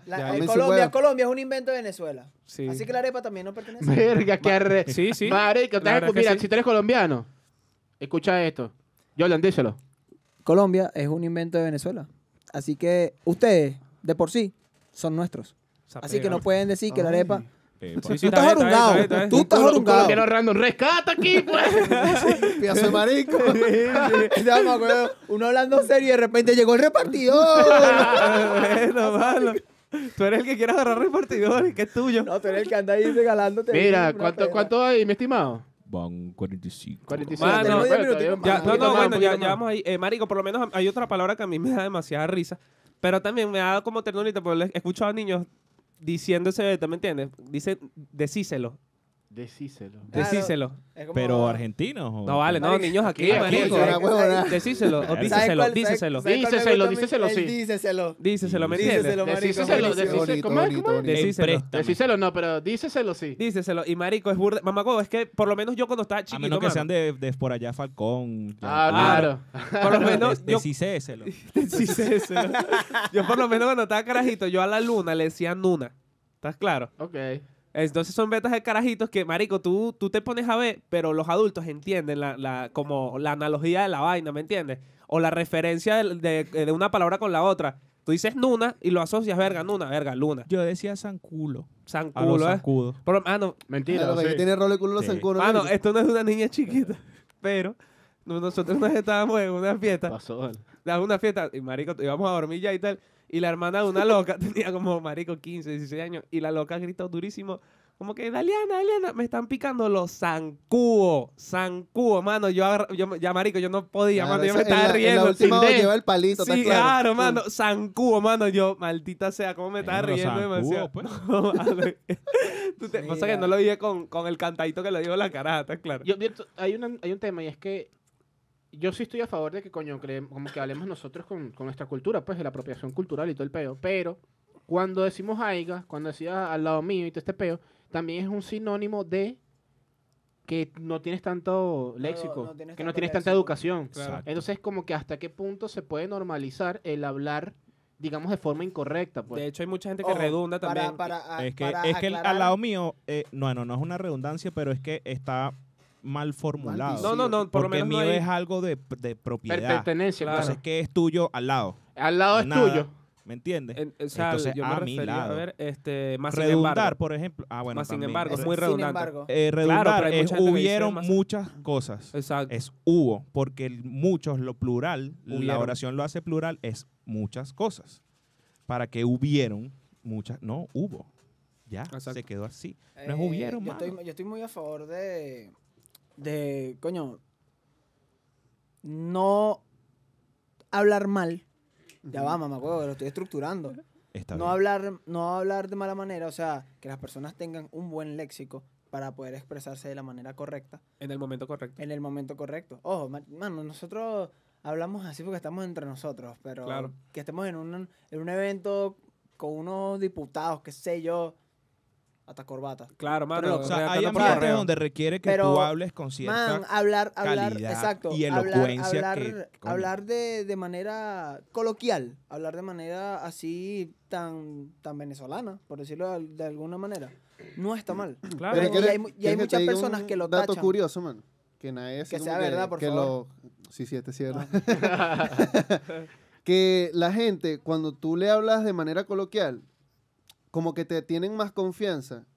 [SPEAKER 8] La-
[SPEAKER 3] Ya,
[SPEAKER 8] el
[SPEAKER 3] me hizo
[SPEAKER 8] Colombia,
[SPEAKER 3] huevo.
[SPEAKER 8] Colombia es un invento de Venezuela.
[SPEAKER 2] Sí.
[SPEAKER 8] Así que la arepa también no pertenece.
[SPEAKER 4] Verga, qué arre.
[SPEAKER 2] Sí, sí.
[SPEAKER 4] Marico,
[SPEAKER 2] La verdad es que
[SPEAKER 4] mira,
[SPEAKER 2] sí.
[SPEAKER 4] si tú eres colombiano, escucha esto. Jordan, díselo.
[SPEAKER 8] Colombia es un invento de Venezuela. Así que ustedes, de por sí, son nuestros. Así que no pueden decir que la arepa.
[SPEAKER 1] Eh,
[SPEAKER 2] Sí, sí,
[SPEAKER 8] Tú
[SPEAKER 2] está
[SPEAKER 8] estás
[SPEAKER 2] bien, está bien, está bien, está
[SPEAKER 8] arrugado.
[SPEAKER 2] bien.
[SPEAKER 8] Tú estás arrugado.
[SPEAKER 4] Colombiano random, rescata aquí, pues.
[SPEAKER 3] Piazo de marico.
[SPEAKER 8] Ya me acuerdo, uno hablando serio y de repente llegó el repartidor.
[SPEAKER 2] Bueno, mano. Tú eres el que quieres agarrar repartidores, que es tuyo.
[SPEAKER 8] No, tú eres el que anda ahí regalándote.
[SPEAKER 4] mira,
[SPEAKER 8] una
[SPEAKER 4] ¿cuánto,
[SPEAKER 8] pela.
[SPEAKER 4] ¿cuánto hay, mi estimado?
[SPEAKER 1] Van 45.
[SPEAKER 4] 45.
[SPEAKER 2] Mano,
[SPEAKER 4] Bueno,
[SPEAKER 8] diez
[SPEAKER 4] todavía
[SPEAKER 8] minuticos
[SPEAKER 4] un
[SPEAKER 2] Ya,
[SPEAKER 8] Ah,
[SPEAKER 2] no,
[SPEAKER 4] poquito más,
[SPEAKER 2] no,
[SPEAKER 4] un
[SPEAKER 2] bueno,
[SPEAKER 4] poquito
[SPEAKER 2] ya, ya
[SPEAKER 4] más.
[SPEAKER 2] vamos ahí. Eh, marico, por lo menos hay otra palabra que a mí me da demasiada risa, pero también me da como ternurita, porque he escuchado a niños diciéndose, ¿te me entiendes? Dicen, decíselo,
[SPEAKER 4] Decíselo.
[SPEAKER 8] Claro.
[SPEAKER 2] decíselo.
[SPEAKER 8] Es como-
[SPEAKER 1] Pero argentinos. o-
[SPEAKER 2] No vale, no,
[SPEAKER 8] Marico,
[SPEAKER 2] niños aquí,
[SPEAKER 4] aquí,
[SPEAKER 2] marico. eh,
[SPEAKER 3] aquí, aquí, aquí.
[SPEAKER 2] Decíselo, o
[SPEAKER 1] ¿Sabes
[SPEAKER 8] ¿Sabes
[SPEAKER 2] díceselo,
[SPEAKER 8] cuál- sabes- sabes
[SPEAKER 2] díceselo.
[SPEAKER 8] cuál me
[SPEAKER 4] Díceselo,
[SPEAKER 8] gusta a mí?
[SPEAKER 4] díceselo,
[SPEAKER 8] El
[SPEAKER 4] sí.
[SPEAKER 8] Díceselo.
[SPEAKER 2] Díceselo, ¿me entiendes?
[SPEAKER 8] Díceselo, marico.
[SPEAKER 4] Decíselo,
[SPEAKER 8] Buenísimo.
[SPEAKER 4] decíselo.
[SPEAKER 3] Bonito,
[SPEAKER 4] ¿Cómo es?
[SPEAKER 3] bonito,
[SPEAKER 4] ¿Cómo es?
[SPEAKER 1] Eh,
[SPEAKER 3] bonito.
[SPEAKER 2] Decíselo.
[SPEAKER 1] préstamo.
[SPEAKER 4] Decíselo no, pero díceselo sí.
[SPEAKER 2] Díceselo. Y marico, es burda. Mamagó, es que por lo menos yo cuando estaba
[SPEAKER 1] A
[SPEAKER 2] chiquito,
[SPEAKER 1] menos que
[SPEAKER 2] mano,
[SPEAKER 1] sean de, de por allá Falcón.
[SPEAKER 4] Ah,
[SPEAKER 2] Claro.
[SPEAKER 4] claro.
[SPEAKER 2] por lo menos yo...
[SPEAKER 1] Decíselo.
[SPEAKER 2] Decíselo. Yo por lo menos cuando estaba carajito, yo a la luna le decía nuna. ¿Estás claro?
[SPEAKER 4] Ok.
[SPEAKER 2] Entonces son betas de carajitos que, marico, tú, tú te pones a ver, pero los adultos entienden la, la- como la analogía de la vaina, ¿me entiendes? O la referencia del- de, eh, de una palabra con la otra. Tú dices nuna y lo asocias, verga, nuna, verga, luna.
[SPEAKER 1] Yo decía Sanculo.
[SPEAKER 2] San
[SPEAKER 1] A los
[SPEAKER 2] culo, ¿eh?
[SPEAKER 1] zancudos.
[SPEAKER 2] Por lo- ah, no,
[SPEAKER 3] Claro,
[SPEAKER 4] Mentira.
[SPEAKER 3] que
[SPEAKER 4] sí.
[SPEAKER 3] tiene rolo de culo los
[SPEAKER 1] Sí.
[SPEAKER 3] zancudos,
[SPEAKER 2] mano,
[SPEAKER 3] ¿no?
[SPEAKER 2] esto no es una niña chiquita, pero no- nosotros nos estábamos en una fiesta,
[SPEAKER 4] Pasó.
[SPEAKER 2] en una fiesta, y marico, íbamos a dormir ya y tal, y la hermana de una loca tenía como, marico, 15, 16 años, y la loca gritó durísimo, como que, Daliana, Daliana, me están picando los zancudos, zancudos, mano, yo, agarra- yo- ya marico, yo no podía,
[SPEAKER 3] Claro,
[SPEAKER 2] mano, yo
[SPEAKER 3] esa-
[SPEAKER 2] me
[SPEAKER 3] en
[SPEAKER 2] estaba
[SPEAKER 3] la- en
[SPEAKER 2] riendo.
[SPEAKER 3] La última
[SPEAKER 2] sin
[SPEAKER 3] vez
[SPEAKER 2] de-
[SPEAKER 3] lleva el palito, está
[SPEAKER 2] Sí,
[SPEAKER 3] claro. Mm.
[SPEAKER 2] claro, mano. Zancudo, mano. Yo, maldita sea, cómo me estaba
[SPEAKER 1] Bueno,
[SPEAKER 2] riendo
[SPEAKER 1] zancudo,
[SPEAKER 2] demasiado.
[SPEAKER 1] pues.
[SPEAKER 2] No, vale. Tú te- pasa que
[SPEAKER 8] Mira.
[SPEAKER 2] no lo dije con, con el cantadito que lo dijo la carata, claro.
[SPEAKER 4] Yo- yo- hay, una- hay un tema y es que yo sí estoy a favor de que, coño, creem- como que hablemos nosotros con, con nuestra cultura, pues, de la apropiación cultural y todo el peo. Pero cuando decimos aiga, cuando decías al lado mío y todo este peo, también es un sinónimo de que no tienes tanto léxico,
[SPEAKER 8] no tienes
[SPEAKER 4] que no
[SPEAKER 8] tanto
[SPEAKER 4] tienes tanta
[SPEAKER 8] léxico.
[SPEAKER 3] Educación.
[SPEAKER 1] Exacto.
[SPEAKER 3] Entonces, como que hasta qué punto se puede normalizar el hablar, digamos, de forma incorrecta,
[SPEAKER 2] de
[SPEAKER 3] pues.
[SPEAKER 2] hecho, hay mucha gente que
[SPEAKER 8] Ojo,
[SPEAKER 2] redunda
[SPEAKER 8] Oh, para-
[SPEAKER 2] también.
[SPEAKER 8] para- a-
[SPEAKER 1] Es que,
[SPEAKER 8] para
[SPEAKER 1] es que el-
[SPEAKER 8] aclarar-
[SPEAKER 1] al lado mío, eh, no, no, no es una redundancia, pero es que está mal formulado.
[SPEAKER 2] no, no, no, por
[SPEAKER 1] porque
[SPEAKER 2] lo menos.
[SPEAKER 1] mío
[SPEAKER 2] No hay-
[SPEAKER 1] es algo de, de
[SPEAKER 4] Per-
[SPEAKER 1] propiedad.
[SPEAKER 4] pertenencia,
[SPEAKER 2] Claro.
[SPEAKER 1] Entonces, ¿qué es tuyo al lado?
[SPEAKER 4] Al lado es
[SPEAKER 1] Nada.
[SPEAKER 4] tuyo.
[SPEAKER 1] ¿Me entiendes?
[SPEAKER 2] en- o sea,
[SPEAKER 1] Entonces,
[SPEAKER 2] yo me
[SPEAKER 1] a mi
[SPEAKER 2] refería,
[SPEAKER 1] lado.
[SPEAKER 2] a ver, este, más sin
[SPEAKER 1] redundar,
[SPEAKER 2] embargo.
[SPEAKER 1] por ejemplo. Ah, bueno,
[SPEAKER 2] más sin
[SPEAKER 1] también.
[SPEAKER 2] embargo, es muy
[SPEAKER 1] Eh,
[SPEAKER 8] Sin
[SPEAKER 2] redundante.
[SPEAKER 8] embargo.
[SPEAKER 1] eh, redundar
[SPEAKER 2] Claro, pero hay
[SPEAKER 1] es
[SPEAKER 2] mucha gente que dice
[SPEAKER 1] hubieron
[SPEAKER 2] más-
[SPEAKER 1] muchas cosas.
[SPEAKER 2] Exacto.
[SPEAKER 1] Es hubo, porque el muchos, lo plural, la
[SPEAKER 2] Hubieron.
[SPEAKER 1] oración lo hace plural, es muchas cosas. Para que hubieron muchas, no, hubo. Ya,
[SPEAKER 2] Exacto.
[SPEAKER 1] se quedó así.
[SPEAKER 8] Eh,
[SPEAKER 1] No es hubieron,
[SPEAKER 8] yo
[SPEAKER 1] mano.
[SPEAKER 8] estoy, yo estoy muy a favor de. de. coño. no hablar mal. Ya va, mamá, huevo, lo estoy estructurando.
[SPEAKER 1] Está
[SPEAKER 8] no
[SPEAKER 1] bien.
[SPEAKER 8] hablar, no hablar de mala manera, o sea, que las personas tengan un buen léxico para poder expresarse de la manera correcta
[SPEAKER 2] En el momento correcto.
[SPEAKER 8] en el momento correcto. Ojo, ma- mano, nosotros hablamos así porque estamos entre nosotros, pero
[SPEAKER 2] Claro.
[SPEAKER 8] que estemos en un, en un evento con unos diputados, qué sé yo, hasta corbata.
[SPEAKER 2] Claro, mano.
[SPEAKER 8] loco.
[SPEAKER 1] O sea, hay
[SPEAKER 2] redactando por
[SPEAKER 1] ambientes
[SPEAKER 2] correo.
[SPEAKER 1] donde requiere que
[SPEAKER 8] Pero,
[SPEAKER 1] tú hables con cierta...
[SPEAKER 8] Man, hablar, hablar,
[SPEAKER 1] calidad
[SPEAKER 8] exacto.
[SPEAKER 1] y
[SPEAKER 8] hablar-
[SPEAKER 1] elocuencia
[SPEAKER 8] Hablar,
[SPEAKER 1] que- coño.
[SPEAKER 8] hablar de, de manera coloquial, hablar de manera así tan, tan venezolana, por decirlo de, al- de alguna manera. No está mal.
[SPEAKER 2] Claro.
[SPEAKER 8] Pero-
[SPEAKER 3] ¿Quieres que
[SPEAKER 8] y
[SPEAKER 3] le-
[SPEAKER 8] hay mu- y hay
[SPEAKER 3] quieres que te
[SPEAKER 8] muchas
[SPEAKER 3] diga
[SPEAKER 8] personas
[SPEAKER 3] un
[SPEAKER 8] que lo
[SPEAKER 3] dato
[SPEAKER 8] tachan.
[SPEAKER 3] curioso, man. Que nadie así
[SPEAKER 8] Que
[SPEAKER 3] como
[SPEAKER 8] sea verdad, por
[SPEAKER 3] que
[SPEAKER 8] favor.
[SPEAKER 3] Lo... Sí, sí, este cierra. que la gente, cuando tú le hablas de manera coloquial, como que te tienen más confianza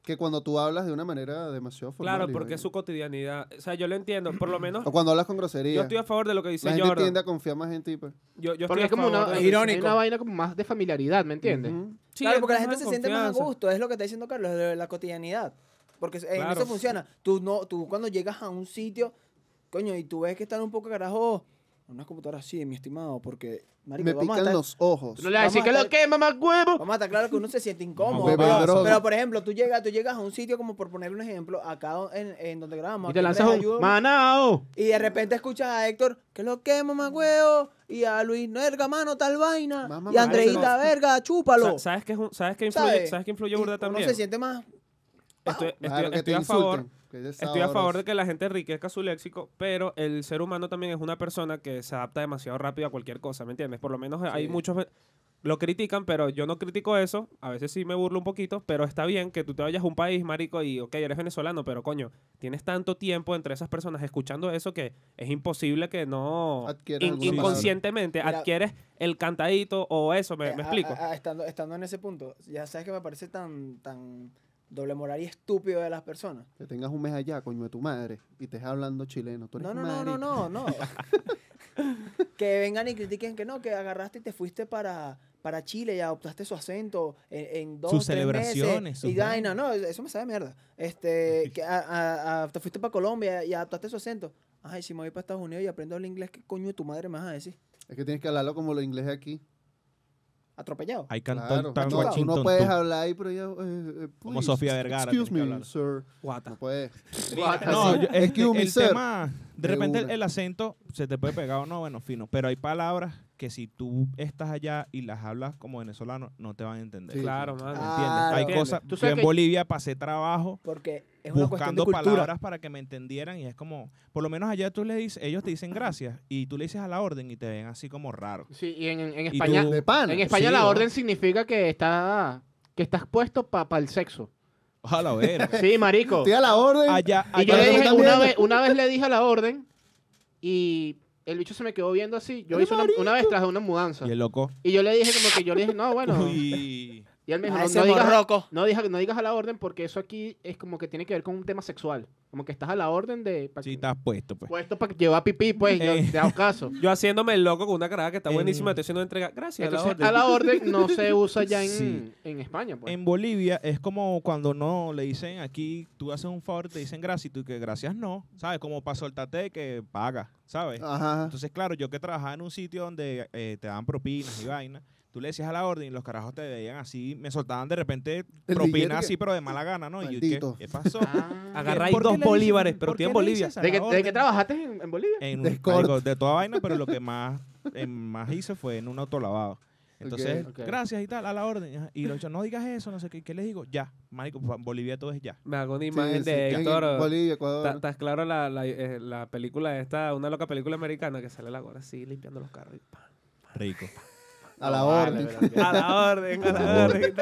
[SPEAKER 3] que cuando tú hablas de una manera demasiado formal.
[SPEAKER 2] Claro,
[SPEAKER 3] y
[SPEAKER 2] porque
[SPEAKER 3] vaina.
[SPEAKER 2] es su cotidianidad. O sea, yo lo entiendo. Por lo menos
[SPEAKER 3] O cuando hablas con grosería.
[SPEAKER 2] yo estoy a favor de lo que dice
[SPEAKER 3] la gente
[SPEAKER 2] Jordan.
[SPEAKER 3] tiende a confiar más en ti. Pues.
[SPEAKER 2] Yo, yo
[SPEAKER 4] Porque
[SPEAKER 2] estoy
[SPEAKER 4] es como
[SPEAKER 2] a favor
[SPEAKER 4] una,
[SPEAKER 2] de-
[SPEAKER 4] hay
[SPEAKER 8] Irónico.
[SPEAKER 4] una vaina como más de familiaridad, ¿me entiendes?
[SPEAKER 3] Ujú.
[SPEAKER 2] Sí,
[SPEAKER 8] claro, porque la
[SPEAKER 2] es
[SPEAKER 8] gente
[SPEAKER 2] de
[SPEAKER 8] se siente más a
[SPEAKER 2] confianza.
[SPEAKER 8] gusto, es lo que está diciendo Carlos, de la cotidianidad. Porque en
[SPEAKER 2] Claro.
[SPEAKER 8] eso funciona. Tú, no, tú cuando llegas a un sitio, coño, y tú ves que están un poco carajo, una computadora así, mi estimado, porque, marico,
[SPEAKER 3] Me
[SPEAKER 8] vamos a
[SPEAKER 3] pican
[SPEAKER 8] estar-
[SPEAKER 3] los ojos.
[SPEAKER 4] No le vas a decir
[SPEAKER 8] Vamos
[SPEAKER 4] que
[SPEAKER 8] a
[SPEAKER 4] lo
[SPEAKER 8] estar-
[SPEAKER 4] que, mamá huevo.
[SPEAKER 8] Vamos a estar claro que uno se siente incómodo.
[SPEAKER 3] Bebe
[SPEAKER 8] pero,
[SPEAKER 3] droga.
[SPEAKER 8] pero, por ejemplo, tú llegas, tú llegas a un sitio como por poner un ejemplo, acá en, en donde grabamos.
[SPEAKER 4] Y te
[SPEAKER 8] aquí
[SPEAKER 4] lanzas
[SPEAKER 8] les
[SPEAKER 4] un
[SPEAKER 8] ayudo.
[SPEAKER 4] manao.
[SPEAKER 8] Y de repente escuchas a Héctor, que lo que, mamá huevo, y a Luis, no, verga, mano, tal vaina.
[SPEAKER 3] Mamá,
[SPEAKER 8] y
[SPEAKER 3] mamá,
[SPEAKER 8] Andreita,
[SPEAKER 2] marico.
[SPEAKER 8] verga, chúpalo.
[SPEAKER 2] Sa- ¿Sabes qué es un- sabes qué influye,
[SPEAKER 8] ¿Sabes?
[SPEAKER 2] ¿sabes qué influye
[SPEAKER 8] Y
[SPEAKER 2] burda
[SPEAKER 8] uno
[SPEAKER 2] también?
[SPEAKER 8] se siente más.
[SPEAKER 2] Estoy, estoy-
[SPEAKER 3] Claro, que
[SPEAKER 2] estoy
[SPEAKER 3] te
[SPEAKER 2] a favor.
[SPEAKER 3] insulten, que es
[SPEAKER 2] Estoy a favor
[SPEAKER 3] sabroso.
[SPEAKER 2] de que la gente enriquezca su léxico, pero el ser humano también es una persona que se adapta demasiado rápido a cualquier cosa, ¿me entiendes? Por lo menos hay muchos... ve- Lo critican, pero yo no critico eso. A veces sí me burlo un poquito, pero está bien que tú te vayas a un país, marico, y ok, eres venezolano, pero coño, tienes tanto tiempo entre esas personas escuchando eso que es imposible que no...
[SPEAKER 3] Adquieras
[SPEAKER 2] in-
[SPEAKER 3] alguna palabra.
[SPEAKER 2] inconscientemente
[SPEAKER 8] Mira-
[SPEAKER 2] adquieres el cantadito o eso, ¿me,
[SPEAKER 8] Eh,
[SPEAKER 2] me
[SPEAKER 8] a-
[SPEAKER 2] explico?
[SPEAKER 8] a- a- estando, estando en ese punto, ya sabes que me parece tan, tan doble moral y estúpido de las personas.
[SPEAKER 3] Que tengas un mes allá, coño de tu madre, y te estés hablando chileno. Tú
[SPEAKER 8] No,
[SPEAKER 3] eres
[SPEAKER 8] no, no, no, no,
[SPEAKER 3] marica.
[SPEAKER 8] no. que vengan y critiquen que no, que agarraste y te fuiste para, para Chile y adoptaste su acento en, en dos,
[SPEAKER 1] Sus
[SPEAKER 8] tres
[SPEAKER 1] celebraciones,
[SPEAKER 8] meses,
[SPEAKER 1] sus
[SPEAKER 8] y vaina, no, eso me sabe mierda. Este, que a- a- a- te fuiste para Colombia y adoptaste su acento. Ay, si me voy para Estados Unidos y aprendo el inglés, ¿qué coño de tu madre me vas a decir?
[SPEAKER 3] Es que tienes que hablarlo como los ingleses aquí.
[SPEAKER 8] Atropellado.
[SPEAKER 1] Hay
[SPEAKER 3] Claro.
[SPEAKER 1] cantón
[SPEAKER 3] No,
[SPEAKER 1] tan
[SPEAKER 3] tú
[SPEAKER 1] Washington.
[SPEAKER 3] no puedes
[SPEAKER 1] tú.
[SPEAKER 3] hablar ahí, pero ya. eh, eh,
[SPEAKER 1] Como
[SPEAKER 3] please,
[SPEAKER 1] Sofía Vergara, tienes
[SPEAKER 3] Excuse
[SPEAKER 1] que
[SPEAKER 3] me,
[SPEAKER 1] hablar.
[SPEAKER 3] sir.
[SPEAKER 2] Guata.
[SPEAKER 3] No puedes.
[SPEAKER 1] No, yo-
[SPEAKER 3] Excuse
[SPEAKER 1] este,
[SPEAKER 3] me,
[SPEAKER 1] el
[SPEAKER 3] sir.
[SPEAKER 1] tema, de
[SPEAKER 3] De
[SPEAKER 1] repente el,
[SPEAKER 3] una.
[SPEAKER 1] el acento se te puede pegar o no, bueno, fino. Pero hay palabras que si tú estás allá y las hablas como venezolano, no te van a entender.
[SPEAKER 3] Sí.
[SPEAKER 2] Claro,
[SPEAKER 1] ¿Me
[SPEAKER 2] mano.
[SPEAKER 8] Ah,
[SPEAKER 1] entiendes?
[SPEAKER 8] Claro.
[SPEAKER 1] Hay
[SPEAKER 2] Entiendo.
[SPEAKER 1] cosas.
[SPEAKER 4] Tú
[SPEAKER 1] Yo
[SPEAKER 4] sabes
[SPEAKER 1] en
[SPEAKER 4] que-
[SPEAKER 1] Bolivia pasé trabajo
[SPEAKER 8] Porque es una cuestión de
[SPEAKER 1] buscando
[SPEAKER 8] cultura.
[SPEAKER 1] palabras para que me entendieran y es como, por lo menos allá tú le dices, ellos te dicen gracias y tú le dices a la orden y te ven así como raro.
[SPEAKER 4] Sí, y en, en- en
[SPEAKER 1] Y
[SPEAKER 4] España,
[SPEAKER 1] tú-
[SPEAKER 3] De pana.
[SPEAKER 4] en España
[SPEAKER 1] sí,
[SPEAKER 4] la
[SPEAKER 1] ¿no?
[SPEAKER 4] orden significa que está que estás puesto para el sexo.
[SPEAKER 1] Ojalá ver.
[SPEAKER 4] Sí, marico.
[SPEAKER 3] Estoy a la orden.
[SPEAKER 1] Allá,
[SPEAKER 4] Y yo
[SPEAKER 1] allá-
[SPEAKER 4] le
[SPEAKER 3] Pero
[SPEAKER 4] dije,
[SPEAKER 3] también-
[SPEAKER 4] una vez, una vez le dije a la orden y el bicho se me quedó viendo así. Yo hice una, una vez tras de una mudanza.
[SPEAKER 1] y el loco.
[SPEAKER 4] Y yo le dije como que yo le dije, no, bueno.
[SPEAKER 1] Uy.
[SPEAKER 4] Y él me dijo,
[SPEAKER 8] A
[SPEAKER 4] no,
[SPEAKER 8] ese
[SPEAKER 4] no digas,
[SPEAKER 8] morroco.
[SPEAKER 4] no, digas, no digas a la orden porque eso aquí es como que tiene que ver con un tema sexual. Como que estás a la orden de... pa'
[SPEAKER 1] Sí,
[SPEAKER 4] que-
[SPEAKER 1] estás puesto, pues.
[SPEAKER 4] Puesto para llevar pipí, pues, yo,
[SPEAKER 1] Eh.
[SPEAKER 4] te hago caso.
[SPEAKER 2] Yo haciéndome el loco con una caraja que está
[SPEAKER 1] En-
[SPEAKER 2] buenísima, estoy haciendo entrega. Gracias. a la
[SPEAKER 4] Entonces,
[SPEAKER 2] orden.
[SPEAKER 4] a la orden no se usa ya en,
[SPEAKER 1] Sí.
[SPEAKER 4] en España, pues.
[SPEAKER 1] En Bolivia es como cuando no le dicen aquí, tú haces un favor, te dicen gracias y tú que gracias no, ¿sabes? Como para soltarte que paga, ¿sabes?
[SPEAKER 3] Ajá.
[SPEAKER 1] Entonces, claro, yo que trabajaba en un sitio donde eh, te daban propinas y vainas, tú le decías a la orden y los carajos te veían así, me soltaban de repente
[SPEAKER 3] El billete
[SPEAKER 1] propinas
[SPEAKER 3] que-
[SPEAKER 1] así, pero de mala gana, ¿no? Y yo,
[SPEAKER 3] Maldito.
[SPEAKER 1] ¿qué, ¿qué pasó?
[SPEAKER 4] Ah.
[SPEAKER 2] Agarra ahí
[SPEAKER 1] ¿Por qué
[SPEAKER 2] dos
[SPEAKER 1] le dicen-
[SPEAKER 2] bolívares, pero
[SPEAKER 1] por
[SPEAKER 2] estoy
[SPEAKER 1] qué
[SPEAKER 2] en
[SPEAKER 1] le
[SPEAKER 2] Bolivia.
[SPEAKER 1] dices a
[SPEAKER 4] ¿De,
[SPEAKER 1] la
[SPEAKER 4] que, de que
[SPEAKER 1] orden?
[SPEAKER 4] trabajaste en, en Bolivia?
[SPEAKER 1] en un-
[SPEAKER 3] Descorte.
[SPEAKER 1] marico, de toda vaina, pero lo que más, en más hice fue en un autolavado. Entonces,
[SPEAKER 4] Ok, ok.
[SPEAKER 1] gracias y tal, a la orden. Ajá. Y los no digas eso, no sé qué, ¿qué les digo? Ya, marico, en Bolivia todo es ya.
[SPEAKER 2] Me hago una
[SPEAKER 3] Sí,
[SPEAKER 2] imagen
[SPEAKER 3] sí,
[SPEAKER 2] de
[SPEAKER 3] que en
[SPEAKER 2] Héctor.
[SPEAKER 3] Bolivia, Ecuador.
[SPEAKER 2] ¿Estás claro la, la, eh, la película esta, una loca película americana que sale la gorra así limpiando los carros? y pa.
[SPEAKER 1] Rico.
[SPEAKER 3] a la
[SPEAKER 4] No,
[SPEAKER 3] orden.
[SPEAKER 4] vale, pero-
[SPEAKER 2] A la orden, a la orden.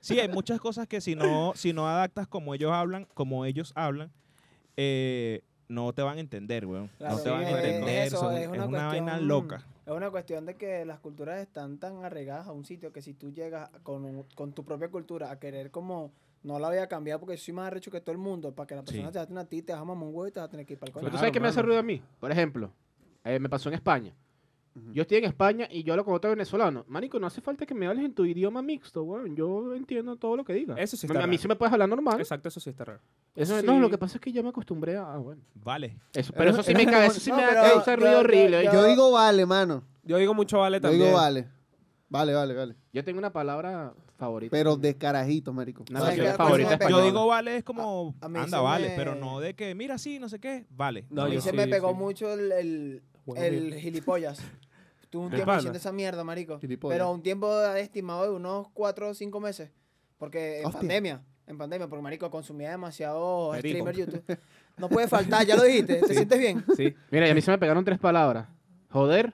[SPEAKER 1] Sí, hay muchas cosas que si no, si no adaptas como ellos hablan, como ellos hablan, eh, no te van a entender, weón.
[SPEAKER 8] Claro,
[SPEAKER 1] no te van a
[SPEAKER 8] sí, es-
[SPEAKER 1] entender.
[SPEAKER 8] eso,
[SPEAKER 1] son-
[SPEAKER 8] es
[SPEAKER 1] es una,
[SPEAKER 8] una cuestión-
[SPEAKER 1] vaina loca.
[SPEAKER 8] Es una cuestión de que las culturas están tan arraigadas a un sitio que si tú llegas con, un- con tu propia cultura a querer como no la voy a cambiar porque soy más arrecho que todo el mundo, para que la persona
[SPEAKER 1] Sí.
[SPEAKER 8] te hable a ti, te vas a mamar un huevo y te vas a tener que ir para el
[SPEAKER 4] Pero
[SPEAKER 8] coño.
[SPEAKER 4] tú
[SPEAKER 2] Claro,
[SPEAKER 4] sabes qué me hace
[SPEAKER 2] mano.
[SPEAKER 4] ruido a mí. Por ejemplo, eh, me pasó en España. Yo estoy en España y yo hablo con otro venezolano. Marico, no hace falta que me hables en tu idioma mixto, weón. Yo entiendo todo lo que digas.
[SPEAKER 2] Eso sí
[SPEAKER 4] Me-
[SPEAKER 2] está
[SPEAKER 4] A mí
[SPEAKER 2] raro.
[SPEAKER 4] sí me puedes hablar normal.
[SPEAKER 2] Exacto, eso sí está raro.
[SPEAKER 4] Eso-
[SPEAKER 8] Sí.
[SPEAKER 4] No, lo que pasa es que ya me acostumbré a... ah, bueno.
[SPEAKER 1] Vale.
[SPEAKER 4] Eso- pero eso sí me,
[SPEAKER 3] eres
[SPEAKER 4] cae,
[SPEAKER 3] como-
[SPEAKER 4] eso sí
[SPEAKER 8] no,
[SPEAKER 4] me
[SPEAKER 8] pero-
[SPEAKER 4] causa
[SPEAKER 8] yo-
[SPEAKER 4] ruido
[SPEAKER 8] yo-
[SPEAKER 4] horrible.
[SPEAKER 8] yo-
[SPEAKER 4] Yo,
[SPEAKER 3] Yo digo vale, mano.
[SPEAKER 2] Yo digo mucho vale
[SPEAKER 3] Yo
[SPEAKER 2] también.
[SPEAKER 3] digo vale. Vale, vale, vale.
[SPEAKER 4] tengo una palabra favorita.
[SPEAKER 3] Pero de carajito, marico.
[SPEAKER 4] una
[SPEAKER 8] ¿sabes
[SPEAKER 4] canción
[SPEAKER 8] qué?
[SPEAKER 4] favorita
[SPEAKER 8] Cuando-
[SPEAKER 1] Yo
[SPEAKER 4] española.
[SPEAKER 1] digo vale es como,
[SPEAKER 8] A- a mí
[SPEAKER 1] anda,
[SPEAKER 8] se
[SPEAKER 1] vale,
[SPEAKER 8] me-
[SPEAKER 1] pero no de que, mira, sí, no sé qué, vale.
[SPEAKER 2] No,
[SPEAKER 8] a mí
[SPEAKER 2] yo
[SPEAKER 8] se
[SPEAKER 2] sí,
[SPEAKER 8] me
[SPEAKER 2] yo
[SPEAKER 8] pegó
[SPEAKER 2] sí.
[SPEAKER 8] mucho el, el, el gilipollas. Tuve un
[SPEAKER 2] ¿De
[SPEAKER 8] tiempo
[SPEAKER 2] pana?
[SPEAKER 8] haciendo esa mierda, marico.
[SPEAKER 3] Gilipollas.
[SPEAKER 8] Pero un tiempo estimado de unos 4 o 5 meses. Porque en
[SPEAKER 3] Hostia.
[SPEAKER 8] pandemia. En pandemia, porque marico consumía demasiado
[SPEAKER 2] Perico.
[SPEAKER 8] streamer YouTube. No puede faltar, ya lo dijiste. ¿Te sientes bien?
[SPEAKER 2] Sí.
[SPEAKER 4] Mira, y a mí se me pegaron tres palabras. Joder,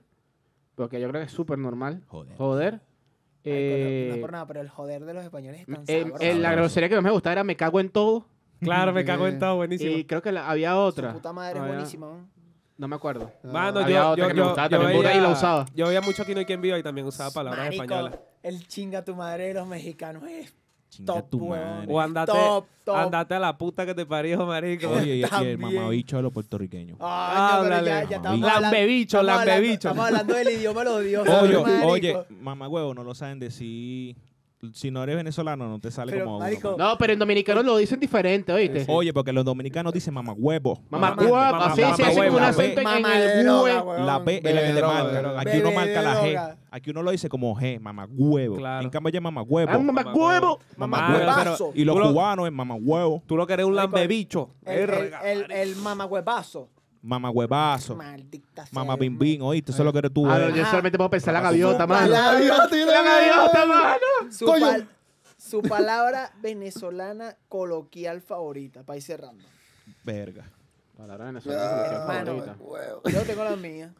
[SPEAKER 4] porque yo creo que es súper normal.
[SPEAKER 1] Joder.
[SPEAKER 4] Joder.
[SPEAKER 8] Marico, no, no
[SPEAKER 4] eh,
[SPEAKER 8] es por nada, pero el joder de los españoles es tan
[SPEAKER 4] eh,
[SPEAKER 8] sabroso.
[SPEAKER 4] eh, la grosería que más me gustaba era me cago en todo.
[SPEAKER 2] Claro, me cago en todo, buenísimo.
[SPEAKER 4] Y creo que la- había
[SPEAKER 8] Su
[SPEAKER 4] otra.
[SPEAKER 8] puta madre
[SPEAKER 4] Ah,
[SPEAKER 8] es
[SPEAKER 4] ya.
[SPEAKER 8] buenísima. ¿no?
[SPEAKER 4] No me acuerdo.
[SPEAKER 2] Mano,
[SPEAKER 4] Había
[SPEAKER 2] yo,
[SPEAKER 4] otra
[SPEAKER 2] yo,
[SPEAKER 4] que me
[SPEAKER 2] yo,
[SPEAKER 4] gustaba
[SPEAKER 2] yo
[SPEAKER 4] también,
[SPEAKER 2] veía,
[SPEAKER 4] burda y la usaba.
[SPEAKER 2] Yo veía mucho Kino y quien viva y también usaba palabras
[SPEAKER 8] Marico,
[SPEAKER 2] españolas.
[SPEAKER 8] El chinga tu madre de los mexicanos es
[SPEAKER 1] Chinga
[SPEAKER 8] top,
[SPEAKER 1] tu
[SPEAKER 8] weón.
[SPEAKER 1] madre.
[SPEAKER 2] O andate,
[SPEAKER 8] Top, top.
[SPEAKER 2] andate a la puta que te parió, marico.
[SPEAKER 1] Oye, y, y el
[SPEAKER 8] También.
[SPEAKER 1] mamabicho de los puertorriqueños.
[SPEAKER 8] Ah, no, pero ya,
[SPEAKER 2] Háblale.
[SPEAKER 8] ya estamos
[SPEAKER 1] Mamabicho.
[SPEAKER 8] hablando-
[SPEAKER 2] Lambebicho,
[SPEAKER 8] estamos hablando-
[SPEAKER 2] lambebicho.
[SPEAKER 8] Estamos hablando del idioma de los dioses.
[SPEAKER 1] Oye,
[SPEAKER 8] marico.
[SPEAKER 1] oye, mamá huevo, no lo saben decir. Si no eres venezolano, no te sale
[SPEAKER 8] Pero,
[SPEAKER 1] como. uno, pues.
[SPEAKER 8] marico,
[SPEAKER 4] No, pero en dominicano lo dicen diferente, ¿oíste?
[SPEAKER 1] Oye, porque los dominicanos dicen mamá huevo.
[SPEAKER 4] Mamá
[SPEAKER 2] mamá-
[SPEAKER 4] guapa,
[SPEAKER 2] mamá-
[SPEAKER 4] así sí,
[SPEAKER 2] mamá
[SPEAKER 4] así como un
[SPEAKER 1] huevo.
[SPEAKER 4] acento en- en
[SPEAKER 8] Mamá de
[SPEAKER 4] el
[SPEAKER 8] droga,
[SPEAKER 4] hue.
[SPEAKER 8] weón.
[SPEAKER 1] La B es la que te
[SPEAKER 3] Bebedroga,
[SPEAKER 1] marca.
[SPEAKER 3] bebedroga.
[SPEAKER 1] Aquí uno marca la G.
[SPEAKER 8] Bebedroga.
[SPEAKER 1] Aquí uno lo dice como G, mamá huevo.
[SPEAKER 2] Claro.
[SPEAKER 1] En cambio, ya mamá
[SPEAKER 4] Ah,
[SPEAKER 1] huevo.
[SPEAKER 4] mamá huevo.
[SPEAKER 1] Mamá
[SPEAKER 8] huevo.
[SPEAKER 1] huevo. Y los
[SPEAKER 2] tú lo-
[SPEAKER 1] cubanos es mamá huevo,
[SPEAKER 2] Tú lo que eres un lambebicho.
[SPEAKER 8] El, el,
[SPEAKER 2] Verga,
[SPEAKER 8] el, el mamahuevazo.
[SPEAKER 1] mamá huevazo,
[SPEAKER 8] Maldita sea.
[SPEAKER 1] mamá bim bim, oíste, eso es lo que eres tú.
[SPEAKER 4] Ah,
[SPEAKER 1] eh.
[SPEAKER 4] no, yo
[SPEAKER 8] Ajá.
[SPEAKER 4] solamente puedo pensar la
[SPEAKER 1] Papá,
[SPEAKER 4] gaviota,
[SPEAKER 8] papá,
[SPEAKER 4] mano.
[SPEAKER 8] la-
[SPEAKER 4] La gaviota, mano.
[SPEAKER 8] Su,
[SPEAKER 3] Coño.
[SPEAKER 8] pal- su palabra venezolana coloquial favorita, para ir cerrando.
[SPEAKER 1] Verga.
[SPEAKER 4] Palabra venezolana, mi
[SPEAKER 8] Hermano,
[SPEAKER 4] favorita.
[SPEAKER 8] Yo tengo la mía.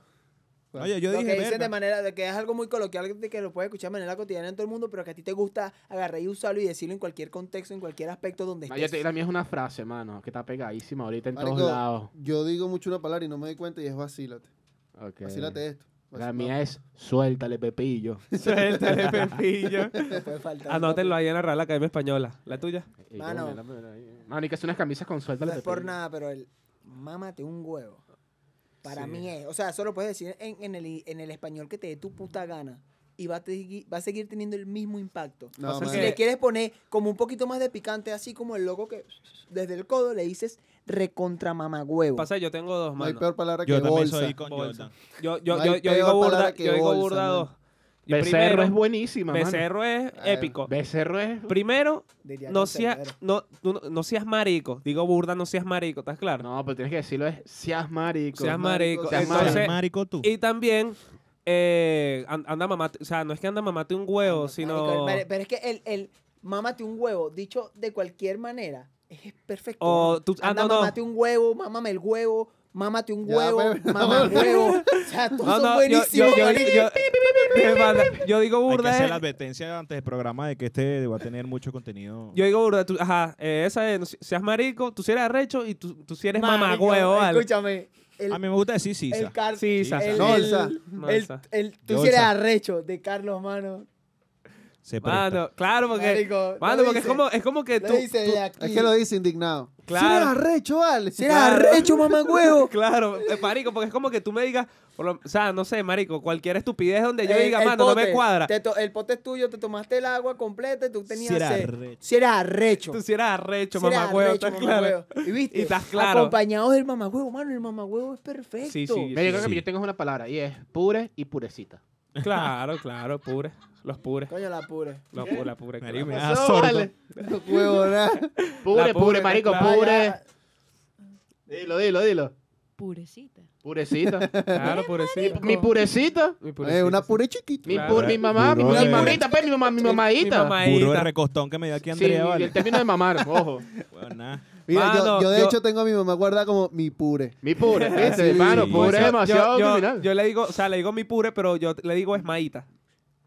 [SPEAKER 1] Oye, yo
[SPEAKER 8] lo
[SPEAKER 1] dije
[SPEAKER 8] que dicen de
[SPEAKER 1] verga.
[SPEAKER 8] manera, de que es algo muy coloquial de que lo puedes escuchar de manera cotidiana en todo el mundo, pero que a ti te gusta agarrar y usarlo y decirlo en cualquier contexto, en cualquier aspecto donde
[SPEAKER 4] Ah, ya
[SPEAKER 8] estés.
[SPEAKER 4] te- La mía es una frase, mano, que está pegadísima ahorita en todos
[SPEAKER 3] Marico,
[SPEAKER 4] lados.
[SPEAKER 3] Yo digo mucho una palabra y no me doy cuenta y es vacílate.
[SPEAKER 4] Ok.
[SPEAKER 3] Vacílate esto.
[SPEAKER 4] La mía es suéltale, Pepillo.
[SPEAKER 2] Suéltale, Pepillo.
[SPEAKER 8] No puede faltar.
[SPEAKER 2] Anótenlo ahí en la Real Academia Española. ¿La tuya?
[SPEAKER 4] Y yo,
[SPEAKER 8] Mano.
[SPEAKER 4] mira, mira, mira. Mano, y que son unas camisas con suéltale,
[SPEAKER 8] No es
[SPEAKER 4] Pepillo.
[SPEAKER 8] por nada, pero el mámate un huevo. Para
[SPEAKER 2] Sí.
[SPEAKER 8] mí es. O sea, eso lo puedes decir en, en el, en el español que te dé tu puta gana. Y va a, te- va a seguir teniendo el mismo impacto.
[SPEAKER 3] No,
[SPEAKER 8] si
[SPEAKER 2] Pasa que-
[SPEAKER 3] madre.
[SPEAKER 8] le quieres poner como un poquito más de picante, así como el loco que desde el codo le dices recontra mamagüevo.
[SPEAKER 2] Pasa, yo tengo dos,
[SPEAKER 3] No hay
[SPEAKER 2] mano.
[SPEAKER 3] peor palabra que
[SPEAKER 1] Yo también
[SPEAKER 3] bolsa.
[SPEAKER 1] soy con
[SPEAKER 2] Bolsa.
[SPEAKER 1] Jordan.
[SPEAKER 2] Yo, yo,
[SPEAKER 3] No hay
[SPEAKER 2] yo, yo
[SPEAKER 3] peor
[SPEAKER 2] digo burda,
[SPEAKER 3] palabra que
[SPEAKER 2] yo digo
[SPEAKER 3] bolsa,
[SPEAKER 2] burda
[SPEAKER 3] mano.
[SPEAKER 2] dos. Y
[SPEAKER 4] Becerro
[SPEAKER 2] primero-
[SPEAKER 4] es buenísima, mano.
[SPEAKER 2] Becerro es
[SPEAKER 3] Ah,
[SPEAKER 2] épico.
[SPEAKER 4] Becerro es...
[SPEAKER 2] Primero,
[SPEAKER 8] Diría
[SPEAKER 2] no,
[SPEAKER 8] que
[SPEAKER 2] sea,
[SPEAKER 8] severo.
[SPEAKER 2] no, tú no, no seas marico. Digo burda, no seas marico, ¿estás claro?
[SPEAKER 4] No, pero tienes que decirlo es seas marico.
[SPEAKER 2] seas
[SPEAKER 3] marico,
[SPEAKER 2] marico.
[SPEAKER 4] seas
[SPEAKER 2] Entonces,
[SPEAKER 4] marico.
[SPEAKER 1] Seas marico tú.
[SPEAKER 2] Y también, eh, an- anda mamate, o sea, no es que anda mamate un huevo,
[SPEAKER 8] Marico,
[SPEAKER 2] sino...
[SPEAKER 8] el- pero es que el, el mámate un huevo, dicho de cualquier manera, es perfecto.
[SPEAKER 2] O
[SPEAKER 8] ¿no?
[SPEAKER 2] tú- ah,
[SPEAKER 8] Anda,
[SPEAKER 2] no, no.
[SPEAKER 8] mámate un huevo, mámame el huevo, mámate un
[SPEAKER 3] Ya,
[SPEAKER 8] huevo,
[SPEAKER 1] pues,
[SPEAKER 3] pero-
[SPEAKER 8] mamá el huevo. O sea, todos
[SPEAKER 2] No,
[SPEAKER 8] son
[SPEAKER 2] no, yo, yo,
[SPEAKER 8] buenísimos,
[SPEAKER 2] yo-
[SPEAKER 8] marico.
[SPEAKER 2] yo- me manda- yo digo
[SPEAKER 1] Hay que
[SPEAKER 2] burda, eh,
[SPEAKER 1] hacer
[SPEAKER 2] es-
[SPEAKER 1] la advertencia antes del programa de que este va a tener mucho contenido.
[SPEAKER 2] yo digo burda, tú- ajá, eh, esa es, no, si- seas marico, tú si eres arrecho y tú, tú si eres
[SPEAKER 8] Marico,
[SPEAKER 2] mamagüevo, ¿vale?
[SPEAKER 8] Escúchame. El,
[SPEAKER 1] A mí me gusta decir
[SPEAKER 8] el
[SPEAKER 1] sisa.
[SPEAKER 8] car-
[SPEAKER 2] Sí, sa-
[SPEAKER 8] el-
[SPEAKER 3] No,
[SPEAKER 8] el-
[SPEAKER 3] Elsa.
[SPEAKER 8] el-
[SPEAKER 2] Mansa.
[SPEAKER 8] el-
[SPEAKER 1] De
[SPEAKER 8] tú si eres
[SPEAKER 1] bolsa.
[SPEAKER 8] arrecho de Carlos Mano.
[SPEAKER 1] Se presta.
[SPEAKER 2] Mano, claro, porque,
[SPEAKER 8] Marico, lo
[SPEAKER 2] mano, porque es,
[SPEAKER 8] dice-
[SPEAKER 2] como, es como que
[SPEAKER 8] Lo
[SPEAKER 2] tú...
[SPEAKER 8] dice
[SPEAKER 2] tú-
[SPEAKER 8] de aquí.
[SPEAKER 3] Es que lo dice indignado.
[SPEAKER 2] Claro.
[SPEAKER 3] Si eres arrecho, vale.
[SPEAKER 8] Si eres arrecho, mamá huevo.
[SPEAKER 2] Claro, eh, marico, porque es como que tú me digas, por lo- o sea, no sé, marico, cualquier estupidez donde yo
[SPEAKER 8] El-
[SPEAKER 2] diga,
[SPEAKER 8] el
[SPEAKER 2] mano, no me
[SPEAKER 8] pote,
[SPEAKER 2] cuadra.
[SPEAKER 8] te to- el pote es tuyo, te tomaste el agua completa y tú tenías
[SPEAKER 1] Si eres
[SPEAKER 8] sed.
[SPEAKER 1] arrecho.
[SPEAKER 8] Si eres arrecho.
[SPEAKER 2] Tú si eres arrecho,
[SPEAKER 8] Si eres
[SPEAKER 2] mamagüevo,
[SPEAKER 8] arrecho,
[SPEAKER 2] ¿estás claro?
[SPEAKER 8] mamagüevo. Y viste,
[SPEAKER 2] Y estás claro.
[SPEAKER 8] acompañados del mamagüevo, mano, el mamagüevo es perfecto.
[SPEAKER 2] Sí, sí,
[SPEAKER 4] Mira, yo creo
[SPEAKER 1] Sí.
[SPEAKER 4] que yo tengo una palabra y es pure y purecita.
[SPEAKER 2] Claro, claro, pure. Los pures.
[SPEAKER 8] Coño, la pure.
[SPEAKER 2] Los pures, la pure.
[SPEAKER 1] Marico, me
[SPEAKER 2] claro.
[SPEAKER 1] da
[SPEAKER 4] Eso
[SPEAKER 1] sordo.
[SPEAKER 4] vale.
[SPEAKER 3] Huevona.
[SPEAKER 4] Pure,
[SPEAKER 2] La pure,
[SPEAKER 4] pure, marico,
[SPEAKER 2] claro.
[SPEAKER 4] pure. Dilo, dilo, dilo.
[SPEAKER 10] Purecita.
[SPEAKER 4] Purecita.
[SPEAKER 2] Claro, purecito.
[SPEAKER 4] Mi purecita.
[SPEAKER 2] Mi purecito.
[SPEAKER 3] Es una pure chiquita.
[SPEAKER 4] Mi,
[SPEAKER 2] Claro.
[SPEAKER 4] pur- mi mamá, mi,
[SPEAKER 1] Burro
[SPEAKER 4] mi
[SPEAKER 1] de-
[SPEAKER 4] purita, pues, mi mamá, mi
[SPEAKER 2] Mi
[SPEAKER 4] mamadita.
[SPEAKER 2] mamadita.
[SPEAKER 1] Burro de recostón que me dio aquí
[SPEAKER 4] Sí,
[SPEAKER 1] Andrea,
[SPEAKER 4] y
[SPEAKER 1] vale.
[SPEAKER 4] el término de mamar, ojo.
[SPEAKER 1] Bueno, nada.
[SPEAKER 3] Mira, yo-
[SPEAKER 2] Mano,
[SPEAKER 3] yo, de
[SPEAKER 2] yo-
[SPEAKER 3] hecho tengo a mi mamá guardada como mi pure.
[SPEAKER 4] Mi pure, ¿viste,
[SPEAKER 3] Sí.
[SPEAKER 4] hermano?
[SPEAKER 1] Sí.
[SPEAKER 4] Pure
[SPEAKER 2] Yo-
[SPEAKER 4] es demasiado
[SPEAKER 2] yo,
[SPEAKER 4] criminal.
[SPEAKER 2] Yo le digo, o sea, le digo mi pure, pero yo le digo es maíta.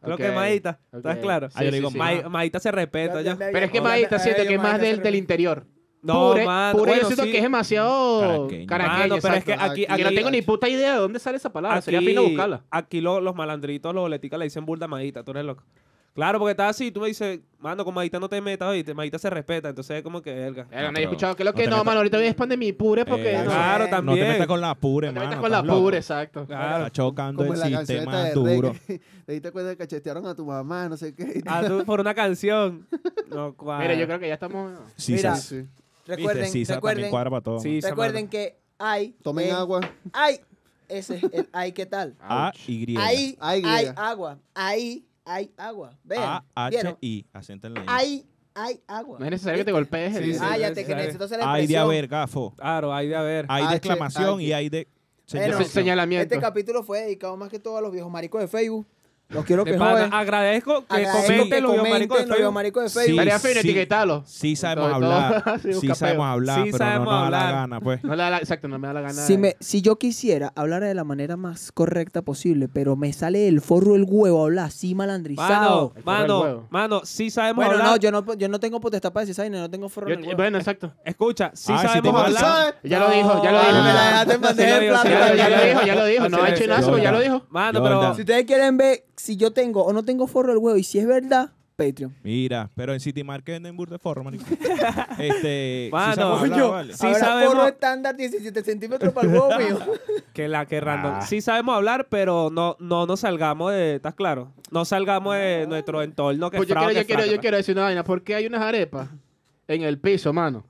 [SPEAKER 2] Creo que es
[SPEAKER 4] Ok,
[SPEAKER 2] maíta.
[SPEAKER 4] ok.
[SPEAKER 2] ¿Estás claro?
[SPEAKER 1] Ah, yo le digo
[SPEAKER 2] Ma-
[SPEAKER 1] maíta.
[SPEAKER 2] maíta se respeta
[SPEAKER 8] Ya-
[SPEAKER 2] ya.
[SPEAKER 8] ya me
[SPEAKER 4] Pero es que
[SPEAKER 8] había-
[SPEAKER 4] maíta
[SPEAKER 8] ya-
[SPEAKER 4] siento
[SPEAKER 8] ya
[SPEAKER 4] que es
[SPEAKER 8] maíta
[SPEAKER 4] más
[SPEAKER 8] se
[SPEAKER 4] del,
[SPEAKER 8] re-
[SPEAKER 4] del interior.
[SPEAKER 2] No,
[SPEAKER 4] pure,
[SPEAKER 2] mano.
[SPEAKER 4] pure
[SPEAKER 2] bueno,
[SPEAKER 4] yo siento
[SPEAKER 2] sí.
[SPEAKER 4] que es demasiado
[SPEAKER 1] Caraqueño.
[SPEAKER 4] caraqueño.
[SPEAKER 2] Mano, pero es que
[SPEAKER 4] exacto.
[SPEAKER 2] aquí,
[SPEAKER 3] aquí-
[SPEAKER 2] aquí,
[SPEAKER 4] Que no tengo ni puta idea de dónde sale esa palabra. Sería
[SPEAKER 2] Aquí-
[SPEAKER 4] fino buscarla.
[SPEAKER 2] Aquí lo- los malandritos, los boleticas le dicen burda maíta, tú eres loco. Claro, porque estás así, tú me dices, mano, con maíta no te metas, oíste, maíta se respeta, entonces es como que verga.
[SPEAKER 4] Verga,
[SPEAKER 1] pero
[SPEAKER 4] nadie ha escuchado. Que lo
[SPEAKER 1] no
[SPEAKER 4] que
[SPEAKER 1] te
[SPEAKER 4] no,
[SPEAKER 1] metas-
[SPEAKER 4] mano, ahorita voy a expandir mi pure porque.
[SPEAKER 1] Eh,
[SPEAKER 4] no,
[SPEAKER 8] claro,
[SPEAKER 2] Claro,
[SPEAKER 1] No te
[SPEAKER 2] también.
[SPEAKER 1] metas con la pure,
[SPEAKER 4] no te
[SPEAKER 1] mano.
[SPEAKER 4] metas con la
[SPEAKER 1] estás loco.
[SPEAKER 4] pure, exacto.
[SPEAKER 2] Claro.
[SPEAKER 1] Está chocando
[SPEAKER 3] Como
[SPEAKER 1] el
[SPEAKER 3] en la canción esta
[SPEAKER 1] sistema
[SPEAKER 3] de Rey,
[SPEAKER 1] duro.
[SPEAKER 3] que Te diste cuenta de que cachetearon a tu mamá, no sé qué.
[SPEAKER 2] Ah, tú por una canción. No, cuadra.
[SPEAKER 4] Mira, yo creo que ya estamos.
[SPEAKER 1] Sisa.
[SPEAKER 8] Mira,
[SPEAKER 3] Sí.
[SPEAKER 1] Viste,
[SPEAKER 8] Recuerden,
[SPEAKER 1] Sisa también
[SPEAKER 8] recuerden,
[SPEAKER 1] cuadra para todo.
[SPEAKER 2] Sí, esa
[SPEAKER 8] recuerden que hay.
[SPEAKER 3] Tomen
[SPEAKER 8] en-
[SPEAKER 3] agua.
[SPEAKER 8] Hay. Ese es el hay, ¿qué tal?
[SPEAKER 1] A, Y.
[SPEAKER 8] Ahí
[SPEAKER 3] Hay
[SPEAKER 8] hay,
[SPEAKER 3] griega.
[SPEAKER 8] agua. Ahí hay agua.
[SPEAKER 1] A,
[SPEAKER 2] Ah,
[SPEAKER 8] Vean.
[SPEAKER 1] H,
[SPEAKER 8] ¿vieron?
[SPEAKER 1] I. Acento en la I.
[SPEAKER 8] Ahí hay agua.
[SPEAKER 4] No es necesario que te golpees.
[SPEAKER 2] Sí,
[SPEAKER 4] el-
[SPEAKER 2] sí.
[SPEAKER 8] Ah, ya te
[SPEAKER 2] necesario.
[SPEAKER 8] que necesito hacer la
[SPEAKER 1] Hay de
[SPEAKER 8] expresión.
[SPEAKER 1] haber, gafo.
[SPEAKER 2] Claro, hay de haber.
[SPEAKER 1] Hay
[SPEAKER 3] H,
[SPEAKER 1] de exclamación
[SPEAKER 3] H.
[SPEAKER 1] y hay de.
[SPEAKER 8] Bueno,
[SPEAKER 1] señalación.
[SPEAKER 4] señalamiento.
[SPEAKER 2] Este
[SPEAKER 8] Este capítulo fue dedicado más que todo a los viejos maricos de Facebook. Los quiero
[SPEAKER 2] De
[SPEAKER 8] que
[SPEAKER 2] pana,
[SPEAKER 8] joden.
[SPEAKER 2] Agradezco que
[SPEAKER 8] Agradezco
[SPEAKER 2] comenten
[SPEAKER 8] que
[SPEAKER 2] los
[SPEAKER 8] comenten
[SPEAKER 2] biomarico de
[SPEAKER 8] los
[SPEAKER 2] Facebook.
[SPEAKER 8] biomarico de
[SPEAKER 1] Sí,
[SPEAKER 8] Facebook.
[SPEAKER 4] Tarea fina,
[SPEAKER 1] sí.
[SPEAKER 4] etiquetalo.
[SPEAKER 1] Sí sabemos
[SPEAKER 4] Sobre todo,
[SPEAKER 1] hablar,
[SPEAKER 4] sí,
[SPEAKER 1] sí
[SPEAKER 4] busca
[SPEAKER 1] sabemos
[SPEAKER 4] peo.
[SPEAKER 1] hablar,
[SPEAKER 2] Sí
[SPEAKER 1] pero
[SPEAKER 2] sabemos
[SPEAKER 1] no nos da la
[SPEAKER 2] hablar.
[SPEAKER 1] gana, pues.
[SPEAKER 4] No le da la- exacto, no me da la gana.
[SPEAKER 8] Si,
[SPEAKER 4] de-
[SPEAKER 8] me, si yo quisiera hablar de la manera más correcta posible, pero me sale el forro el huevo hablar así malandrizado.
[SPEAKER 2] Mano,
[SPEAKER 4] El forro del
[SPEAKER 2] mano,
[SPEAKER 4] huevo.
[SPEAKER 2] mano, sí sabemos
[SPEAKER 8] bueno,
[SPEAKER 2] hablar.
[SPEAKER 8] no yo, no, yo no tengo potestad para decir esa vaina, no tengo forro
[SPEAKER 4] Yo- eh,
[SPEAKER 8] en el huevo.
[SPEAKER 4] bueno, exacto.
[SPEAKER 2] Escucha, sí
[SPEAKER 1] Ah, sí
[SPEAKER 2] sabemos
[SPEAKER 1] tengo
[SPEAKER 3] ¿Cómo tú
[SPEAKER 1] hablar.
[SPEAKER 3] sabes?
[SPEAKER 4] Ya lo dijo, ya lo
[SPEAKER 8] Ah,
[SPEAKER 4] dijo.
[SPEAKER 8] me la dejaste en bandeja de
[SPEAKER 2] Sí, lo
[SPEAKER 8] plata.
[SPEAKER 2] digo,
[SPEAKER 4] Ya, lo- ya lo
[SPEAKER 2] sí,
[SPEAKER 4] dicho, ya lo dijo, no ha hecho nada,
[SPEAKER 1] Jordan.
[SPEAKER 4] ya lo dijo.
[SPEAKER 2] Mano, pero...
[SPEAKER 1] Jordan.
[SPEAKER 8] Si ustedes quieren ver si yo tengo o no tengo forro el huevo y si es verdad, Patreon.
[SPEAKER 1] Mira, pero en City Market venden burda de forro, marico. este,
[SPEAKER 2] Mano,
[SPEAKER 1] sí sabemos hablar,
[SPEAKER 2] coño.
[SPEAKER 1] vale.
[SPEAKER 2] Sí
[SPEAKER 8] Habrá
[SPEAKER 2] sabemos-
[SPEAKER 8] forro estándar 17 centímetros para el huevo mío.
[SPEAKER 2] Que la que random.
[SPEAKER 1] Ah.
[SPEAKER 2] Sí sabemos hablar, pero no, no nos salgamos de... ¿Estás claro? No salgamos de nuestro entorno que
[SPEAKER 4] Pues yo
[SPEAKER 2] fraude,
[SPEAKER 4] quiero, yo quiero,
[SPEAKER 2] fraude.
[SPEAKER 4] yo quiero decir una vaina. ¿Por qué hay unas arepas en el piso, mano?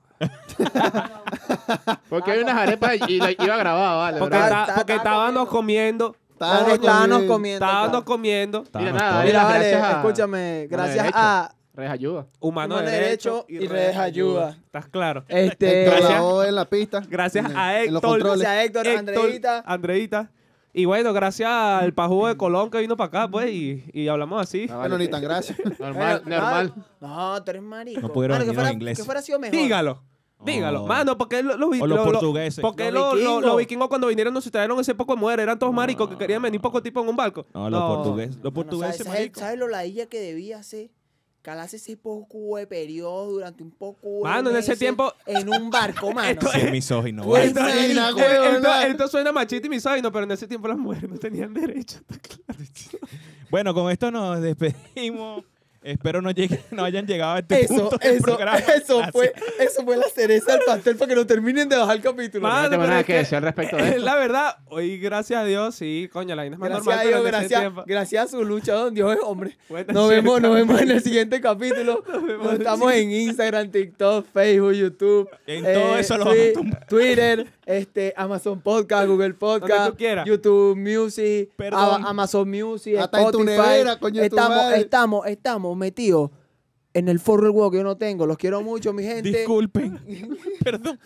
[SPEAKER 4] Porque hay unas arepas y la iba grabado, vale.
[SPEAKER 2] Porque,
[SPEAKER 4] ¿verdad?
[SPEAKER 2] ta-
[SPEAKER 8] está-
[SPEAKER 2] porque
[SPEAKER 8] está
[SPEAKER 2] estábamos comiendo.
[SPEAKER 8] Estábamos estábamos comiendo.
[SPEAKER 2] Estábamos
[SPEAKER 8] claro.
[SPEAKER 2] comiendo.
[SPEAKER 4] Mira,
[SPEAKER 1] Estábamos
[SPEAKER 4] nada,
[SPEAKER 1] todos-
[SPEAKER 4] ahí
[SPEAKER 8] Mira,
[SPEAKER 4] las
[SPEAKER 8] vale,
[SPEAKER 4] gracias a-
[SPEAKER 8] escúchame, gracias
[SPEAKER 4] derecho.
[SPEAKER 8] a
[SPEAKER 4] Res ayuda.
[SPEAKER 2] Humano,
[SPEAKER 8] Humano
[SPEAKER 2] derecho, y redes ayuda. ¿Estás claro?
[SPEAKER 8] este,
[SPEAKER 3] Héctor
[SPEAKER 8] gracias,
[SPEAKER 3] Lavoe en la pista.
[SPEAKER 2] Gracias
[SPEAKER 3] En-
[SPEAKER 2] a
[SPEAKER 3] en los
[SPEAKER 2] Héctor.
[SPEAKER 3] controles.
[SPEAKER 8] a Héctor, Andreita.
[SPEAKER 2] Andreita. Y bueno, gracias al pajugo de Colón que vino para acá, pues, y, y hablamos así.
[SPEAKER 4] Ah,
[SPEAKER 3] Bueno,
[SPEAKER 4] vale.
[SPEAKER 3] ni tan gracias.
[SPEAKER 4] Normal,
[SPEAKER 8] Bueno,
[SPEAKER 4] normal.
[SPEAKER 8] No, tú eres marico.
[SPEAKER 1] No pudieron
[SPEAKER 8] Mano, que
[SPEAKER 1] venir los
[SPEAKER 8] fuera-
[SPEAKER 1] ingleses.
[SPEAKER 8] Que fuera sido mejor.
[SPEAKER 2] Dígalo. Dígalo.
[SPEAKER 1] Oh.
[SPEAKER 2] Mano, porque los, los,
[SPEAKER 1] O los portugueses.
[SPEAKER 8] Los
[SPEAKER 2] Porque los, los-
[SPEAKER 8] vikingos.
[SPEAKER 2] los vikingos cuando vinieron nos trajeron ese poco de mujeres. Eran todos maricos que querían venir poco tipo en un barco.
[SPEAKER 1] No, los portugueses, los
[SPEAKER 8] Mano,
[SPEAKER 1] portugueses,
[SPEAKER 8] ¿sabes,
[SPEAKER 1] marico.
[SPEAKER 8] ¿Sabes lo ladilla que debía hacer? Calarse ese poco de periodo durante un poco de
[SPEAKER 2] Mano, en ese
[SPEAKER 8] meses
[SPEAKER 2] tiempo-
[SPEAKER 8] En un barco, mano.
[SPEAKER 2] Esto
[SPEAKER 1] Sí, es misógino,
[SPEAKER 8] Pues,
[SPEAKER 1] vale.
[SPEAKER 8] Esto-
[SPEAKER 3] Imagina,
[SPEAKER 2] Eh,
[SPEAKER 3] güey,
[SPEAKER 2] esto,
[SPEAKER 3] ¿verdad?
[SPEAKER 2] esto suena machista y misógino, pero en ese tiempo las mujeres no tenían derecho. está claro.
[SPEAKER 1] Bueno, con esto nos despedimos. Espero no, lleguen- no hayan llegado a este
[SPEAKER 8] Eso,
[SPEAKER 1] punto del
[SPEAKER 8] eso,
[SPEAKER 1] programa.
[SPEAKER 8] eso fue, eso fue la cereza al pastel para que no terminen de bajar el capítulo.
[SPEAKER 2] Mano,
[SPEAKER 4] No tengo
[SPEAKER 2] pero
[SPEAKER 4] nada
[SPEAKER 2] es
[SPEAKER 4] que
[SPEAKER 2] que-
[SPEAKER 4] decir al respecto de
[SPEAKER 2] Eh,
[SPEAKER 4] esto.
[SPEAKER 2] la verdad, hoy gracias a Dios, sí, coño, la vaina es más
[SPEAKER 8] Gracias
[SPEAKER 2] normal.
[SPEAKER 8] a
[SPEAKER 2] pero
[SPEAKER 8] Dios,
[SPEAKER 2] en ese
[SPEAKER 8] gracias,
[SPEAKER 2] tiempo-
[SPEAKER 8] gracias a su lucha, don Dios es hombre.
[SPEAKER 2] Bueno,
[SPEAKER 8] Nos
[SPEAKER 2] sí,
[SPEAKER 8] vemos, nos
[SPEAKER 2] claro.
[SPEAKER 8] vemos en el siguiente capítulo.
[SPEAKER 2] vemos.
[SPEAKER 8] Nos estamos en Instagram, TikTok, Facebook, YouTube. eh,
[SPEAKER 1] En todo eso lo
[SPEAKER 8] Twi-
[SPEAKER 1] vamos a tumbar.
[SPEAKER 8] Twitter, este, Amazon Podcast, Google
[SPEAKER 2] Donde
[SPEAKER 8] Podcast,
[SPEAKER 2] tú quieras.
[SPEAKER 8] YouTube Music,
[SPEAKER 1] Perdón.
[SPEAKER 8] a- Amazon Music,
[SPEAKER 3] Hasta en tu
[SPEAKER 8] Spotify.
[SPEAKER 3] nevera, coño, tu
[SPEAKER 8] estamos,
[SPEAKER 3] madre.
[SPEAKER 8] estamos, estamos metidos en el forro del huevo que yo no tengo. Los quiero mucho, mi gente.
[SPEAKER 1] Disculpen. Perdón,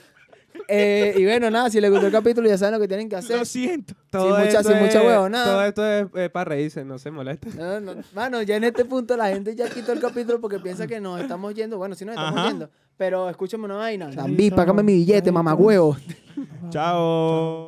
[SPEAKER 8] Eh, y bueno, nada, si les gustó el capítulo, ya saben lo que tienen que hacer.
[SPEAKER 1] lo siento.
[SPEAKER 2] Todo
[SPEAKER 8] mucha-
[SPEAKER 2] esto
[SPEAKER 8] sin mucha
[SPEAKER 2] es-
[SPEAKER 8] huevonada.
[SPEAKER 2] Todo esto es eh, para reírse, no se molesta.
[SPEAKER 8] No, no, Mano, ya en este punto la gente ya quitó el capítulo porque piensa que nos estamos yendo. Bueno, sí nos estamos
[SPEAKER 1] Ajá.
[SPEAKER 8] yendo. Pero escúchame una vaina. Zambi, págame mi billete, mamagüevo.
[SPEAKER 1] Chao.